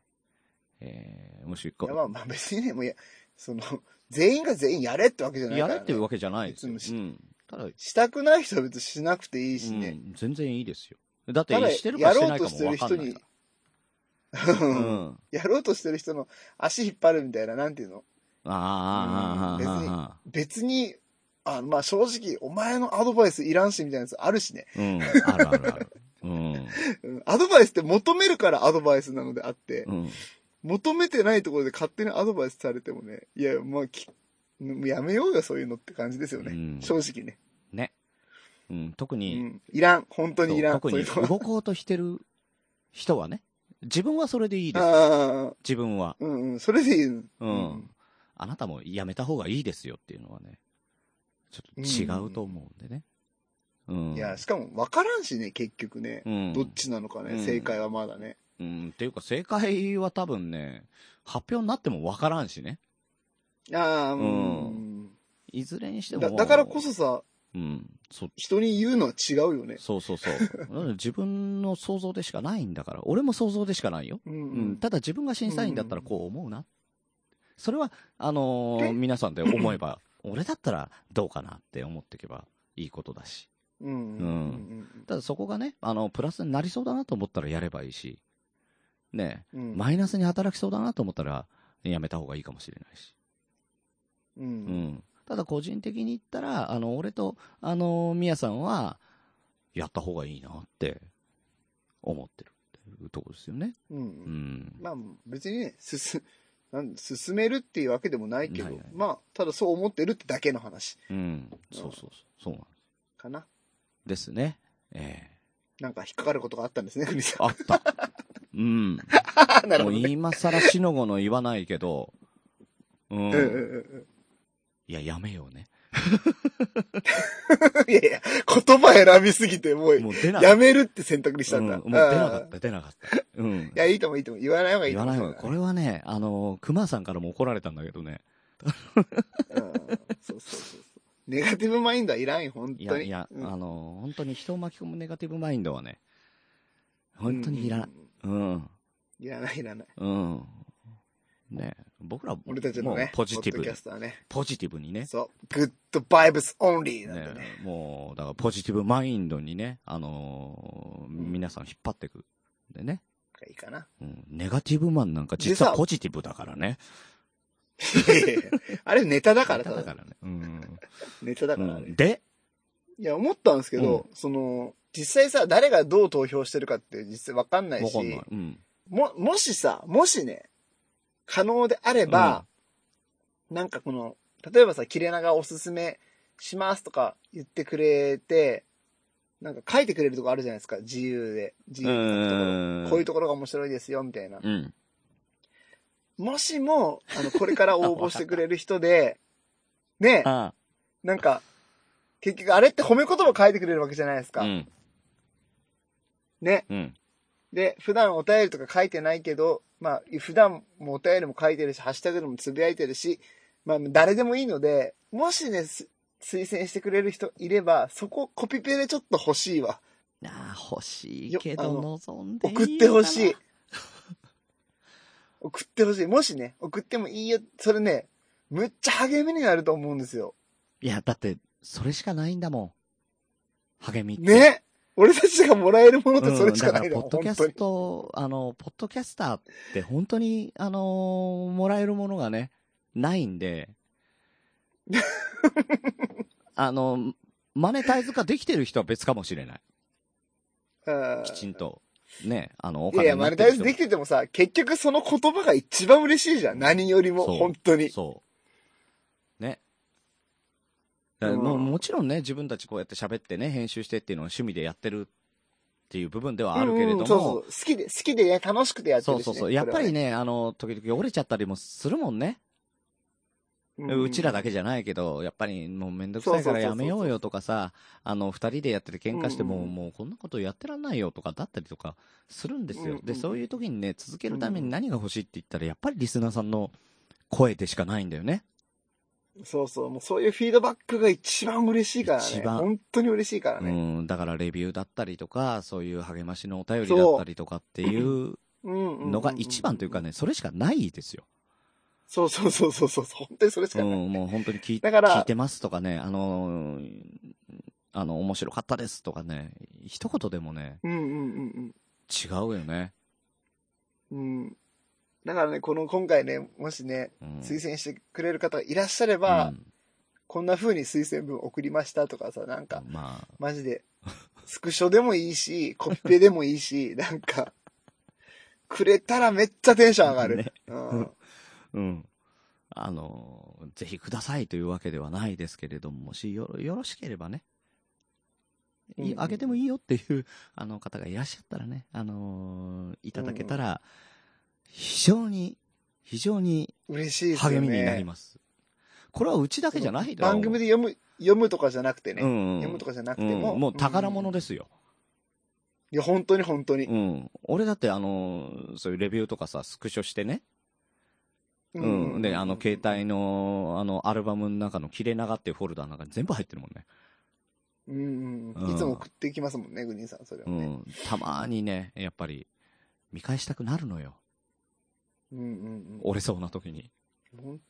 B: えー、もしこ
C: いやまあまあ別にね、もういや、その、全員が全員やれってわけじゃないか
B: や
C: ら、ね。
B: れっていうわけじゃないですよ。
C: いつ
B: う
C: も
B: ん。ただ、う
C: したくない人は別にしなくていいしね。
B: ん、全然いいですよ。だって
C: ただ、
B: してるかしてないかもわかんないから。うん。あ
C: やろうとしてる人の足引っ張るみたいな、なんていうの
B: あ、ああ、ああ、
C: 別に、あまあ正直、お前のアドバイスいらんしみたいなやつあるしね。
B: うん。あるあるある。うん。
C: うんアドバイスって求めるからアドバイスなのであって、
B: うん。
C: 求めてないところで勝手にアドバイスされてもね、いや、まあ、きもうやめようよ、そういうのって感じですよね。
B: うん
C: 正直ね、
B: ね。うん、特
C: う
B: に、
C: ん。いらん、本当にいらん、
B: 特に
C: そういうのは
B: 動こうとしてる人はね、自分はそれでいいですよ。
C: ああ、
B: 自分は。
C: うんうん、それでいい。う
B: うん。あなたもやめた方がいいですよっていうのはね、ちょっと違うと思うんでね。うん。
C: いや、しかも分からんしね、結局ね。
B: うん。
C: どっちなのかね、
B: うん
C: 正解はまだね。
B: うん。っていうか、正解は多分ね、発表になってもわからんしね。
C: ああ、うん。
B: いずれにして
C: だ
B: も。
C: だからこそさ、
B: うん。そう。
C: 人に言うのは違うよね。
B: そうそうそう。
C: [LAUGHS]
B: だから自分の想像でしかないんだから。俺も想像でしかないよ。
C: うん、う
B: うん、
C: ん。
B: ただ自分が審査員だったらこう思うな。それは、あのー
C: え
B: 皆さんで思えば、俺だったらどうかなって思っていけばいいことだし。
C: うん。
B: ただそこがね、あの、プラスになりそうだなと思ったらやればいいし、ね
C: うん。うん
B: え、マイナスに働きそうだなと思ったらやめた方がいいかもしれないし。
C: う。
B: うんん。ただ個人的に言ったら、あの、俺と、あのー、みやさんは、やった方がいいなって思ってるっていうところですよね。
C: うん。う。
B: うんん。
C: まあ、別にね、すす、なん進めるっていうわけでもないけど、
B: はいはい
C: まあ、ただそう思ってるってだけの話
B: うん。そうそうそう。そうなんです
C: かな。
B: ですね。ええ
C: なんか引っかかることがあったんですね、国さ
B: あ
C: [LAUGHS]
B: った。うん。
C: ん。なる
B: も
C: ほ
B: う
C: ど、ね。
B: 今更しのごの言わないけど、う。
C: うんうんうんん
B: いや、やめようね。
C: うん。い [LAUGHS] やいや、言葉選びすぎて、もう、
B: もう出なか
C: や
B: っ。
C: めるって選択にした
B: うんん
C: だ。
B: もう出なか
C: あ
B: っ
C: ー
B: た、出なかった。うん
C: い。や、いいともいいとも。言わない方がいい
B: 言
C: と
B: わ
C: 思う。
B: ないわ。これはね、あの、熊さんからも怒られたんだけどね。
C: うんそうそうそうそう。ネガティブマインドはいらんよ、本
B: い
C: 当
B: や、
C: に。
B: いや、
C: うん
B: あの、本当に人を巻き込むネガティブマインドはね、本当にいらない。。うん。
C: いらない、いらない。
B: うん。ね僕らも
C: 俺たちのね
B: も、うポジティ
C: ポッド
B: ブ
C: キャ、ストはね、
B: ポジティブにね、
C: そう、グッドバイブスオンリーなん
B: ね
C: でね。
B: もう、だからポジティブマインドにね、あのー
C: ん
B: 皆さん引っ張っていく。でね、
C: いいかな。 [LAUGHS]
B: うん。ネガティブマンなんか
C: で
B: 実
C: さ
B: はポジティブだからね。
C: いやいやいやあれネタだから、
B: だ
C: た
B: か
C: だ
B: らね。うん。
C: ネタだからあ
B: う
C: れ。
B: ん
C: い
B: で、
C: や、思ったんですけど、その、実際さ、誰がどう投票してるかって実際わかんない
B: わかんない
C: し、。
B: うん。
C: も、もしさ、もしね、可能であれば、なんかこの、例えばさ、切れ長おすすめしますとか言ってくれて、なんか書いてくれるとこあるじゃないですか、自由で。自
B: う
C: 由に書くところ。
B: ん。
C: こういうところが面白いですよ、みたいな。
B: うん。
C: もしも、あの、これ
B: [LAUGHS]
C: から応募してくれる人で、ね、
B: あ
C: なんか、結局あれって褒め言葉書いてくれるわけじゃないです
B: あ。
C: か。
B: うん。
C: ね。
B: うん。
C: で、普段お便りとか書いてないけど、まあ、普段もお便りも書いてるし、ハッシュタグでもつぶやいてるし、まあ、誰でもいいので、もしね、す推薦してくれる人いれば、そこコピペでちょっと欲しいわ。
B: ああ、欲しい
C: よ
B: け
C: あ
B: ど
C: の
B: 望んでいい
C: 送ってほし
B: か
C: い。送ってほしい。もしね、送ってもいいよ。それね、むっちゃ励みになると思うんですよ。
B: ないや、だって、それしかないんだもん。励みって。
C: ね俺たちがもらえるものっ
B: う
C: て
B: ん
C: それしかない
B: だか
C: の、
B: ら、ポッドキャ
C: 本当
B: ス
C: に。
B: ト、あの、ポッドキャスターって本当に、あのーもらえるものがね、ないん
C: [LAUGHS]
B: で、あの、マネタイズ化できてる人は別かもしれない。
C: うん
B: きちんと。ね、あの、お
C: いや
B: 金
C: いや、
B: にな
C: マ
B: っ
C: ネ
B: て
C: タ
B: る
C: イ
B: 人
C: ズできててもさ、結局その言葉が一番嬉しいじゃん。何よりも、
B: そう
C: 本当に。
B: そう。ね。だから
C: うん
B: もうもちろんね、自分たちこうやって喋ってね、編集してっていうのを趣味でやってるっていう部分ではあるけれども、
C: うんそうそう好きで、好きでね、楽しくてやって
B: そ
C: る
B: う
C: し、ね。
B: そうそう。やっぱり
C: ね、
B: ね、あの、時々折れちゃったりもするもんね。
C: う
B: うちらだ
C: け。
B: けじゃないけど、やっぱりもうめんどくさいからやめようよとかさ、あの、二人でやってて喧嘩しても、
C: うんうん
B: もうこんなことやってらんないよとかだったりとかするんですよ。
C: うんうん
B: で、そういう時にね、続けるために何が欲しいって言ったら、やっぱりリスナーさんの声でしかないんだよね。
C: そうそう。もうそういうフィードバックが一番嬉しいからね。
B: 一番
C: 本当に嬉しいからね。
B: うん、だからレビューだったりとか、そういう励ましのお便りだったりとかっていう
C: うん。うんうん
B: のが一番というか。ね、それしかないですよ。
C: そうそうそうそうそう。本当 [LAUGHS] にそれし
B: う
C: かない。
B: ん、もう本当に聞い
C: だから
B: 聞いてますとかね、あのーあの、面白かったですとかね、一言でもね、
C: うんうんうん
B: 違うよね。
C: うん。うん。だからね、この今回ね、もしね、
B: うん、
C: 推薦してくれる方がいらっしゃれば、
B: うん
C: こんな風に推薦文送りましたとかさ、なんか、
B: まあ、
C: マジで、スクショでもいいし、
B: [LAUGHS]
C: コピペでもいいし、なんか、くれたらめっちゃテンション上がる。
B: ね
C: うん。
B: うん。あのーぜひくださいというわけではないですけれども、もしよよろしければね、
C: うん
B: い
C: うん
B: あげてもいいよっていう、 [LAUGHS] あの方がいらっしゃったらね、あのーいただけたら、非常に、非常に
C: 嬉しいですよ
B: 励
C: ね。
B: みになります。これはうちだけじゃないだろう
C: 番組で読む、読むとかじゃなくてね。
B: うんうん
C: 読むとかじゃなく
B: う
C: て
B: ん、
C: も。。
B: もう宝物ですすよ。
C: いや、本当に本当
B: う
C: に。
B: ん。俺だってあの、そういうレビューとかさ、スクショしてね。うん。で、あの、携帯の、あの、アルバムの中の切れ長っていうフォルダの中に全部入ってるもんね。
C: 帯。うんうん
B: う
C: うんん。いつも送ってきますもんね、グニーさん、それを
B: う
C: ね。
B: ん。たまーにね、やっぱり、見返したくなるのよ。
C: うんうんうん。
B: 折れそうな時に。
C: 本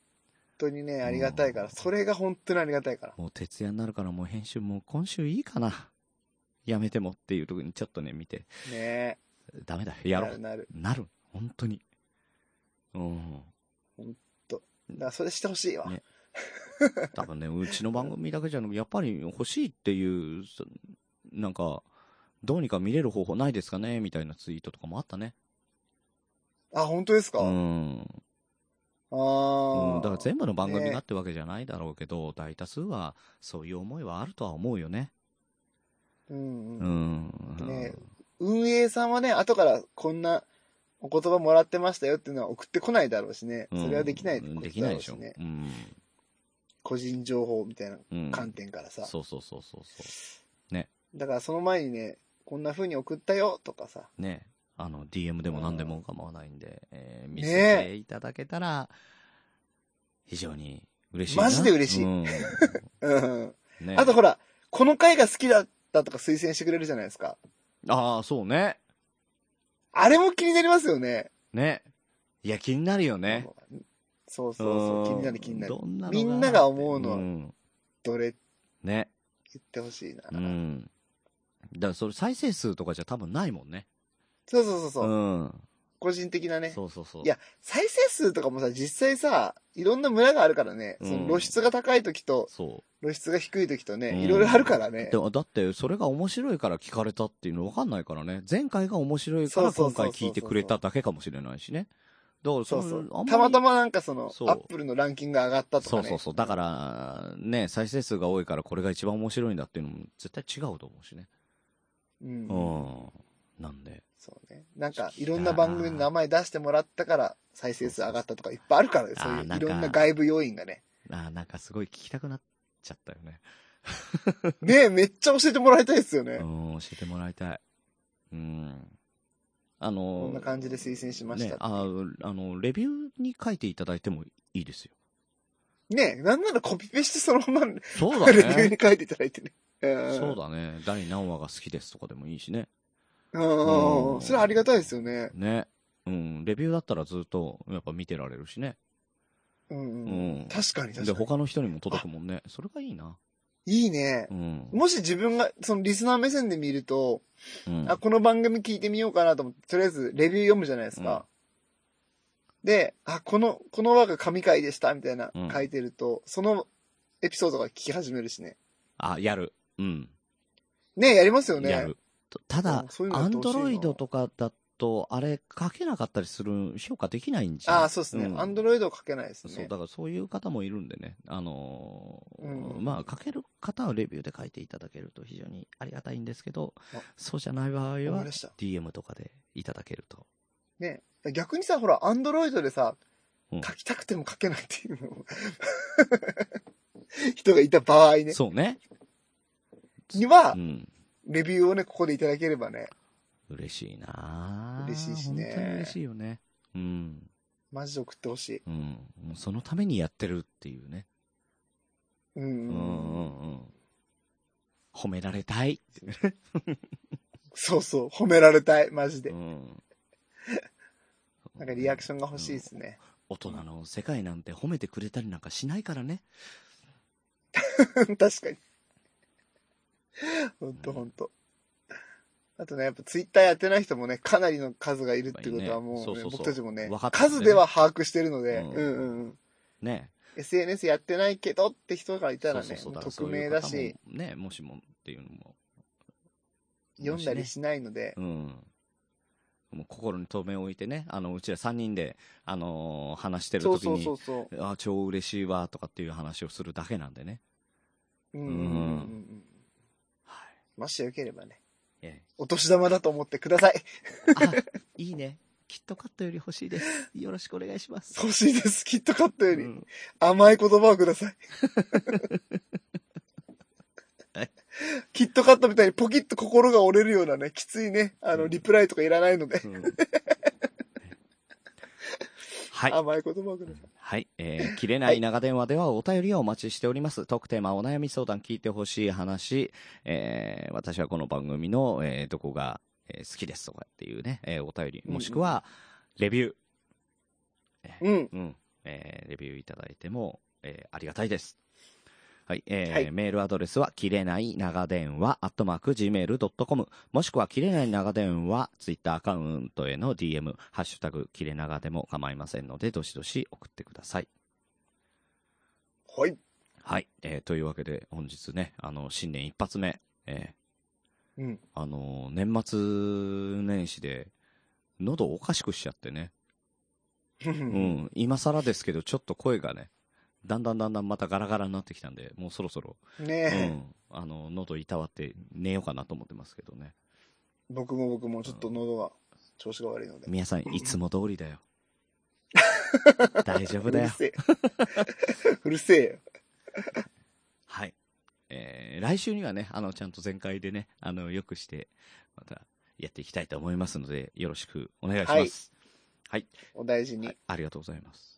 C: 当にね、ありがたいから。
B: うん
C: それが本当にありがたいから。
B: もう徹夜になるからもう編集もう今週いいかな。やめてもっていう時にちょっとね、見て、
C: ね
B: ダメだ、
C: え。
B: やろ
C: なる
B: う。な
C: なる。
B: る。本当に。うん。
C: だからそれしてほしいわ。
B: ね多分ね、うちの番組だけじゃなく、やっぱり欲しいっていう、そなんか、どうにか見れる方法ないですかねみたいなツイートとかもあったね。
C: あ、本当ですか
B: う
C: あ
B: ん。うん、
C: あ。
B: だから全部の番組
C: ね
B: がってわけじゃないだろうけど、大多数はそういう思いはあるとは思うよね。
C: うん
B: う
C: うん。
B: ん。
C: ね運営さんはね、後からこんなお言葉もらってましたよっていうのは送ってこないだろうしね。
B: うん
C: それはできない
B: うん
C: こと
B: できな
C: だ
B: いで
C: ろう
B: し
C: し
B: ょ
C: ね。。
B: うん。
C: 個人情報みたいな
B: うん。
C: 観点からさ。
B: そうそうそうそうそ
C: だからその前にね、こんな風に送ったよとかさ。
B: う。ね。あの、DM でも何でも構わないんで、えー見
C: ね
B: せていただけたら、非常に嬉しいな。
C: マジで嬉しい [LAUGHS]
B: うん
C: うん。
B: ね、
C: あとほら、この回が好きだったとか推薦してくれるじゃないですか。
B: ああ、そうね。
C: あれも気になりますよね。
B: ね。いや、気になるよね。
C: そうそうそう。気
B: ん
C: になる気になる。
B: どんなの
C: みんなが思うのは
B: ん
C: どれ
B: ね。
C: 言ってほしいな。
B: うん。だから、それ再生数とかじゃ多分ないもんね。
C: そうそうそうそう。
B: ん。
C: 個人的なね。
B: そうそうそう。
C: いや、再生数とかもさ、実際さ、いろんな村があるからね、
B: うん
C: その露出が高い時と、
B: そ
C: 露出が低い時とね、
B: うん
C: いろいろあるから
B: う。
C: ね
B: で。も、だって、それが面白いから聞かれたっていうの分かんないからね。前回が面白いから
C: そ
B: 今
C: うそうそうそう
B: 回聞いてくれただけかもしれないしね。だから、
C: そ
B: の
C: うそう
B: あん。
C: たまた
B: ま
C: まなんかその、
B: そう
C: アップルのランキングが上がった
B: り。
C: とか
B: そ
C: ね。
B: うそうそう。だから、ね、再生数が多いからこれが一番面白いんだっていうのも絶対違うと思うしね。
C: うん。
B: うん。なんで、
C: そうね。なんか、いろんな番組の名前出してもらったから、再生数上がったとかいっぱいあるからね。
B: あー
C: そういう
B: なん
C: い
B: か
C: ろんな外部要因がね。
B: あーなんかすごい聞きたくなっちゃったよね。
C: ねえ、めっちゃ教えてもらいたいですよね。
B: うん、教えてもらいたい。うん。あ
C: こ
B: の
C: んな感じで推薦しまし
B: ね
C: た。
B: あーあの、レビューに書いていただいてもいいですよ。
C: ねえ、なんならコピペしてそのまま [LAUGHS] レ
B: そう
C: ビュー。に書いていただいてね。
B: そうだ
C: だ。
B: ね。第何話が好きですとかでもいいしね。
C: う。
B: うんん
C: それはありがたいですよね。
B: ね。うん。レビューだったらずっと、やっぱ見てられるしね。
C: うんう
B: うんん。
C: 確かに
B: で、
C: 確か
B: 他の人にも届くもんね。それがいいな。
C: に。いいね
B: う。ん。
C: もし自分が、そのリスナー目線で見ると、
B: うん
C: あ、この番組聞いてみようかなと思って、とりあえずレビュー読むじゃないですか。で、あ、この、この輪が神回でした、みたいな
B: うん
C: 書いてると、そのエピソードが聞き始めるしね。
B: あ、やる。うん。
C: ねやりますよね。
B: やる。ただ
C: うんそういう、のや
B: ア
C: って
B: ン
C: ほしい
B: ド
C: な
B: ロイドとかだと、あれ書けなかったりする、評価できないんじゃん
C: ああ、そうですね。
B: ん
C: アンドロイドをかけないです
B: そう、
C: ね
B: だ。からそういう方もいるんでね、あのー
C: うん
B: まあ、書ける方はレビューで書いていただけると非常にありがたいんですけど
C: あ、
B: そうじゃない場合は
C: 思い出した、
B: DM とかでいただけると。
C: ね逆にさ、ほら、アンドロイドでさ
B: うん、
C: 書きたくても書けないっていうのを [LAUGHS] 人がいた場合ね。
B: そうね。
C: には
B: う、ん。
C: レビューをね、ここでいただければね、
B: 嬉しいなぁ
C: 嬉しいし
B: 本
C: ね
B: 当に嬉しいよね。うん。
C: マジで送ってほしい。
B: うん。もうそのためにやってるっていうね。
C: うん
B: うん
C: う
B: うん
C: うん。
B: んうん。褒められたい。
C: そうそう、褒められたい、マジで
B: う。ん。
C: [LAUGHS] なんかリアクションが欲しいですね。
B: 大人の世界なんて褒めてくれたりなんかしないからね。
C: [LAUGHS] 確かに。ほんとほんと。あとね、やっぱツイッターやってない人もね、かなりの数がいるってことはもうね、
B: そうそうそう
C: 僕たちもね
B: 分かってるね
C: 数では把握してるので、
B: うん
C: うんうんうん。
B: ね。
C: SNS やってないけどって人がいたらね、
B: そうそうそう
C: もう匿名だ
B: か
C: し、。
B: らそういう方もね、もしもっていうのも。
C: 読んだりしないので、
B: もしね。うん。もう心に留めを置いてね、あの、うちら3人で、あのー話してる
C: そう
B: 時
C: そ
B: に、
C: うそうそ
B: あー超嬉しいわ、とかっていう話をするだけなんでね。
C: う。うんうんうんうんうん。
B: はい。
C: もしよければね、
B: え
C: お年玉だと思ってください。 [LAUGHS]
B: えあ、いいね。キットカットより欲しいです。よろしくお願いします。
C: 欲しいです、きっと買ったより。
B: うん
C: 甘い言葉をください
B: はい。
C: キットカットみたいにポキッと心が折れるようなね、きついね、あの、リプライとかいらないので、
B: うんはい。
C: 甘い言葉をください。
B: はい。えー切れない長電話ではお便りをお待ちしております。特テーマ、お悩み相談、聞いてほしい話、えー私はこの番組の、えーどこが、えー好きですとかっていうね、えーお便り、もしくは、レビュー。
C: うん。
B: うん。えーレビューいただいても、えーありがたいです。はい。えー
C: はい
B: メールアドレスは、切れない長電話、アットマーク、gmail.com、もしくは、切れない長電話、ツイッターアカウントへの DM、ハッシュタグ、切れ長でも構いませんので、どしどし送ってください。
C: はい。
B: はい。えーというわけで、本日ね、あの、新年一発目、え
C: うん。
B: ーあのー年末年始で、喉おかしくしちゃってね。
C: う。
B: うんん。今更ですけど、ちょっと声がね、だんだんだんだんまたガラガラになってきたんで、もうそろそろ、う
C: ねえ、
B: ん。あの、喉いたわって寝ようかなと思ってますけどね。
C: 僕も僕もちょっと喉が、調子が悪いので。
B: 皆さん、いつも通りだよ。大丈夫
C: う
B: だ
C: る
B: よ。 [LAUGHS]
C: せえ。うるせえよ。
B: はい。えー来週にはね、あの、ちゃんと全開でね、あの、よくして、また、やっていきたいと思いますので、よろしくお願いします。はい、
C: お大事
B: は
C: に
B: い。ありがとうございます。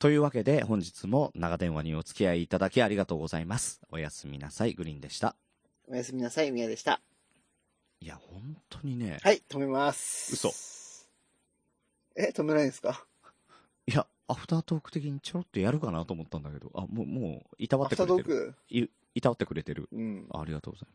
B: というわけで、本日も長電話にお付き合いいただきありがとうございます。おやすみなさい、グリーンでした。
C: おやすみなさい、みやでした。
B: いや、本当にね、
C: はい、止めます。
B: 嘘。
C: え、止めないんですか
B: いや、アフタートーク的にちょろっとやるかなと思ったんだけど、あ、もう、もう、いたわ
C: ア
B: って
C: フ
B: く
C: ター
B: れ
C: ト
B: て
C: ー
B: る。
C: ク
B: いいたわってくれてる。
C: うん。
B: ありがとうございます。